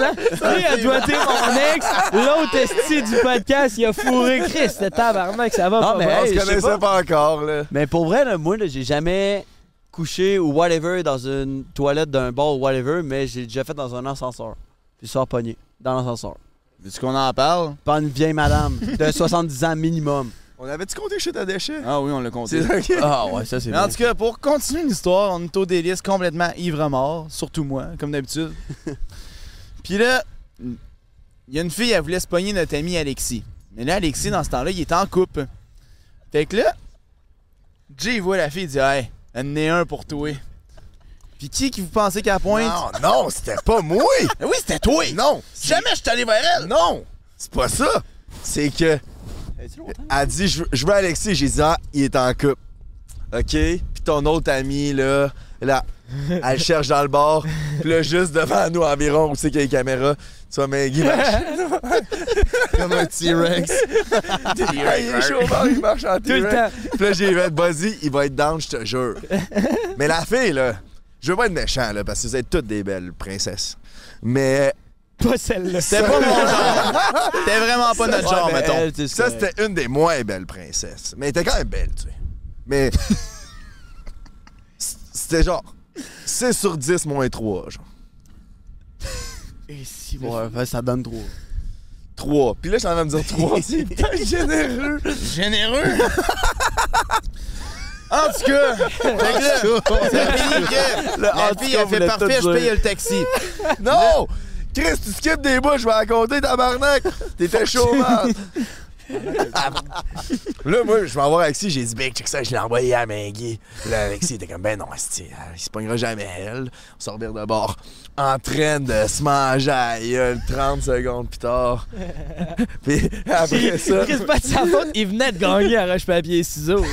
[SPEAKER 5] hein? Lui a doigté mon ex, l'autre esti du podcast, il a fourré Chris, c'était tabarnak, ça va
[SPEAKER 15] Non,
[SPEAKER 5] pas
[SPEAKER 15] mais
[SPEAKER 5] bon.
[SPEAKER 15] hey, je sais pas.
[SPEAKER 1] encore, là.
[SPEAKER 15] Mais pour vrai, là, moi, là, j'ai jamais couché ou whatever dans une toilette d'un bar ou whatever, mais j'ai déjà fait dans un ascenseur. Puis sort pogné dans l'ascenseur.
[SPEAKER 14] Est-ce qu'on en parle?
[SPEAKER 15] Pas une vieille madame de 70 ans minimum.
[SPEAKER 1] On avait-tu compté chez ta déchet?
[SPEAKER 14] Ah oui, on l'a compté.
[SPEAKER 1] C'est ok.
[SPEAKER 15] Ah ouais, ça c'est
[SPEAKER 14] Mais en
[SPEAKER 15] bon.
[SPEAKER 14] tout cas, pour continuer l'histoire, on est au délice complètement ivre-mort, surtout moi, comme d'habitude. Puis là, il y a une fille, elle voulait se pogner notre ami Alexis. Mais là, Alexis, dans ce temps-là, il est en couple. Fait que là, Jay il voit la fille, il dit Hey, amenez un pour toi. Puis qui qui vous pensez qu'elle pointe
[SPEAKER 1] Non, non, c'était pas moi!
[SPEAKER 14] Mais oui, c'était toi
[SPEAKER 1] Non!
[SPEAKER 14] Jamais je suis allé vers elle
[SPEAKER 1] Non! C'est pas ça! C'est que. Elle dit, je veux- je veux Alexis. J'ai dit, ah, il est en couple. OK? Puis ton autre ami, là, là, elle le cherche dans le bar. Puis là, juste devant nous, environ, où c'est qu'il y a les caméras, tu vois, mais Guy marche.
[SPEAKER 2] Comme un T-Rex.
[SPEAKER 1] il est chaud au bar, il marche en
[SPEAKER 2] le temps.
[SPEAKER 1] T-Rex. Puis là, j'ai fait, vas-y, il va être down, je te jure. Mais la fille, là, je veux pas être méchant, là, parce que vous êtes toutes des belles princesses. Mais. euh,
[SPEAKER 5] Pas celle-là.
[SPEAKER 1] C'était
[SPEAKER 14] pas mon genre. C'était vraiment pas notre genre, mettons.
[SPEAKER 1] ça, c'était une des moins belles princesses. Mais elle était quand même belle, tu sais. Mais. c'était genre 6 sur 10 moins 3, genre.
[SPEAKER 14] Et si,
[SPEAKER 15] Ouais, ben, ça donne trop.
[SPEAKER 1] 3. Puis là, j'en ai à me dire 3. C'est bien généreux.
[SPEAKER 14] Généreux? En tout cas, fait que
[SPEAKER 15] Ah,
[SPEAKER 14] là, ça finit que
[SPEAKER 1] Le en
[SPEAKER 14] la
[SPEAKER 1] tout
[SPEAKER 14] fille
[SPEAKER 1] cas,
[SPEAKER 14] a
[SPEAKER 1] vous
[SPEAKER 14] fait
[SPEAKER 1] l'avez
[SPEAKER 14] parfait,
[SPEAKER 1] tout
[SPEAKER 14] je
[SPEAKER 1] dit.
[SPEAKER 14] paye le taxi.
[SPEAKER 1] Non! Chris, tu skips des bouts, je vais raconter, tabarnak! T'étais chaud, man! là, moi, je m'en vais à Alexis, j'ai dit, ben, check ça, je l'ai envoyé à Mingui. Là, Alexis était comme, ben non, esti, elle, il se pognera jamais elle. On sort de bord, en train de se manger à la gueule 30 secondes plus tard. Puis après ça.
[SPEAKER 5] Chris, pas de sa faute, il venait de gagner à roche-papier ciseaux.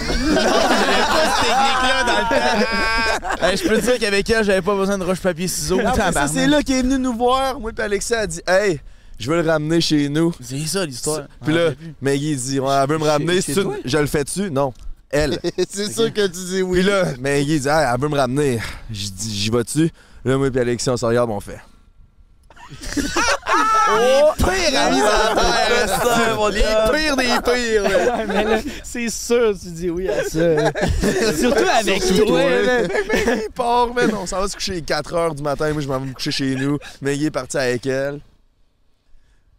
[SPEAKER 14] Hey, je peux te dire qu'avec elle, j'avais pas besoin de roche-papier-ciseaux.
[SPEAKER 1] Après ça,
[SPEAKER 14] tabarnak.
[SPEAKER 1] c'est là qu'il est venu nous voir. Moi, puis Alexis a dit, hey, je veux le ramener chez nous.
[SPEAKER 14] C'est ça l'histoire.
[SPEAKER 1] Puis là, Maggie dit Ouais, Elle veut me ramener.
[SPEAKER 14] chez
[SPEAKER 1] c'est une-
[SPEAKER 14] toi?
[SPEAKER 1] Je le fais-tu Non. Elle.
[SPEAKER 2] C'est sûr que tu dis oui.
[SPEAKER 1] Puis là, Maggie dit Hey, Elle veut me ramener. Je dis J'y vas-tu Là, moi et Alexis, on se regarde, on fait.
[SPEAKER 2] oh, pire amis à terre,
[SPEAKER 7] Ah, ça, mon
[SPEAKER 2] Les
[SPEAKER 7] gars.
[SPEAKER 2] pires des pires. là.
[SPEAKER 5] Ouais, mais là, c'est sûr, tu dis oui à ça. Surtout avec
[SPEAKER 1] Surtout
[SPEAKER 5] toi. là.
[SPEAKER 1] Mec, mec, il part, man. On s'en va se coucher 4 h du matin. Moi, je m'en vais me coucher chez nous. Mais il est parti avec elle.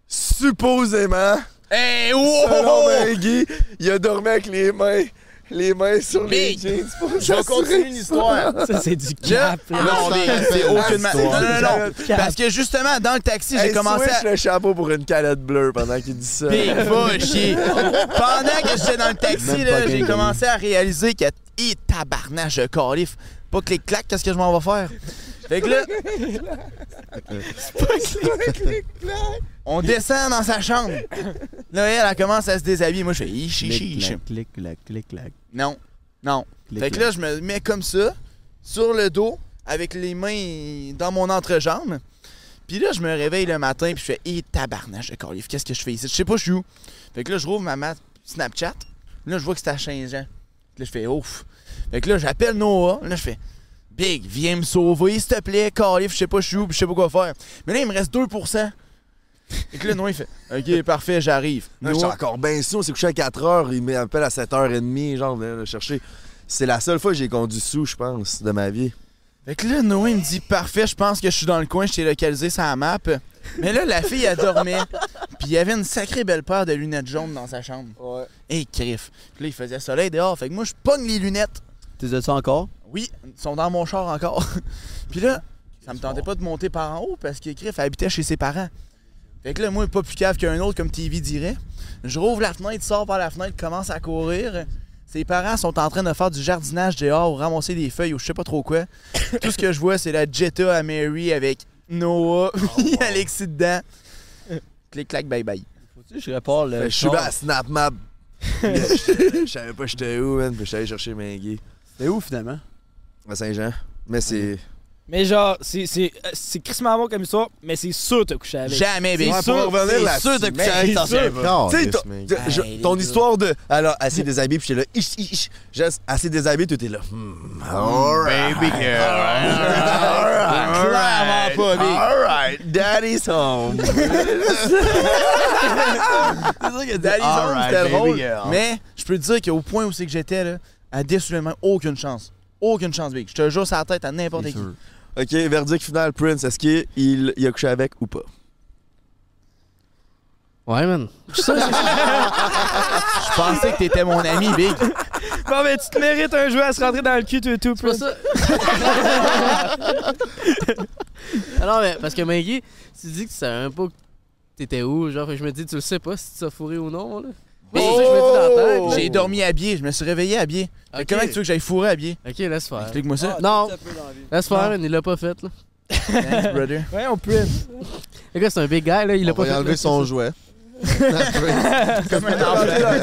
[SPEAKER 1] Supposément.
[SPEAKER 15] Hey,
[SPEAKER 5] Oh,
[SPEAKER 1] Selon Maggie, il a dormi avec les mains. Les mains sur les jeans. pour
[SPEAKER 15] Je vais
[SPEAKER 1] s'assurer
[SPEAKER 15] continuer
[SPEAKER 1] ça.
[SPEAKER 15] l'histoire. Je-
[SPEAKER 1] là.
[SPEAKER 15] Non,
[SPEAKER 1] C'est
[SPEAKER 15] mais
[SPEAKER 1] un
[SPEAKER 15] Ah, c'est
[SPEAKER 1] cap.
[SPEAKER 15] aucunement. Non, non, non, non. Parce que justement, dans le taxi, j'ai
[SPEAKER 1] Hey,
[SPEAKER 15] commencé à.
[SPEAKER 1] switch le chapeau pour une calotte bleue pendant qu'il dit ça.
[SPEAKER 15] Big va chier. Pendant que j'étais dans le taxi,
[SPEAKER 1] Même pas
[SPEAKER 15] là, j'ai
[SPEAKER 1] gagné.
[SPEAKER 15] commencé à réaliser que et tabarnage de calife. Pas que les claques, qu'est-ce que je m'en vais faire? Fait que là, on descend dans sa chambre. Là, elle, elle commence à se déshabiller. Moi, je fais hi, chi, chi, chi.
[SPEAKER 7] Clic, clac, clic, clac.
[SPEAKER 15] Non, non.
[SPEAKER 7] Clic,
[SPEAKER 15] fait que
[SPEAKER 7] clac.
[SPEAKER 15] là, je me mets comme ça, sur le dos, avec les mains dans mon entrejambe. Puis là, je me réveille le matin, puis je fais Eh, tabarnage de calife, qu'est-ce que je fais ici? Je sais pas, je suis où. Fait que là, je rouvre ma map Snapchat. Là, je vois que c'est à Saint-Jean. Là, je fais ouf. Fait que là, j'appelle Noah. Là, je fais Big, viens me sauver, s'il te plaît, calife, je sais pas, je suis où, puis je sais pas quoi faire. Mais là, il me reste 2%. Fait que là, Noah, il fait Ok, parfait, j'arrive.
[SPEAKER 1] Non, j'étais
[SPEAKER 15] Noah-
[SPEAKER 1] encore bien sous, on s'est couché à 4 h, il m'appelle à 7 h 30, genre, venir le chercher. C'est la seule fois que j'ai conduit sous, je pense, de ma vie.
[SPEAKER 15] Fait que là, Noé me dit parfait, je pense que je suis dans le coin, je t'ai localisé sur la map. Mais là, la fille, elle dormait. Puis il y avait une sacrée belle paire de lunettes jaunes dans sa chambre. Ouais. Et crif. Puis là, il faisait soleil dehors. Fait que moi, je pogne les lunettes.
[SPEAKER 7] Tu as ça encore?
[SPEAKER 15] Oui, ils sont dans mon char encore. Puis là, ça me tentait pas de monter par en haut parce que crif, elle habitait chez ses parents. Fait que là, moi, pas plus cave qu'un autre, comme TV dirait. Je rouvre la fenêtre, sors par la fenêtre, commence à courir. Ses parents sont en train de faire du jardinage dehors ou ramasser des feuilles ou je sais pas trop quoi. Tout ce que je vois, c'est la Jetta à Mary avec Noah
[SPEAKER 5] Oh,
[SPEAKER 15] et Alexis dedans. Clic, clac, bye bye.
[SPEAKER 7] Tu sais, je répare
[SPEAKER 1] Fait que
[SPEAKER 7] le.
[SPEAKER 1] Ben, Je suis
[SPEAKER 7] char.
[SPEAKER 1] à SnapMap. Je savais pas j'étais où, man, puis je suis allé chercher Mingy.
[SPEAKER 7] C'était où finalement?
[SPEAKER 1] À Saint-Jean. Mais c'est.
[SPEAKER 5] Mais genre, c'est, c'est, euh, c'est crissement bon comme histoire, mais c'est sûr que t'as couché avec.
[SPEAKER 15] Jamais,
[SPEAKER 5] c'est
[SPEAKER 1] Ouais,
[SPEAKER 5] sûr,
[SPEAKER 1] pour revenir
[SPEAKER 5] c'est
[SPEAKER 1] là-dessus,
[SPEAKER 5] sûr que t'as couché avec, t'en
[SPEAKER 1] c'est
[SPEAKER 5] sais
[SPEAKER 1] sûr.
[SPEAKER 2] Oh,
[SPEAKER 5] pas.
[SPEAKER 1] Tu sais, ton-
[SPEAKER 5] mec.
[SPEAKER 1] de- je-
[SPEAKER 5] Hey,
[SPEAKER 1] ton
[SPEAKER 5] les
[SPEAKER 1] histoire de. Alors, assez déshabillé, puis j'étais là, ich, ich, ich, juste assez déshabillé, tout est là. Hmm, alright.
[SPEAKER 15] Baby girl.
[SPEAKER 1] Alright.
[SPEAKER 15] Clairement pas, Big.
[SPEAKER 1] Alright, daddy's home.
[SPEAKER 15] C'est sûr que Daddy's
[SPEAKER 1] All
[SPEAKER 15] Home,
[SPEAKER 1] right,
[SPEAKER 15] c'était
[SPEAKER 1] baby
[SPEAKER 15] drôle.
[SPEAKER 1] girl.
[SPEAKER 15] Mais je peux te dire qu'au point où c'est que j'étais, là, à déçument, aucune chance. Aucune chance, Big. Je te jure sur la tête à n'importe qui.
[SPEAKER 1] Ok, verdict final, Prince, est-ce qu'il il, il a couché avec ou pas?
[SPEAKER 4] Ouais, man.
[SPEAKER 15] Je pensais que t'étais mon ami, Big.
[SPEAKER 5] Bon, mais tu te mérites un jeu à se rentrer dans le cul, tout et tout, Prince.
[SPEAKER 4] Ah non, mais parce que Maggie, tu dis que tu savais même pas que t'étais où, genre, fait que je me dis, tu le sais pas si tu t'as fourré ou non, là. Mais c'est ça que je me dis dans
[SPEAKER 1] Oh!
[SPEAKER 4] la tête, là.
[SPEAKER 15] J'ai dormi habillé, je me suis réveillé habillé. Fait
[SPEAKER 4] Ok.
[SPEAKER 15] que Comment tu veux que j'aille fourrer habillé?
[SPEAKER 4] Ok, laisse faire.
[SPEAKER 15] Explique-moi ça.
[SPEAKER 4] non, laisse faire,
[SPEAKER 15] Non.
[SPEAKER 4] man, il l'a pas fait, là.
[SPEAKER 5] Ah,
[SPEAKER 15] Thanks, brother.
[SPEAKER 5] Ouais, on peut.
[SPEAKER 4] Le gars, c'est un big guy, là, il l'a
[SPEAKER 2] On
[SPEAKER 4] pas
[SPEAKER 2] va
[SPEAKER 4] fait.
[SPEAKER 2] y enlever son jouet. Comme un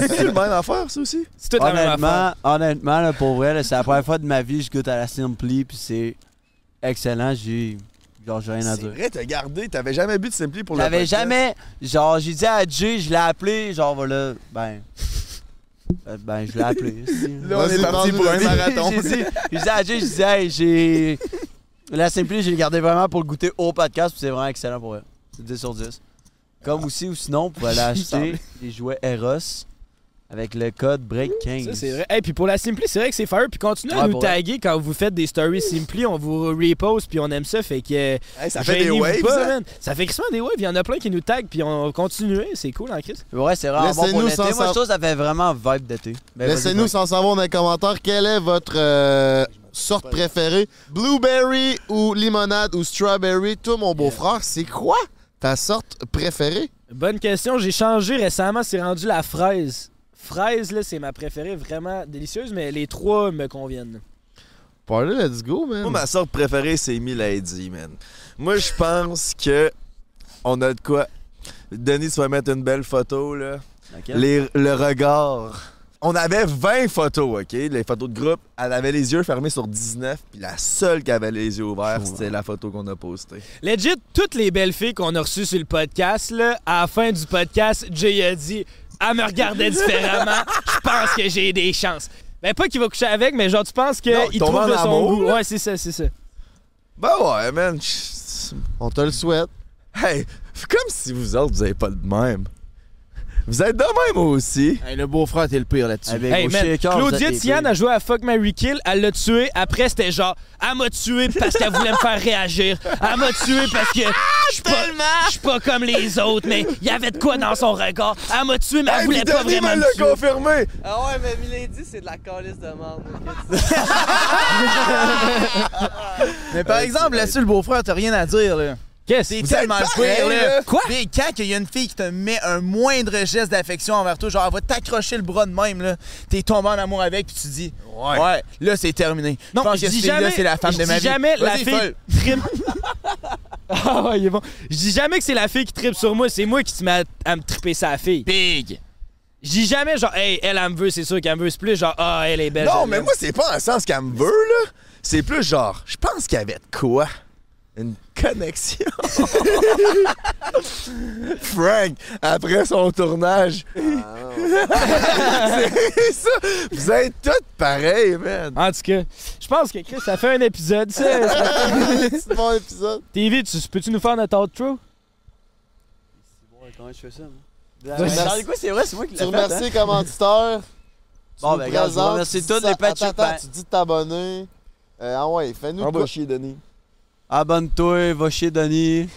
[SPEAKER 1] C'est le même affaire, ça aussi?
[SPEAKER 5] C'est tout la même affaire.
[SPEAKER 7] Honnêtement, honnêtement là, pour vrai, là, c'est la première fois de ma vie que je goûte à la Simply, puis c'est excellent. J'ai genre, j'ai rien à
[SPEAKER 1] C'est
[SPEAKER 7] dire.
[SPEAKER 1] vrai, t'as gardé, t'avais jamais bu de Simply pour le
[SPEAKER 7] J'avais
[SPEAKER 1] podcast.
[SPEAKER 7] jamais. Genre, j'ai dit à Jay, je l'ai appelé, genre, voilà, ben. euh, Ben, je l'ai appelé. si.
[SPEAKER 15] Là, on est parti pour un marathon.
[SPEAKER 7] j'ai dit, j'ai dit à Jay, je disais, hey, j'ai. La Simply, j'ai gardé vraiment pour le goûter au podcast, puis c'est vraiment excellent pour elle. C'est 10 sur 10. Comme aussi, ou sinon, vous pouvez aller acheter des jouets Eros avec le code BREAK15.
[SPEAKER 5] Ça, c'est vrai. Et puis pour la Simply, c'est vrai que c'est fire. Puis continuez à
[SPEAKER 7] Ouais,
[SPEAKER 5] nous
[SPEAKER 7] pour vrai.
[SPEAKER 5] taguer quand vous faites des stories Simply. On vous repost, puis on aime ça. Fait que. euh,
[SPEAKER 1] ça fait des
[SPEAKER 5] gênez-vous
[SPEAKER 1] waves,
[SPEAKER 5] pas,
[SPEAKER 1] ça.
[SPEAKER 5] man. Ça fait crissement des waves. Il y en a plein qui nous taguent, puis on continue. C'est cool, en Chris.
[SPEAKER 7] Ouais, c'est vraiment bon pour
[SPEAKER 2] Laissez-nous
[SPEAKER 7] l'été.
[SPEAKER 2] sans
[SPEAKER 7] Moi, je
[SPEAKER 2] savoir-
[SPEAKER 7] trouve que ça fait vraiment vibe d'été.
[SPEAKER 15] Eh,
[SPEAKER 7] Ben,
[SPEAKER 2] Laissez-nous
[SPEAKER 7] vas-y,
[SPEAKER 2] sans savoir dans les commentaires quelle est votre euh, sorte préférée. Blueberry ou limonade ou strawberry. Toi, mon beau-frère, c'est quoi ta sorte préférée?
[SPEAKER 5] Bonne question. J'ai changé récemment. C'est rendu la fraise. Fraise, là, c'est ma préférée. Vraiment délicieuse, mais les trois me conviennent.
[SPEAKER 2] Parlez, let's go, man.
[SPEAKER 1] Moi, ma sorte préférée, c'est Milady, man. Moi, je pense que on a de quoi. Denis, tu vas mettre une belle photo, là.
[SPEAKER 7] Laquelle?
[SPEAKER 1] Les- le regard. On avait 20 photos, OK? Les photos de groupe. Elle avait les yeux fermés sur 19, puis la seule qui avait les yeux ouverts, c'était la photo qu'on a postée.
[SPEAKER 5] Legit, toutes les belles filles qu'on a reçues sur le podcast, là, à la fin du podcast, Jay a dit Elle me regardait différemment, je pense que j'ai des chances. Ben, pas qu'il va coucher avec, mais genre, tu penses
[SPEAKER 1] Non,
[SPEAKER 5] qu'il
[SPEAKER 1] tombe
[SPEAKER 5] trouve
[SPEAKER 1] en
[SPEAKER 5] de son
[SPEAKER 1] amour,
[SPEAKER 5] goût.
[SPEAKER 1] là.
[SPEAKER 5] Ouais, c'est ça, c'est ça.
[SPEAKER 1] Ben ouais, man. Bah je-
[SPEAKER 2] On te le souhaite.
[SPEAKER 1] Hey, comme si vous autres, vous avez pas de même. Vous êtes de même aussi.
[SPEAKER 14] le beau-frère, t'es le pire là-dessus.
[SPEAKER 5] Hey, man, Claudia Tian a joué à Fuck Mary Kill, elle l'a tué. Après, c'était genre, elle m'a tué parce qu'elle voulait me faire réagir. Elle m'a tué parce que je suis pas, je suis pas comme les autres, mais il y avait de quoi dans son regard. Elle m'a tué, mais elle
[SPEAKER 1] Hey,
[SPEAKER 5] voulait
[SPEAKER 1] puis
[SPEAKER 5] pas
[SPEAKER 1] Denis me
[SPEAKER 5] vraiment me
[SPEAKER 1] l'a
[SPEAKER 5] tuer.
[SPEAKER 1] confirmé.
[SPEAKER 15] Ah ouais, mais Milady, c'est de la calice de merde.
[SPEAKER 14] Mais par
[SPEAKER 15] Euh,
[SPEAKER 14] exemple, là-dessus, le beau-frère, t'as rien à dire, là.
[SPEAKER 5] Qu'est-ce
[SPEAKER 14] C'est
[SPEAKER 15] Vous
[SPEAKER 14] tellement
[SPEAKER 15] êtes
[SPEAKER 14] le pire,
[SPEAKER 15] pareil,
[SPEAKER 14] là.
[SPEAKER 15] là. Quoi?
[SPEAKER 14] Mais quand il y a une fille qui te met un moindre geste d'affection envers toi, genre, elle va t'accrocher le bras de même, là. T'es tombé en amour avec, puis tu dis, ouais, là, c'est terminé.
[SPEAKER 5] Non,
[SPEAKER 14] je pense
[SPEAKER 5] je
[SPEAKER 14] que
[SPEAKER 5] dis
[SPEAKER 14] cette fille-là,
[SPEAKER 5] jamais-
[SPEAKER 14] c'est la femme
[SPEAKER 5] je
[SPEAKER 14] de ma
[SPEAKER 5] dis
[SPEAKER 14] vie.
[SPEAKER 5] jamais la
[SPEAKER 14] Vas-y,
[SPEAKER 5] fille
[SPEAKER 14] folle.
[SPEAKER 5] Ah ouais, il est bon. Je dis jamais que c'est la fille qui tripe sur moi, c'est moi qui te mets à, à me triper sa fille.
[SPEAKER 14] Big.
[SPEAKER 5] Je dis jamais genre, hey, elle, elle me veut, c'est sûr qu'elle me veut. C'est plus genre, ah, elle est belle.
[SPEAKER 1] Non,
[SPEAKER 5] je
[SPEAKER 1] mais
[SPEAKER 5] l'aime.
[SPEAKER 1] moi, c'est pas un sens qu'elle me veut, là. C'est plus genre, je pense qu'il y avait de quoi? Une connexion. Frank, après son tournage.
[SPEAKER 15] Ah,
[SPEAKER 1] c'est ça. Vous êtes tous pareils, man.
[SPEAKER 5] En tout cas, je pense que Chris, ça fait un épisode, ça.
[SPEAKER 1] C'est bon épisode.
[SPEAKER 5] TV, tu, peux-tu nous faire notre outro?
[SPEAKER 15] Comment je fais ça, moi?
[SPEAKER 2] remercies-
[SPEAKER 15] Dans le coup, c'est vrai, c'est moi qui l'ai
[SPEAKER 2] Tu
[SPEAKER 15] fait.
[SPEAKER 2] remercies
[SPEAKER 15] hein.
[SPEAKER 2] les commanditeurs. Tu
[SPEAKER 15] Bon,
[SPEAKER 2] nous
[SPEAKER 15] ben, regarde, je vous
[SPEAKER 2] présentes,
[SPEAKER 15] remercie
[SPEAKER 2] tu
[SPEAKER 15] tous
[SPEAKER 2] dis
[SPEAKER 15] les
[SPEAKER 2] ça-
[SPEAKER 15] patchs
[SPEAKER 2] attends, attends,
[SPEAKER 15] pains.
[SPEAKER 2] Tu dis de t'abonner. Euh, ah ouais, fais-nous de quoi.
[SPEAKER 15] Envoie chier, Denis. Abonne-toi, va chier, Denis.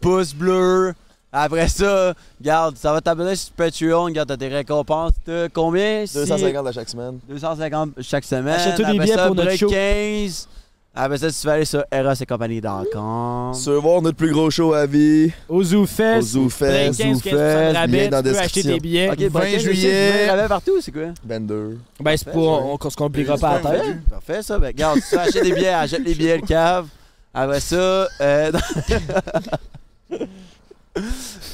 [SPEAKER 15] Pouce bleu. Après ça, garde, ça va t'abonner sur Patreon, garde, t'as tes récompenses. T'as combien? si-
[SPEAKER 1] 250 à chaque semaine.
[SPEAKER 15] 250 chaque semaine.
[SPEAKER 1] Achète-toi des
[SPEAKER 15] Après
[SPEAKER 1] billets
[SPEAKER 15] ça,
[SPEAKER 1] pour notre
[SPEAKER 15] break
[SPEAKER 1] show.
[SPEAKER 15] 15. Après ça, tu vas aller sur Eros et compagnie d'encore.
[SPEAKER 1] Se voir notre plus gros show à vie.
[SPEAKER 5] Au ZooFest.
[SPEAKER 1] Au ZooFest.
[SPEAKER 5] 15, 15,
[SPEAKER 1] ZooFest.
[SPEAKER 5] rabais,
[SPEAKER 1] Lien dans la
[SPEAKER 5] tu peux acheter
[SPEAKER 1] description.
[SPEAKER 5] tes billets.
[SPEAKER 15] Ok, ben,
[SPEAKER 1] 20
[SPEAKER 15] Tu
[SPEAKER 1] juillet.
[SPEAKER 15] rabais partout, c'est quoi?
[SPEAKER 1] 22.
[SPEAKER 5] Ben, c'est pour. On, qu'on se compliquera pas à
[SPEAKER 15] Parfait,
[SPEAKER 5] tête.
[SPEAKER 15] Parfait, ça. Ben, regarde, tu vas acheter des billets, achète les billets, le cave. Après ça, euh,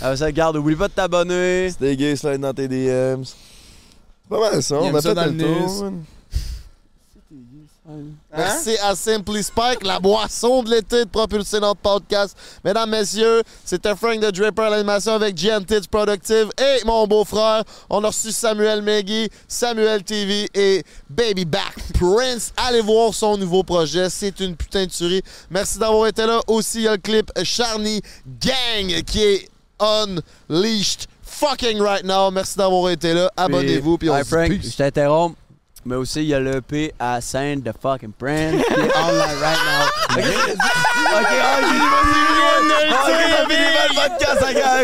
[SPEAKER 15] Après ça, garde, oublie pas de t'abonner.
[SPEAKER 1] Stay gay, slide dans tes DMs. C'est pas mal ça,
[SPEAKER 2] Il
[SPEAKER 1] on
[SPEAKER 2] aime
[SPEAKER 1] a
[SPEAKER 2] ça
[SPEAKER 1] fait
[SPEAKER 2] dans
[SPEAKER 1] le
[SPEAKER 2] le
[SPEAKER 1] tour.
[SPEAKER 2] nus.
[SPEAKER 1] man.
[SPEAKER 15] Hein?
[SPEAKER 2] Merci à Simply Spike, la boisson de l'été, de propulser notre podcast. Mesdames, messieurs, c'était Frank the Draper à l'animation avec GMT Productive et mon beau-frère. On a reçu Samuel Meggy, Samuel TV et Baby Back Prince. Allez voir son nouveau projet, c'est une putain de tuerie. Merci d'avoir été là. Aussi, il y a le clip Charny Gang qui est unleashed fucking right now. Merci d'avoir été là. Abonnez-vous, puis on
[SPEAKER 15] Hi,
[SPEAKER 2] se
[SPEAKER 15] Frank,
[SPEAKER 2] dit peace.
[SPEAKER 15] je t'interromps. Mais aussi, il y a l'EP à Saint de fucking Prince qui est online right now.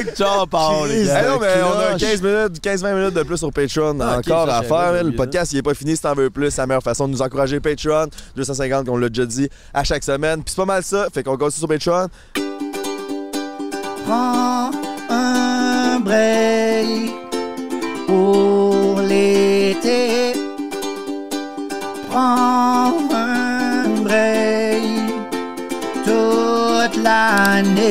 [SPEAKER 15] Ok, Ciao, Paul, Oh, les gars.
[SPEAKER 1] Hey, Eh non, mais on a
[SPEAKER 15] Cloche.
[SPEAKER 1] 15 minutes, 15-20 minutes de plus sur Patreon
[SPEAKER 15] ok,
[SPEAKER 1] encore
[SPEAKER 15] ça,
[SPEAKER 1] à
[SPEAKER 15] j'avais
[SPEAKER 1] faire. là. Le
[SPEAKER 15] oublié,
[SPEAKER 1] podcast, il est pas fini. Si t'en veux plus, la meilleure façon de nous encourager, Patreon. 250, on l'a déjà dit, à chaque semaine. Puis c'est pas mal ça. Fait qu'on continue sur Patreon.
[SPEAKER 18] prends un break pour l'été. Prends un break toute l'année.